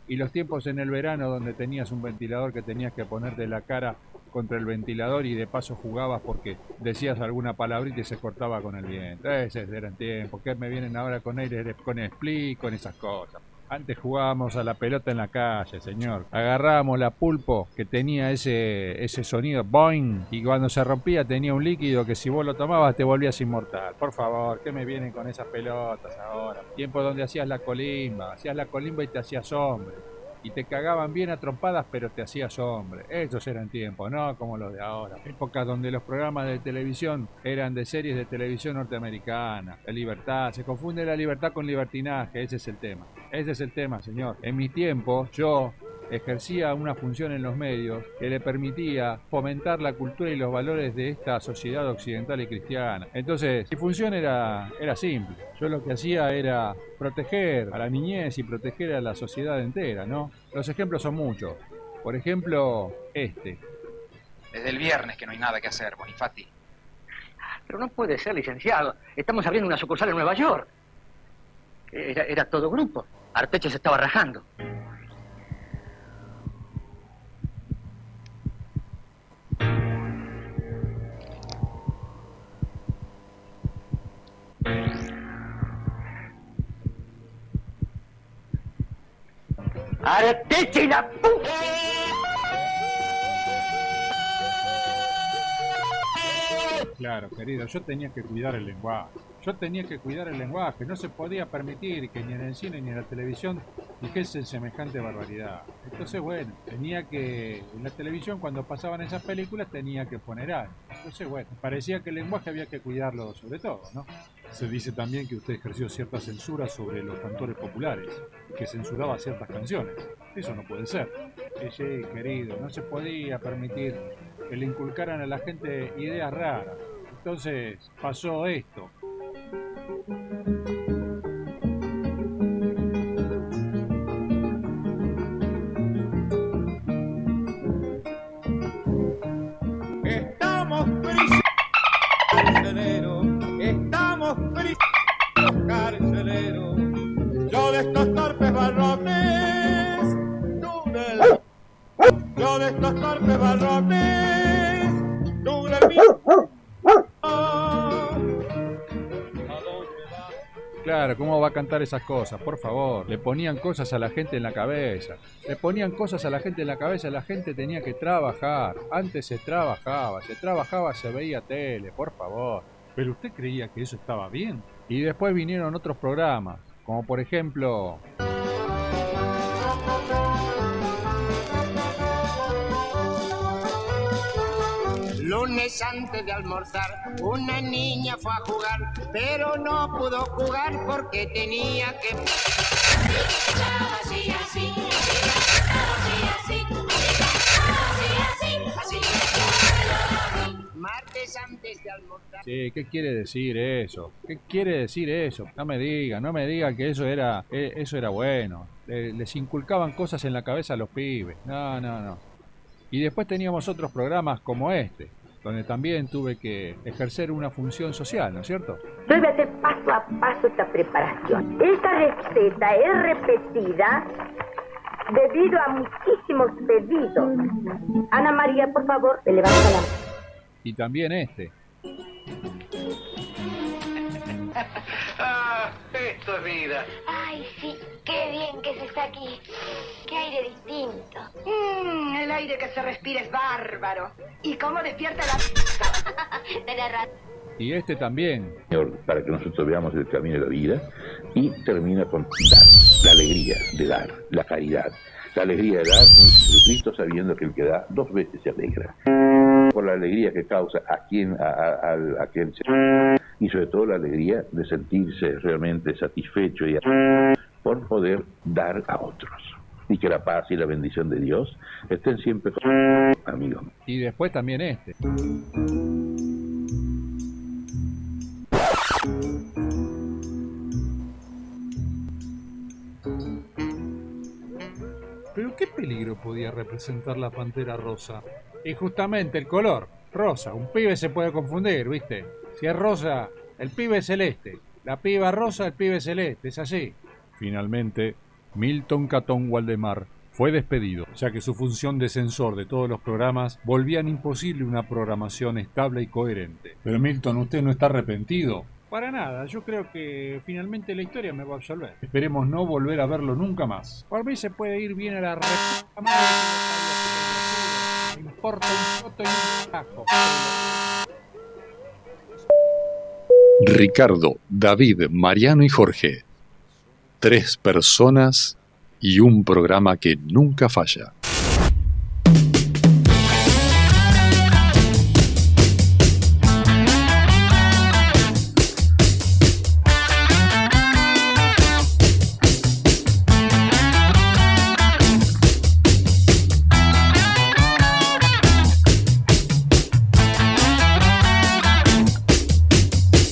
Speaker 2: y los tiempos en el verano donde tenías un ventilador que tenías que ponerte la cara contra el ventilador y de paso jugabas porque decías alguna palabrita y se cortaba con el viento. Esos eran tiempos. ¿Qué me vienen ahora con aire, con split, con esas cosas? Antes jugábamos a la pelota en la calle, señor. Agarrábamos la pulpo que tenía ese, ese sonido boing y cuando se rompía tenía un líquido que si vos lo tomabas te volvías inmortal. Por favor, ¿qué me vienen con esas pelotas ahora? Tiempo donde hacías la colimba, hacías la colimba y te hacías hombre. Y te cagaban bien a trompadas, pero te hacías hombre. Esos eran tiempos, no como los de ahora. Épocas donde los programas de televisión eran de series de televisión norteamericana. La libertad, se confunde la libertad con libertinaje, ese es el tema. Ese es el tema, señor. En mi tiempo, yo ejercía una función en los medios que le permitía fomentar la cultura y los valores de esta sociedad occidental y cristiana. Entonces, mi función era, era simple. Yo lo que hacía era proteger a la niñez y proteger a la sociedad entera, ¿no? Los ejemplos son muchos. Por ejemplo, este.
Speaker 13: Desde el viernes que no hay nada que hacer, Bonifati.
Speaker 3: Pero no puede ser, licenciado. Estamos abriendo una sucursal en Nueva York. Era, era todo grupo. Arteche se estaba rajando.
Speaker 5: Arteche y la puta.
Speaker 2: Claro, querido, yo tenía que cuidar el lenguaje. Yo tenía que cuidar el lenguaje. No se podía permitir que ni en el cine ni en la televisión dijesen semejante barbaridad. Entonces, bueno, tenía que. En la televisión, cuando pasaban esas películas, tenía que poner algo. Entonces, bueno, parecía que el lenguaje había que cuidarlo sobre todo, ¿no? Se dice también que usted ejerció cierta censura sobre los cantores populares, que censuraba ciertas canciones. Eso no puede ser. Eh, Sí, querido, no se podía permitir que le inculcaran a la gente ideas raras. Entonces pasó esto.
Speaker 5: Estamos prisioneros, estamos prisioneros, carceleros. Yo de estos torpes barrotes, Douglas. Yo de estos torpes barrotes, Douglas mío.
Speaker 2: Claro, ¿cómo va a cantar esas cosas? Por favor, le ponían cosas a la gente en la cabeza. Le ponían cosas a la gente en la cabeza, la gente tenía que trabajar. Antes se trabajaba, se trabajaba, se veía tele, por favor. Pero usted creía que eso estaba bien. Y después vinieron otros programas, como por ejemplo...
Speaker 14: Lunes antes de almorzar, una niña fue a jugar, pero no pudo jugar porque tenía que.
Speaker 5: Así, así, así, así, así,
Speaker 14: Martes antes de almorzar.
Speaker 2: Sí, ¿qué quiere decir eso? ¿Qué quiere decir eso? No me diga, no me diga que eso era, eh, eso era bueno. Le- les inculcaban cosas en la cabeza a los pibes. No, no, no. Y después teníamos otros programas como este, donde también tuve que ejercer una función social, ¿no es cierto?
Speaker 15: Debe hacer paso a paso esta preparación. Esta receta es repetida debido a muchísimos pedidos. Ana María, por favor, te levanta la
Speaker 2: Y también este.
Speaker 16: Ah, esto es vida.
Speaker 17: Ay, sí, qué bien que se está aquí. Qué aire distinto.
Speaker 3: Mm, el aire que se respira es bárbaro. ¿Y cómo despierta la... Tenés razón.
Speaker 2: Y este también.
Speaker 18: Señor, para que nosotros veamos el camino de la vida y termina con dar, la alegría de dar, la caridad, la alegría de dar un Jesucristo sabiendo que el que da dos veces se alegra. Por la alegría que causa a quien, a, a- al- a quien se... Y sobre todo la alegría de sentirse realmente satisfecho y a- por poder dar a otros. Y que la paz y la bendición de Dios estén siempre con amigos.
Speaker 2: Y después también este. Pero qué peligro podía representar la pantera rosa. Y justamente el color, rosa. Un pibe se puede confundir, ¿viste? Si es rosa, el pibe es celeste. La piba rosa, el pibe es celeste. Es así. Finalmente, Milton Catón Waldemar fue despedido, ya que su función de censor de todos los programas volvían imposible una programación estable y coherente. Pero Milton, usted no está arrepentido. Para nada, yo creo que finalmente la historia me va a absolver. Esperemos no volver a verlo nunca más. Por mí se puede ir bien a la re... Me importa un choto y un carajo.
Speaker 19: Ricardo, David, Mariano y Jorge. Tres personas y un programa que nunca falla.
Speaker 5: así,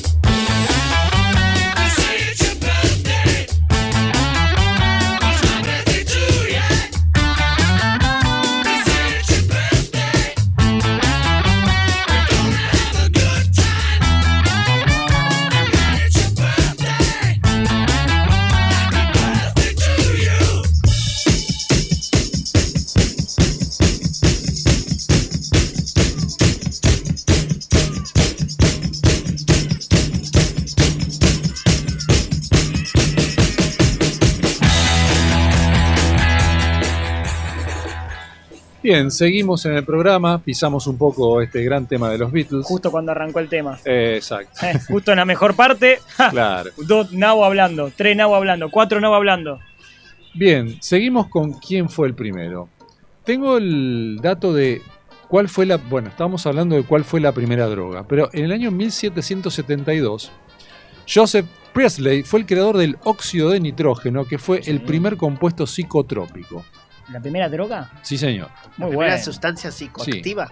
Speaker 2: Bien, seguimos en el programa, pisamos un poco este gran tema de los Beatles.
Speaker 3: Justo cuando arrancó el tema.
Speaker 2: Eh, exacto,
Speaker 3: Eh, Justo en la mejor parte,
Speaker 2: claro.
Speaker 3: dos nabo hablando, tres nabo hablando, cuatro nabo hablando.
Speaker 2: Bien, seguimos con quién fue el primero. Tengo el dato de cuál fue la. Bueno, estábamos hablando de cuál fue la primera droga, pero en el año 1772, Joseph Presley fue el creador del óxido de nitrógeno, que fue el primer compuesto psicotrópico.
Speaker 3: ¿La primera droga?
Speaker 2: Sí, señor.
Speaker 3: Muy
Speaker 4: Primera
Speaker 3: buena.
Speaker 4: sustancia psicoactiva.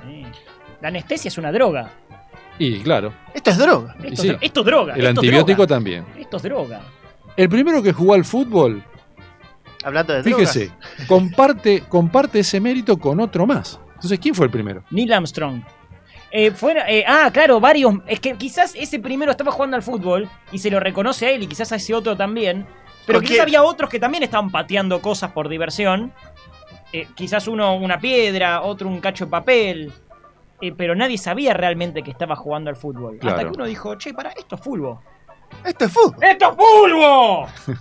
Speaker 3: La anestesia es una droga.
Speaker 2: Y claro.
Speaker 4: Esto es droga.
Speaker 2: y
Speaker 3: Esto,
Speaker 2: sí,
Speaker 3: es, dro- esto es droga.
Speaker 2: El
Speaker 3: esto es
Speaker 2: antibiótico
Speaker 3: droga,
Speaker 2: también.
Speaker 3: Esto es droga.
Speaker 2: El primero que jugó al fútbol,
Speaker 4: Hablando de drogas.
Speaker 2: fíjese, comparte, comparte ese mérito con otro más. Entonces, ¿quién fue el primero?
Speaker 3: Neil Armstrong. Eh, fuera- eh, ah, claro, varios. Es que quizás ese primero estaba jugando al fútbol y se lo reconoce a él y quizás a ese otro también. Pero
Speaker 4: ¿Por
Speaker 3: quizás
Speaker 4: qué?
Speaker 3: había otros que también estaban pateando cosas por diversión. Eh, quizás uno una piedra, otro un cacho de papel. Eh, pero nadie sabía realmente que estaba jugando al fútbol. Hasta
Speaker 2: Claro.
Speaker 3: que uno dijo, che, para, esto es fútbol.
Speaker 4: Esto es fútbol.
Speaker 3: ¡Esto es fútbol!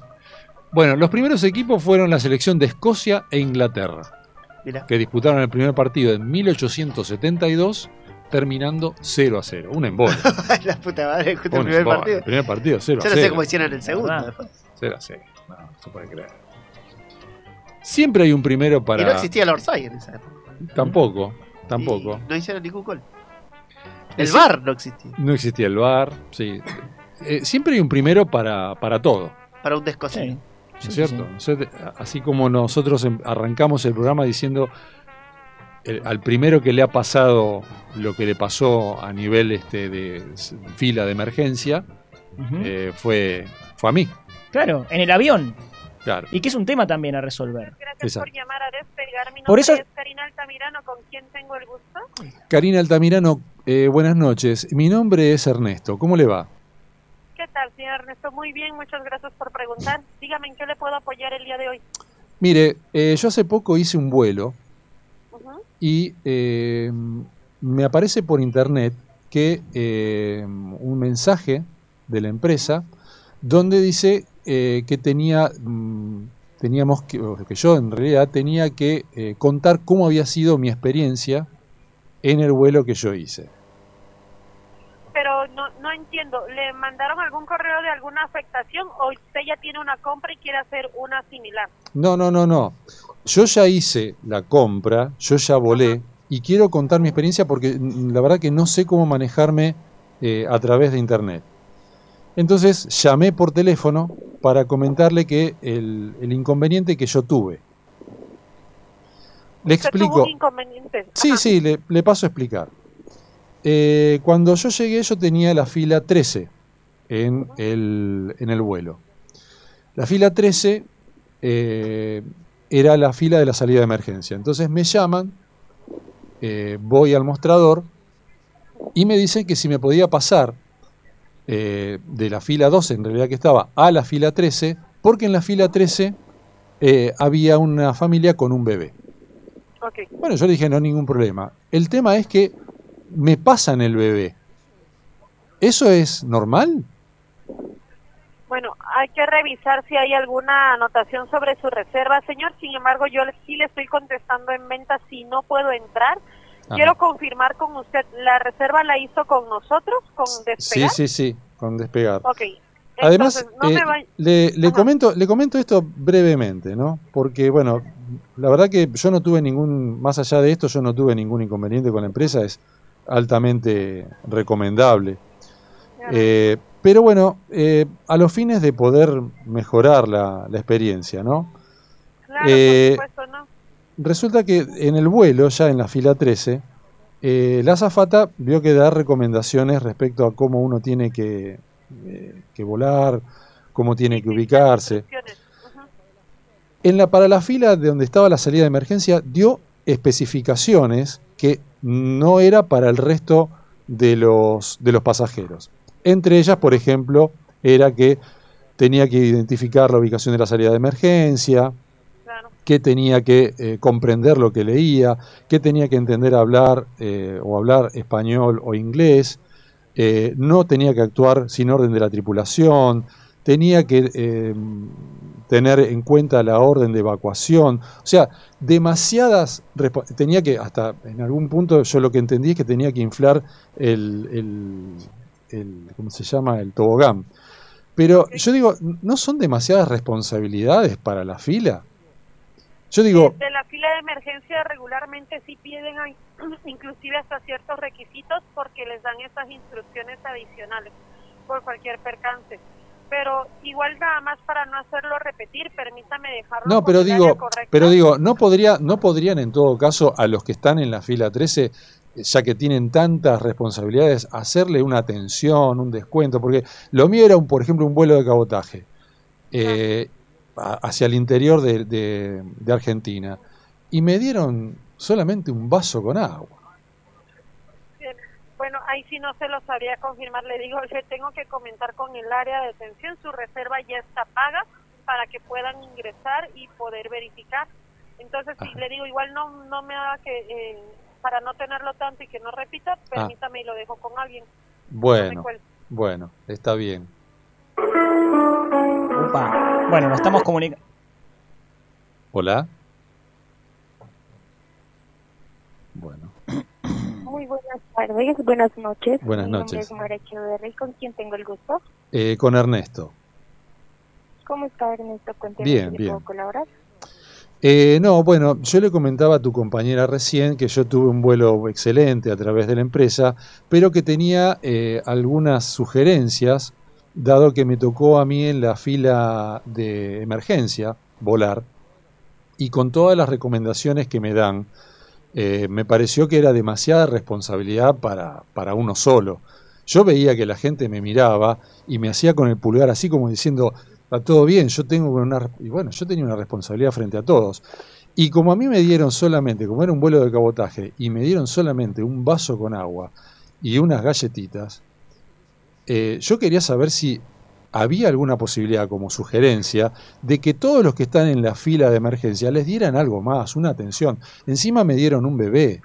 Speaker 2: Bueno, los primeros equipos fueron la selección de Escocia e Inglaterra.
Speaker 4: Mirá.
Speaker 2: que disputaron el primer partido en 1872, terminando 0 a 0. Un embole.
Speaker 4: La puta madre, justo
Speaker 2: un
Speaker 4: el primer
Speaker 2: embole.
Speaker 4: partido.
Speaker 2: El primer partido, 0 a
Speaker 4: Yo no
Speaker 2: 0.
Speaker 4: sé cómo hicieron el segundo.
Speaker 3: Verdad.
Speaker 4: después.
Speaker 2: 0 a 0. No, no se puede creer. Siempre hay un primero para.
Speaker 4: Y no existía el Orsay en esa época.
Speaker 2: Tampoco, tampoco.
Speaker 4: No hicieron ningún gol.
Speaker 2: Es
Speaker 4: El
Speaker 2: decir-
Speaker 4: bar no existía.
Speaker 2: No existía el VAR, sí. Eh, siempre hay un primero para, para todo.
Speaker 4: Para un descosido.
Speaker 2: ¿No es cierto? Nosotros- Así como nosotros em- arrancamos el programa diciendo el- al primero que le ha pasado lo que le pasó a nivel este, de s- fila de emergencia,
Speaker 3: Ujú.
Speaker 2: eh, fue, fue a mí.
Speaker 3: Claro, en el avión.
Speaker 2: Claro.
Speaker 3: Y que es un tema también a resolver.
Speaker 2: Exacto.
Speaker 20: llamar a despegar. Mi
Speaker 3: Por eso-
Speaker 20: es Karina Altamirano, ¿con quién tengo el gusto?
Speaker 2: Karina Altamirano, eh, buenas noches. Mi nombre es Ernesto. ¿Cómo le va?
Speaker 20: ¿Qué tal, señor Ernesto? Muy bien, muchas gracias por preguntar. Dígame, ¿en qué le puedo apoyar el día de hoy?
Speaker 2: Mire, eh, yo hace poco hice un vuelo y eh, me aparece por internet que eh, un mensaje de la empresa donde dice eh, que tenía mm, teníamos que, o que yo en realidad tenía que eh, contar cómo había sido mi experiencia en el vuelo que yo hice.
Speaker 20: Pero no, no entiendo, ¿le mandaron algún correo de alguna afectación o usted ya tiene una compra y quiere hacer una similar?
Speaker 2: No, no, no, no. Yo ya hice la compra, yo ya volé y quiero contar mi experiencia porque mm, la verdad que no sé cómo manejarme eh, a través de internet. Entonces llamé por teléfono para comentarle que el, el inconveniente que yo tuve. Le
Speaker 20: Usted tuvo
Speaker 2: explico.
Speaker 20: un inconveniente.
Speaker 2: Sí, sí, le, le paso a explicar. Eh, cuando yo llegué yo tenía la fila 13 en el, en el vuelo. La fila 13 eh, era la fila de la salida de emergencia. Entonces me llaman, eh, voy al mostrador y me dicen que si me podía pasar eh, de la fila 12, en realidad que estaba, a la fila 13, porque en la fila 13 eh, había una familia con un bebé. Bueno, yo le dije, no, ningún problema. El tema es que me pasan el bebé. ¿Eso es normal?
Speaker 20: Bueno, hay que revisar si hay alguna anotación sobre su reserva, señor. Sin embargo, yo le- sí le estoy contestando en venta si no puedo entrar.
Speaker 2: Ajá.
Speaker 20: Quiero confirmar con usted, ¿la reserva la hizo con nosotros, con
Speaker 2: Sí,
Speaker 20: Despegar?
Speaker 2: sí, sí, con despegar.
Speaker 20: Ok.
Speaker 2: Además,
Speaker 20: Entonces, no
Speaker 2: eh,
Speaker 20: me va-
Speaker 2: le, le comento, le comento esto brevemente, ¿no? Porque, bueno, la verdad que yo no tuve ningún, más allá de esto, yo no tuve ningún inconveniente con la empresa, es altamente recomendable. Eh, pero bueno, eh, a los fines de poder mejorar la, la experiencia, ¿no?
Speaker 20: Claro,
Speaker 2: eh,
Speaker 20: por supuesto, ¿no?
Speaker 2: Resulta que en el vuelo, ya en la fila 13, eh, la azafata vio que da recomendaciones respecto a cómo uno tiene que, eh, que volar, cómo tiene que ubicarse. En la, para la fila de donde estaba la salida de emergencia, dio especificaciones que no era para el resto de los, de los pasajeros. Entre ellas, por ejemplo, era que tenía que identificar la ubicación de la salida de emergencia, que tenía que eh, comprender lo que leía, que tenía que entender hablar eh, o hablar español o inglés, eh, no tenía que actuar sin orden de la tripulación, tenía que eh, tener en cuenta la orden de evacuación. O sea, demasiadas... respo- Tenía que, hasta en algún punto, yo lo que entendí es que tenía que inflar el, el- el- ¿cómo se llama? El tobogán. Pero yo digo, ¿no son demasiadas responsabilidades para la fila? Yo digo,
Speaker 20: De la fila de emergencia regularmente sí piden ay, inclusive hasta ciertos requisitos porque les dan esas instrucciones adicionales por cualquier percance. Pero igual nada más para no hacerlo repetir, permítame dejarlo.
Speaker 2: No,
Speaker 20: con
Speaker 2: pero
Speaker 20: el área
Speaker 2: digo,
Speaker 20: correcta.
Speaker 2: pero digo, no podría, no podrían en todo caso a los que están en la fila 13, ya que tienen tantas responsabilidades, hacerle una atención, un descuento, porque lo mío era un, por ejemplo, un vuelo de cabotaje eh, a- hacia el interior de, de- de Argentina. Y me dieron solamente un vaso con agua.
Speaker 20: Eh, Bueno, ahí sí no se lo sabría confirmar. Le digo, le tengo que comentar con el área de atención. Su reserva ya está paga para que puedan ingresar y poder verificar. Entonces, sí, le digo, igual no, no me haga que, eh, para no tenerlo tanto y que no repita, permítame y lo dejo con alguien.
Speaker 2: Ah. Bueno,
Speaker 20: cuelgue.
Speaker 2: bueno, está bien.
Speaker 3: Upa. Bueno, nos estamos comunicando.
Speaker 2: Hola. Bueno,
Speaker 15: Muy buenas tardes, buenas noches.
Speaker 2: Buenas
Speaker 15: Mi nombre
Speaker 2: noches.
Speaker 15: es Mora Echeverri, ¿con quien tengo el gusto?
Speaker 2: eh, con Ernesto.
Speaker 15: ¿Cómo está Ernesto? Cuénteme
Speaker 2: Bien,
Speaker 15: si le
Speaker 2: bien.
Speaker 15: puedo colaborar.
Speaker 2: Eh, no, bueno, yo le comentaba a tu compañera recién que yo tuve un vuelo excelente a través de la empresa, pero que tenía eh, algunas sugerencias, dado que me tocó a mí en la fila de emergencia volar, y con todas las recomendaciones que me dan, eh, me pareció que era demasiada responsabilidad para, para uno solo. Yo veía que la gente me miraba y me hacía con el pulgar así como diciendo, está todo bien, yo tengo una... Y bueno, yo tenía una responsabilidad frente a todos. Y como a mí me dieron solamente, como era un vuelo de cabotaje, y me dieron solamente un vaso con agua y unas galletitas, eh, yo quería saber si había alguna posibilidad como sugerencia de que todos los que están en la fila de emergencia les dieran algo más, una atención. Encima me dieron un bebé.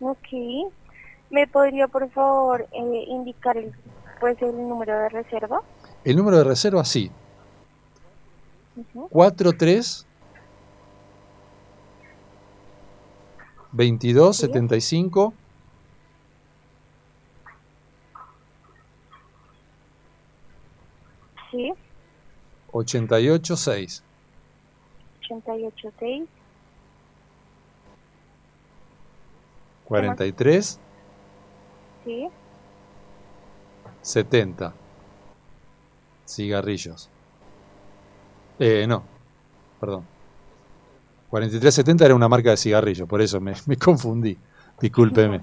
Speaker 15: Ok. ¿Me podría, por favor, eh, indicar el- pues, el número de reserva?
Speaker 2: El número de reserva sí,
Speaker 15: Ujú.
Speaker 2: 43 22 75
Speaker 15: Sí,
Speaker 2: 88 6.
Speaker 15: 886.
Speaker 2: 43
Speaker 15: Sí,
Speaker 2: 70. Cigarrillos. Eh, no. Perdón. 4370 era una marca de cigarrillos, por eso me, me confundí. Discúlpeme.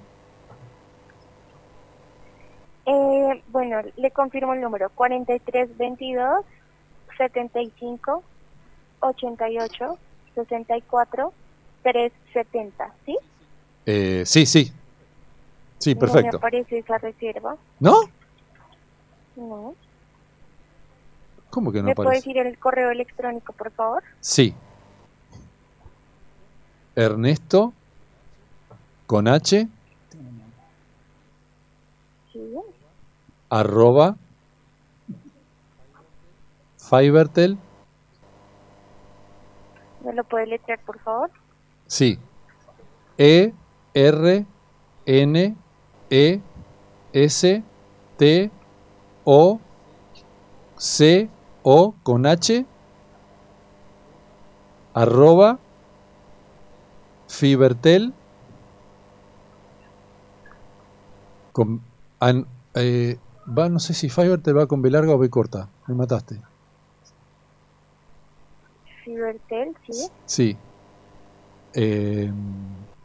Speaker 15: Eh, bueno, le confirmo el número: 4322 75 88 64 370. ¿Sí?
Speaker 2: Eh, sí, sí. Sí,
Speaker 15: No me
Speaker 2: perfecto.
Speaker 15: aparece esa reserva.
Speaker 2: ¿No?
Speaker 15: No.
Speaker 2: ¿Cómo que no
Speaker 15: ¿Me puede
Speaker 2: aparece?
Speaker 15: decir el correo electrónico, por favor?
Speaker 2: Sí. Ernesto con H
Speaker 15: Sí.
Speaker 2: arroba Fivertel,
Speaker 15: ¿Me lo puede letrear, por favor?
Speaker 2: sí, E R N E S T O C O con H arroba Fivertel con an- eh, va no sé si Fivertel va con B larga o B corta, me mataste.
Speaker 15: Fibertel, sí.
Speaker 2: Sí. Eh,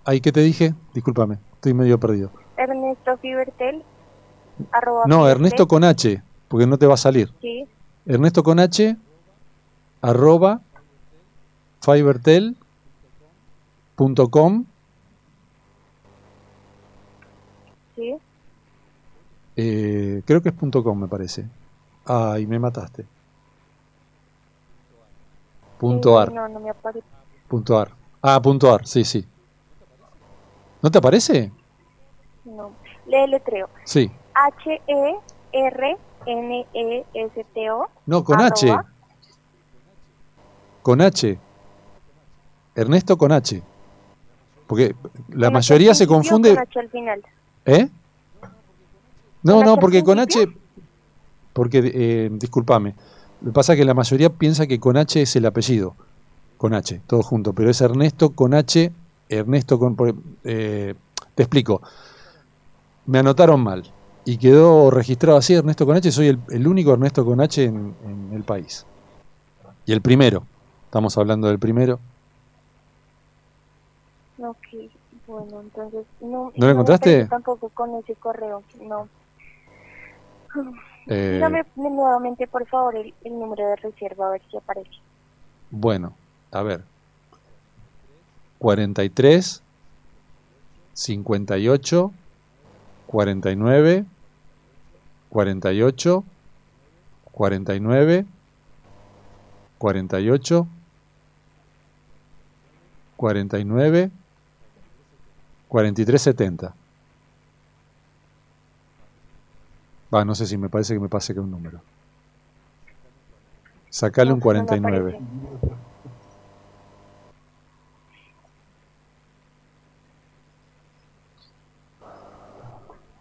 Speaker 2: ay, ¿qué te dije? Discúlpame, estoy medio perdido.
Speaker 15: Ernesto Fibertel. Arroba
Speaker 2: No,
Speaker 15: Fibertel,
Speaker 2: Ernesto con H, porque no te va a salir.
Speaker 15: Sí,
Speaker 2: Ernesto con H, arroba, fibertel.com.
Speaker 15: sí.
Speaker 2: eh, creo que es punto .com, me parece. Ay, me mataste. Punto
Speaker 15: Eh,
Speaker 2: .ar,
Speaker 15: No, no me aparece.
Speaker 2: punto .ar. Ah, punto .ar, sí, sí. ¿No te aparece?
Speaker 15: No. Le letreo.
Speaker 2: Sí,
Speaker 15: H-E E R-N-E-S-T-O.
Speaker 2: No, con H.
Speaker 15: arroba,
Speaker 2: Con H. Ernesto con H. Porque la mayoría se confunde.
Speaker 15: Con H al final.
Speaker 2: ¿Eh? No,
Speaker 15: ¿Con H
Speaker 2: no,
Speaker 15: al
Speaker 2: porque con H. Porque, eh, discúlpame. Lo que pasa es que la mayoría piensa que con H es el apellido. Con H, todo junto. Pero es Ernesto con H. Ernesto con. por- eh, te explico. Me anotaron mal. Y quedó registrado así Ernesto con H. Soy el, el único Ernesto con H en- en el país. Y el primero. Estamos hablando del primero.
Speaker 15: Ok, bueno, entonces. ¿No,
Speaker 2: lo
Speaker 15: me
Speaker 2: encontraste?
Speaker 15: aparece Tampoco con ese correo, no.
Speaker 2: Eh,
Speaker 15: Dame nuevamente, por favor, el, el número de reserva, a ver si aparece.
Speaker 2: Bueno, a ver. 43, 58, 49, 48, 49, 48, 49, 43, 70. Va, no sé si me parece que me pase que un número. Sacale un 49.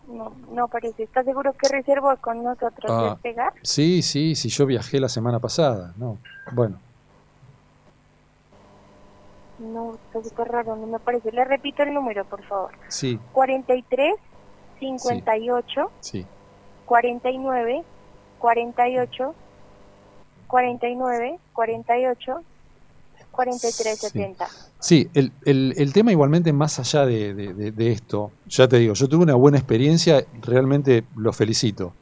Speaker 15: No, no aparece. ¿Estás seguro que reservó con nosotros
Speaker 2: Ah.
Speaker 15: de pegar?
Speaker 2: Sí, sí, sí, yo viajé la semana pasada, no. Bueno,
Speaker 15: No, está súper raro, no me aparece. Le repito el número, por favor.
Speaker 2: sí,
Speaker 15: 43, 58,
Speaker 2: sí.
Speaker 15: 49, 48, 49, 48, 43,
Speaker 2: Sí.
Speaker 15: 70.
Speaker 2: Sí, el, el- el tema igualmente más allá de, de- de- de esto, ya te digo, yo tuve una buena experiencia, realmente lo felicito.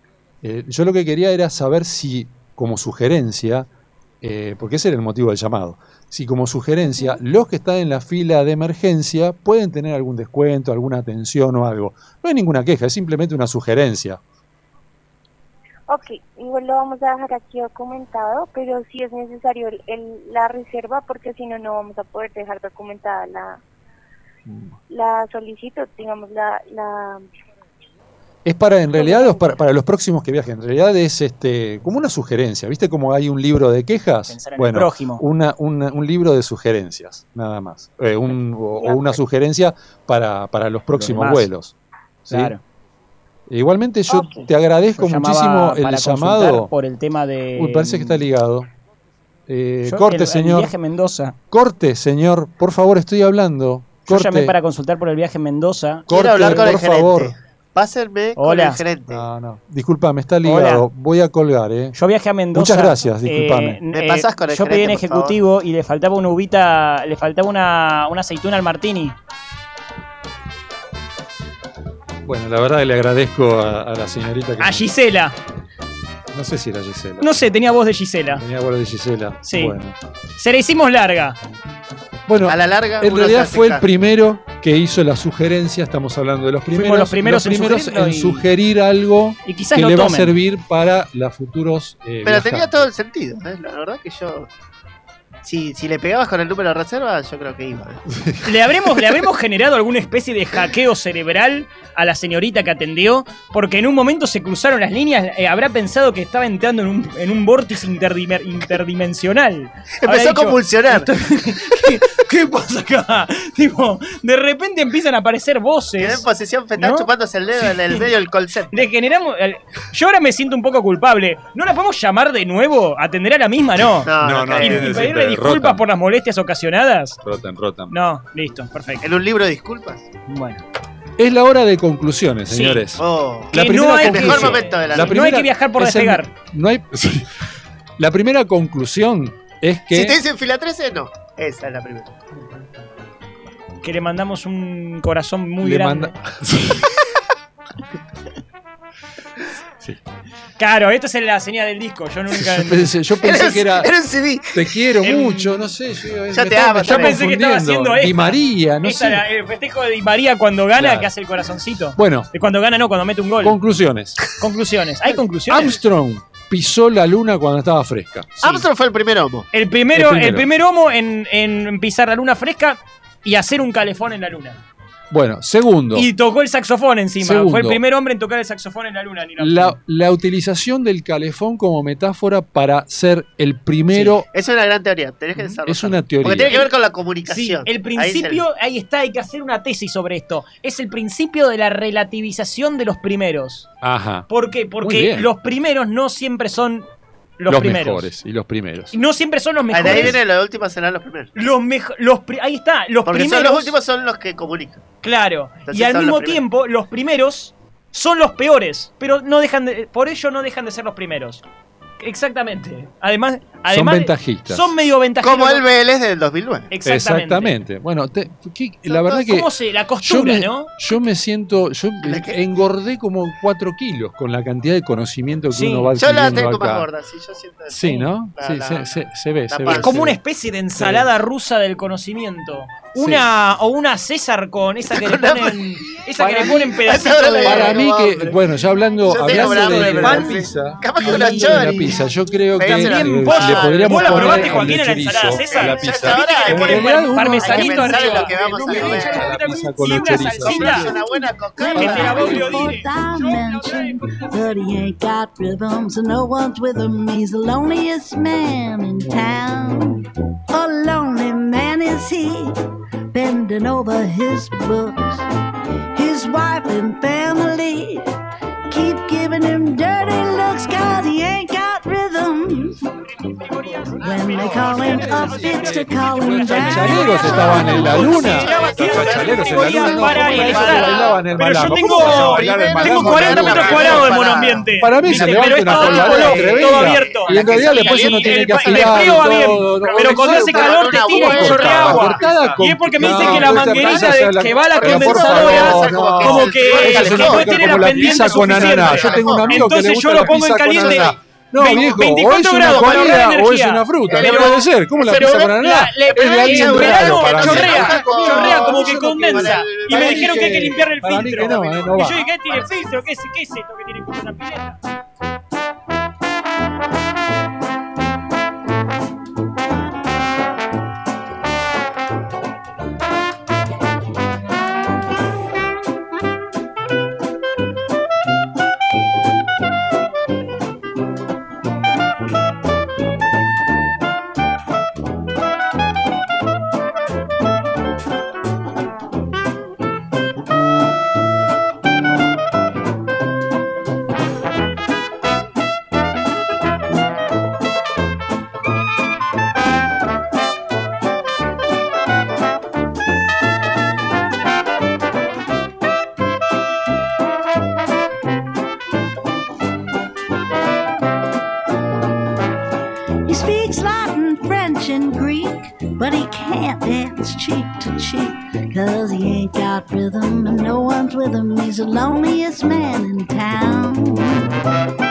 Speaker 2: Eh, yo lo que quería era saber si, como sugerencia, eh, porque ese era el motivo del llamado, si como sugerencia los que están en la fila de emergencia pueden tener algún descuento, alguna atención o algo. No hay ninguna queja, es simplemente una sugerencia.
Speaker 15: Ok, igual lo vamos a dejar aquí documentado, pero si es necesario el- el- la reserva, porque si no, no vamos a poder dejar documentada la, la solicitud, digamos, la, la,
Speaker 2: Es para, en realidad, los, para, para los próximos que viajen. En realidad es este, como una sugerencia. ¿Viste cómo hay un libro de quejas?
Speaker 3: Pensar en el prójimo.
Speaker 2: Una, una- un libro de sugerencias, nada más. Eh, un- o, o una sugerencia para, para los próximos
Speaker 3: demás.
Speaker 2: vuelos. ¿sí?
Speaker 3: Claro. Ah,
Speaker 2: Igualmente yo te agradezco
Speaker 3: Yo llamaba
Speaker 2: muchísimo el
Speaker 3: para consultar
Speaker 2: llamado.
Speaker 3: Por el tema de.
Speaker 2: Uy, parece que está ligado. Eh,
Speaker 3: Yo,
Speaker 2: corte,
Speaker 3: el- el
Speaker 2: señor.
Speaker 3: viaje a Mendoza.
Speaker 2: Corte, señor. Por favor, estoy hablando.
Speaker 3: Yo
Speaker 2: Corte.
Speaker 3: llamé para consultar por el viaje a Mendoza.
Speaker 2: Corte, por favor. Ah,
Speaker 4: Pásenme con
Speaker 3: Hola.
Speaker 4: el gerente.
Speaker 2: No, no. Disculpa, me está ligado. Voy a colgar, ¿eh?
Speaker 3: Yo viajé a Mendoza.
Speaker 2: Muchas gracias,
Speaker 3: eh,
Speaker 2: discúlpame.
Speaker 3: eh, Yo pedí en ejecutivo y le faltaba una uvita, le faltaba una, una aceituna al martini.
Speaker 2: Bueno, la verdad que le agradezco a, a la señorita que.
Speaker 3: A Gisela.
Speaker 2: No sé si era Gisela.
Speaker 3: No sé, tenía voz de Gisela.
Speaker 2: Tenía vuelo de Gisela.
Speaker 3: Sí.
Speaker 2: Bueno,
Speaker 3: Se la hicimos larga.
Speaker 2: Bueno,
Speaker 4: a la larga.
Speaker 2: en
Speaker 4: uno
Speaker 2: realidad
Speaker 4: se hace
Speaker 2: fue el
Speaker 4: cargo.
Speaker 2: primero que hizo la sugerencia. Estamos hablando de los
Speaker 3: Fuimos
Speaker 2: primeros.
Speaker 3: los primeros en sugerirlo
Speaker 2: en
Speaker 3: y-
Speaker 2: sugerir algo
Speaker 3: Y quizás
Speaker 2: que
Speaker 3: lo
Speaker 2: le va a
Speaker 3: tomen.
Speaker 2: servir para los futuros. eh,
Speaker 4: Pero
Speaker 2: viajantes.
Speaker 4: tenía todo el sentido, ¿eh? la verdad que yo. Si, si le pegabas con el número de reserva, yo creo que iba.
Speaker 3: ¿Le habremos, ¿Le habremos generado alguna especie de hackeo cerebral a la señorita que atendió? Porque en un momento se cruzaron las líneas, eh, habrá pensado que estaba entrando en un, en un vórtice interdimer- interdimensional. Habrá
Speaker 4: Empezó a
Speaker 3: dicho,
Speaker 4: convulsionar.
Speaker 3: ¿Qué pasa acá? Tipo, de repente empiezan a aparecer voces.
Speaker 4: Quedó en posición fetal
Speaker 3: ¿No?
Speaker 4: chupándose el dedo en el medio del call center.
Speaker 3: Le generamos. el- Yo ahora me siento un poco culpable. ¿No la podemos llamar de nuevo? ¿Atenderá la misma? No.
Speaker 4: No, no, no,
Speaker 3: ¿Y, y
Speaker 4: no, no,
Speaker 3: pedirle
Speaker 2: no,
Speaker 3: disculpas
Speaker 2: rotan.
Speaker 3: por las molestias ocasionadas?
Speaker 2: Rotan, rotan.
Speaker 3: No, listo, perfecto.
Speaker 4: ¿En un libro de disculpas?
Speaker 3: Bueno.
Speaker 2: Es la hora de conclusiones,
Speaker 3: Sí.
Speaker 2: señores.
Speaker 4: Oh.
Speaker 3: Que no hay
Speaker 4: el mejor
Speaker 3: que-
Speaker 4: momento de la
Speaker 2: La
Speaker 4: vida.
Speaker 3: No hay
Speaker 2: primera
Speaker 3: que viajar por
Speaker 2: es el-
Speaker 3: despegar.
Speaker 2: no hay. la primera conclusión es que.
Speaker 4: Si te dicen fila 13, no. Esa es la primera.
Speaker 3: Que le mandamos un corazón muy
Speaker 2: Le
Speaker 3: grande.
Speaker 2: manda-
Speaker 3: Claro, esta es la señal del disco. Yo nunca.
Speaker 2: Yo pensé, yo pensé
Speaker 4: Era un-
Speaker 2: que era.
Speaker 4: era un CD.
Speaker 2: Te quiero
Speaker 3: Era un-
Speaker 2: mucho, no sé. Yo, me
Speaker 4: te
Speaker 2: estaba-
Speaker 4: amo,
Speaker 2: me
Speaker 4: yo
Speaker 2: estaba
Speaker 3: pensé que estaba
Speaker 2: confundiendo.
Speaker 3: haciendo
Speaker 2: Di
Speaker 3: esta.
Speaker 2: María, no
Speaker 3: Esta
Speaker 2: sé.
Speaker 3: era el festejo de Di María cuando gana,
Speaker 2: Claro.
Speaker 3: que hace el corazoncito.
Speaker 2: Bueno,
Speaker 3: De Cuando gana, no, cuando mete un gol.
Speaker 2: conclusiones.
Speaker 3: conclusiones. ¿Hay conclusiones?
Speaker 2: Armstrong pisó la luna cuando estaba fresca.
Speaker 4: Armstrong fue el primer homo.
Speaker 3: El primero,
Speaker 2: El
Speaker 3: el
Speaker 2: primero.
Speaker 3: primer homo en, en pisar la luna fresca y hacer un calefón en la luna.
Speaker 2: Bueno, segundo.
Speaker 3: Y tocó el saxofón encima.
Speaker 2: Segundo.
Speaker 3: Fue el primer hombre en tocar el saxofón en la luna. ni la-
Speaker 2: La, la utilización del calefón como metáfora para ser el primero
Speaker 4: Es una gran teoría, tenés que desarrollar.
Speaker 2: es una teoría.
Speaker 4: Porque tiene que ver con la
Speaker 3: Sí,
Speaker 4: comunicación. Ahí
Speaker 3: el
Speaker 4: se-
Speaker 3: principio, ahí, está, hay que hacer una tesis sobre esto. Es el principio de la relativización de los primeros.
Speaker 2: Ajá.
Speaker 3: ¿Por qué?
Speaker 2: Muy
Speaker 3: Porque
Speaker 2: bien.
Speaker 3: los primeros no siempre son los, primeros.
Speaker 2: mejores y los primeros.
Speaker 3: No siempre son los
Speaker 4: Ah,
Speaker 3: mejores.
Speaker 4: De ahí viene los últimos serán los primeros.
Speaker 3: Los mejo- los pri- ahí está, los
Speaker 4: Porque
Speaker 3: primeros.
Speaker 4: son los últimos son los que comunican.
Speaker 3: Claro.
Speaker 4: Entonces
Speaker 3: y al
Speaker 4: son
Speaker 3: mismo
Speaker 4: los primeros.
Speaker 3: tiempo, los primeros son los peores, pero no dejan de, por ello no dejan de ser los primeros. Exactamente. Además, además
Speaker 2: ventajistas.
Speaker 3: Son medio ventajistas.
Speaker 4: Como el BLS del 2009.
Speaker 3: Exactamente.
Speaker 2: Exactamente. Bueno, te- que- la verdad que.
Speaker 3: ¿Cómo se la costura,
Speaker 2: yo me,
Speaker 3: no?
Speaker 2: Yo me siento. Yo
Speaker 4: ¿La qué?
Speaker 2: engordé como 4 kilos con la cantidad de conocimiento que
Speaker 3: Sí.
Speaker 2: uno va
Speaker 4: Yo
Speaker 2: adquiriendo
Speaker 4: la tengo
Speaker 2: acá.
Speaker 4: más gorda, sí, yo siento eso.
Speaker 2: Sí, ¿no?
Speaker 4: La-
Speaker 2: sí, se,
Speaker 4: la-
Speaker 2: se- se ve. se ve,
Speaker 3: Es como
Speaker 2: se
Speaker 3: una
Speaker 2: ve.
Speaker 3: especie de ensalada rusa del conocimiento.
Speaker 2: Sí.
Speaker 3: Una o una César con esa que le ponen, esa que
Speaker 2: Para
Speaker 3: le ponen pedacitos
Speaker 4: Ahora la
Speaker 3: de-
Speaker 2: Para mí que, bueno, ya hablando,
Speaker 4: Yo tengo
Speaker 2: hablando
Speaker 4: hambre,
Speaker 2: de, de
Speaker 4: pero
Speaker 2: la
Speaker 4: sí.
Speaker 2: pizza,
Speaker 4: Capaz
Speaker 2: hablando
Speaker 4: que una
Speaker 2: de la
Speaker 4: chori.
Speaker 2: pegásela. yo creo que
Speaker 4: Pegásela.
Speaker 2: eh,
Speaker 4: Bien,
Speaker 2: le
Speaker 4: pollo.
Speaker 2: podríamos
Speaker 4: ¿Vos la
Speaker 2: poner
Speaker 4: probaste,
Speaker 2: el
Speaker 4: Joaquín,
Speaker 3: en la
Speaker 2: chorizo
Speaker 3: ensalada César?
Speaker 2: a la
Speaker 3: Ya
Speaker 2: pizza.
Speaker 4: está, ahora
Speaker 2: En
Speaker 4: le ponen
Speaker 2: realidad
Speaker 3: par-
Speaker 2: uno-
Speaker 3: parmesano.
Speaker 4: Hay que
Speaker 3: Salito
Speaker 4: pensar en
Speaker 3: arriba.
Speaker 4: lo que vamos a comer.
Speaker 2: la pizza con
Speaker 3: Y
Speaker 2: los
Speaker 3: una
Speaker 2: chorizos.
Speaker 3: salsita.
Speaker 4: Comprarse una buena
Speaker 3: Cállate
Speaker 4: coca.
Speaker 3: la boca, Odile.
Speaker 16: Fourth dimension, but he ain't got rhythms, and no one's with him. He's the loneliest man in town. A lonely man is he, bending over his books. His wife and family keep giving him dirty looks, cause he ain't got rhythms. When they call him up, it's to call him down.
Speaker 2: Chaleros estaban en la luna. Los chaleros en la luna no,
Speaker 3: Para
Speaker 2: ¿cómo
Speaker 3: el
Speaker 2: carajo
Speaker 3: estar.
Speaker 2: bailaban el
Speaker 3: Pero yo
Speaker 2: malambo?
Speaker 3: tengo-
Speaker 2: ¿Cómo vas a bailar el
Speaker 3: tengo
Speaker 2: malambo?
Speaker 3: 40
Speaker 2: Pará,
Speaker 3: metros
Speaker 2: pará,
Speaker 3: cuadrados de
Speaker 2: pará.
Speaker 3: monoambiente.
Speaker 2: Para mí se
Speaker 3: ¿Viste?
Speaker 2: levanta
Speaker 3: Pero
Speaker 2: una
Speaker 3: es todo
Speaker 2: polvareda
Speaker 3: color,
Speaker 2: tremenda.
Speaker 3: todo abierto.
Speaker 2: Y en realidad después uno tiene que
Speaker 3: El
Speaker 2: afilar
Speaker 3: frío va
Speaker 2: y
Speaker 3: bien,
Speaker 2: todo.
Speaker 3: pero cuando hace calor te tira y chorrea agua.
Speaker 2: Cortada con-
Speaker 3: Y es porque me dicen
Speaker 2: No,
Speaker 3: que la
Speaker 2: no,
Speaker 3: manguerita
Speaker 2: esa
Speaker 3: de-
Speaker 2: es la-
Speaker 3: que va a la
Speaker 2: pero por
Speaker 3: condensadora
Speaker 2: favor, no.
Speaker 3: como
Speaker 2: Eso
Speaker 3: que
Speaker 2: es
Speaker 3: que
Speaker 2: una
Speaker 3: no
Speaker 2: cosa
Speaker 3: tiene la
Speaker 2: como
Speaker 3: pendiente
Speaker 2: pizza con
Speaker 3: suficiente.
Speaker 2: ananá. Yo tengo un amigo que le
Speaker 3: Entonces
Speaker 2: gusta
Speaker 3: yo lo
Speaker 2: la
Speaker 3: pongo en
Speaker 2: pizza con
Speaker 3: caliente.
Speaker 2: ananá. No,
Speaker 3: Ve-
Speaker 2: viejo, o
Speaker 3: 24
Speaker 2: es una
Speaker 3: grados para
Speaker 2: comida
Speaker 3: ahorrar
Speaker 2: o es
Speaker 3: energía.
Speaker 2: una fruta. No
Speaker 3: Pero-
Speaker 2: puede ser. ¿Cómo la
Speaker 3: pero
Speaker 2: pizza con
Speaker 3: la-
Speaker 2: ananá?
Speaker 3: la-
Speaker 2: Es de alguien
Speaker 3: en verano
Speaker 2: raro para mí.
Speaker 3: chorrea,
Speaker 4: Como-
Speaker 3: chorrea como que
Speaker 4: yo creo que
Speaker 3: condensa.
Speaker 4: para el-
Speaker 3: Y me
Speaker 4: para
Speaker 3: dijeron
Speaker 4: mí
Speaker 3: que hay que
Speaker 4: que-
Speaker 3: limpiar el
Speaker 2: para mí que
Speaker 3: filtro.
Speaker 2: no, eh, no
Speaker 3: Y
Speaker 2: va.
Speaker 3: yo dije, ¿qué tiene filtro? ¿Qué es, qué es esto que tiene una pileta?
Speaker 16: He speaks Latin, French, and Greek, but he can't dance cheek to cheek, cause he ain't got rhythm and no one's with him. He's the loneliest man in town.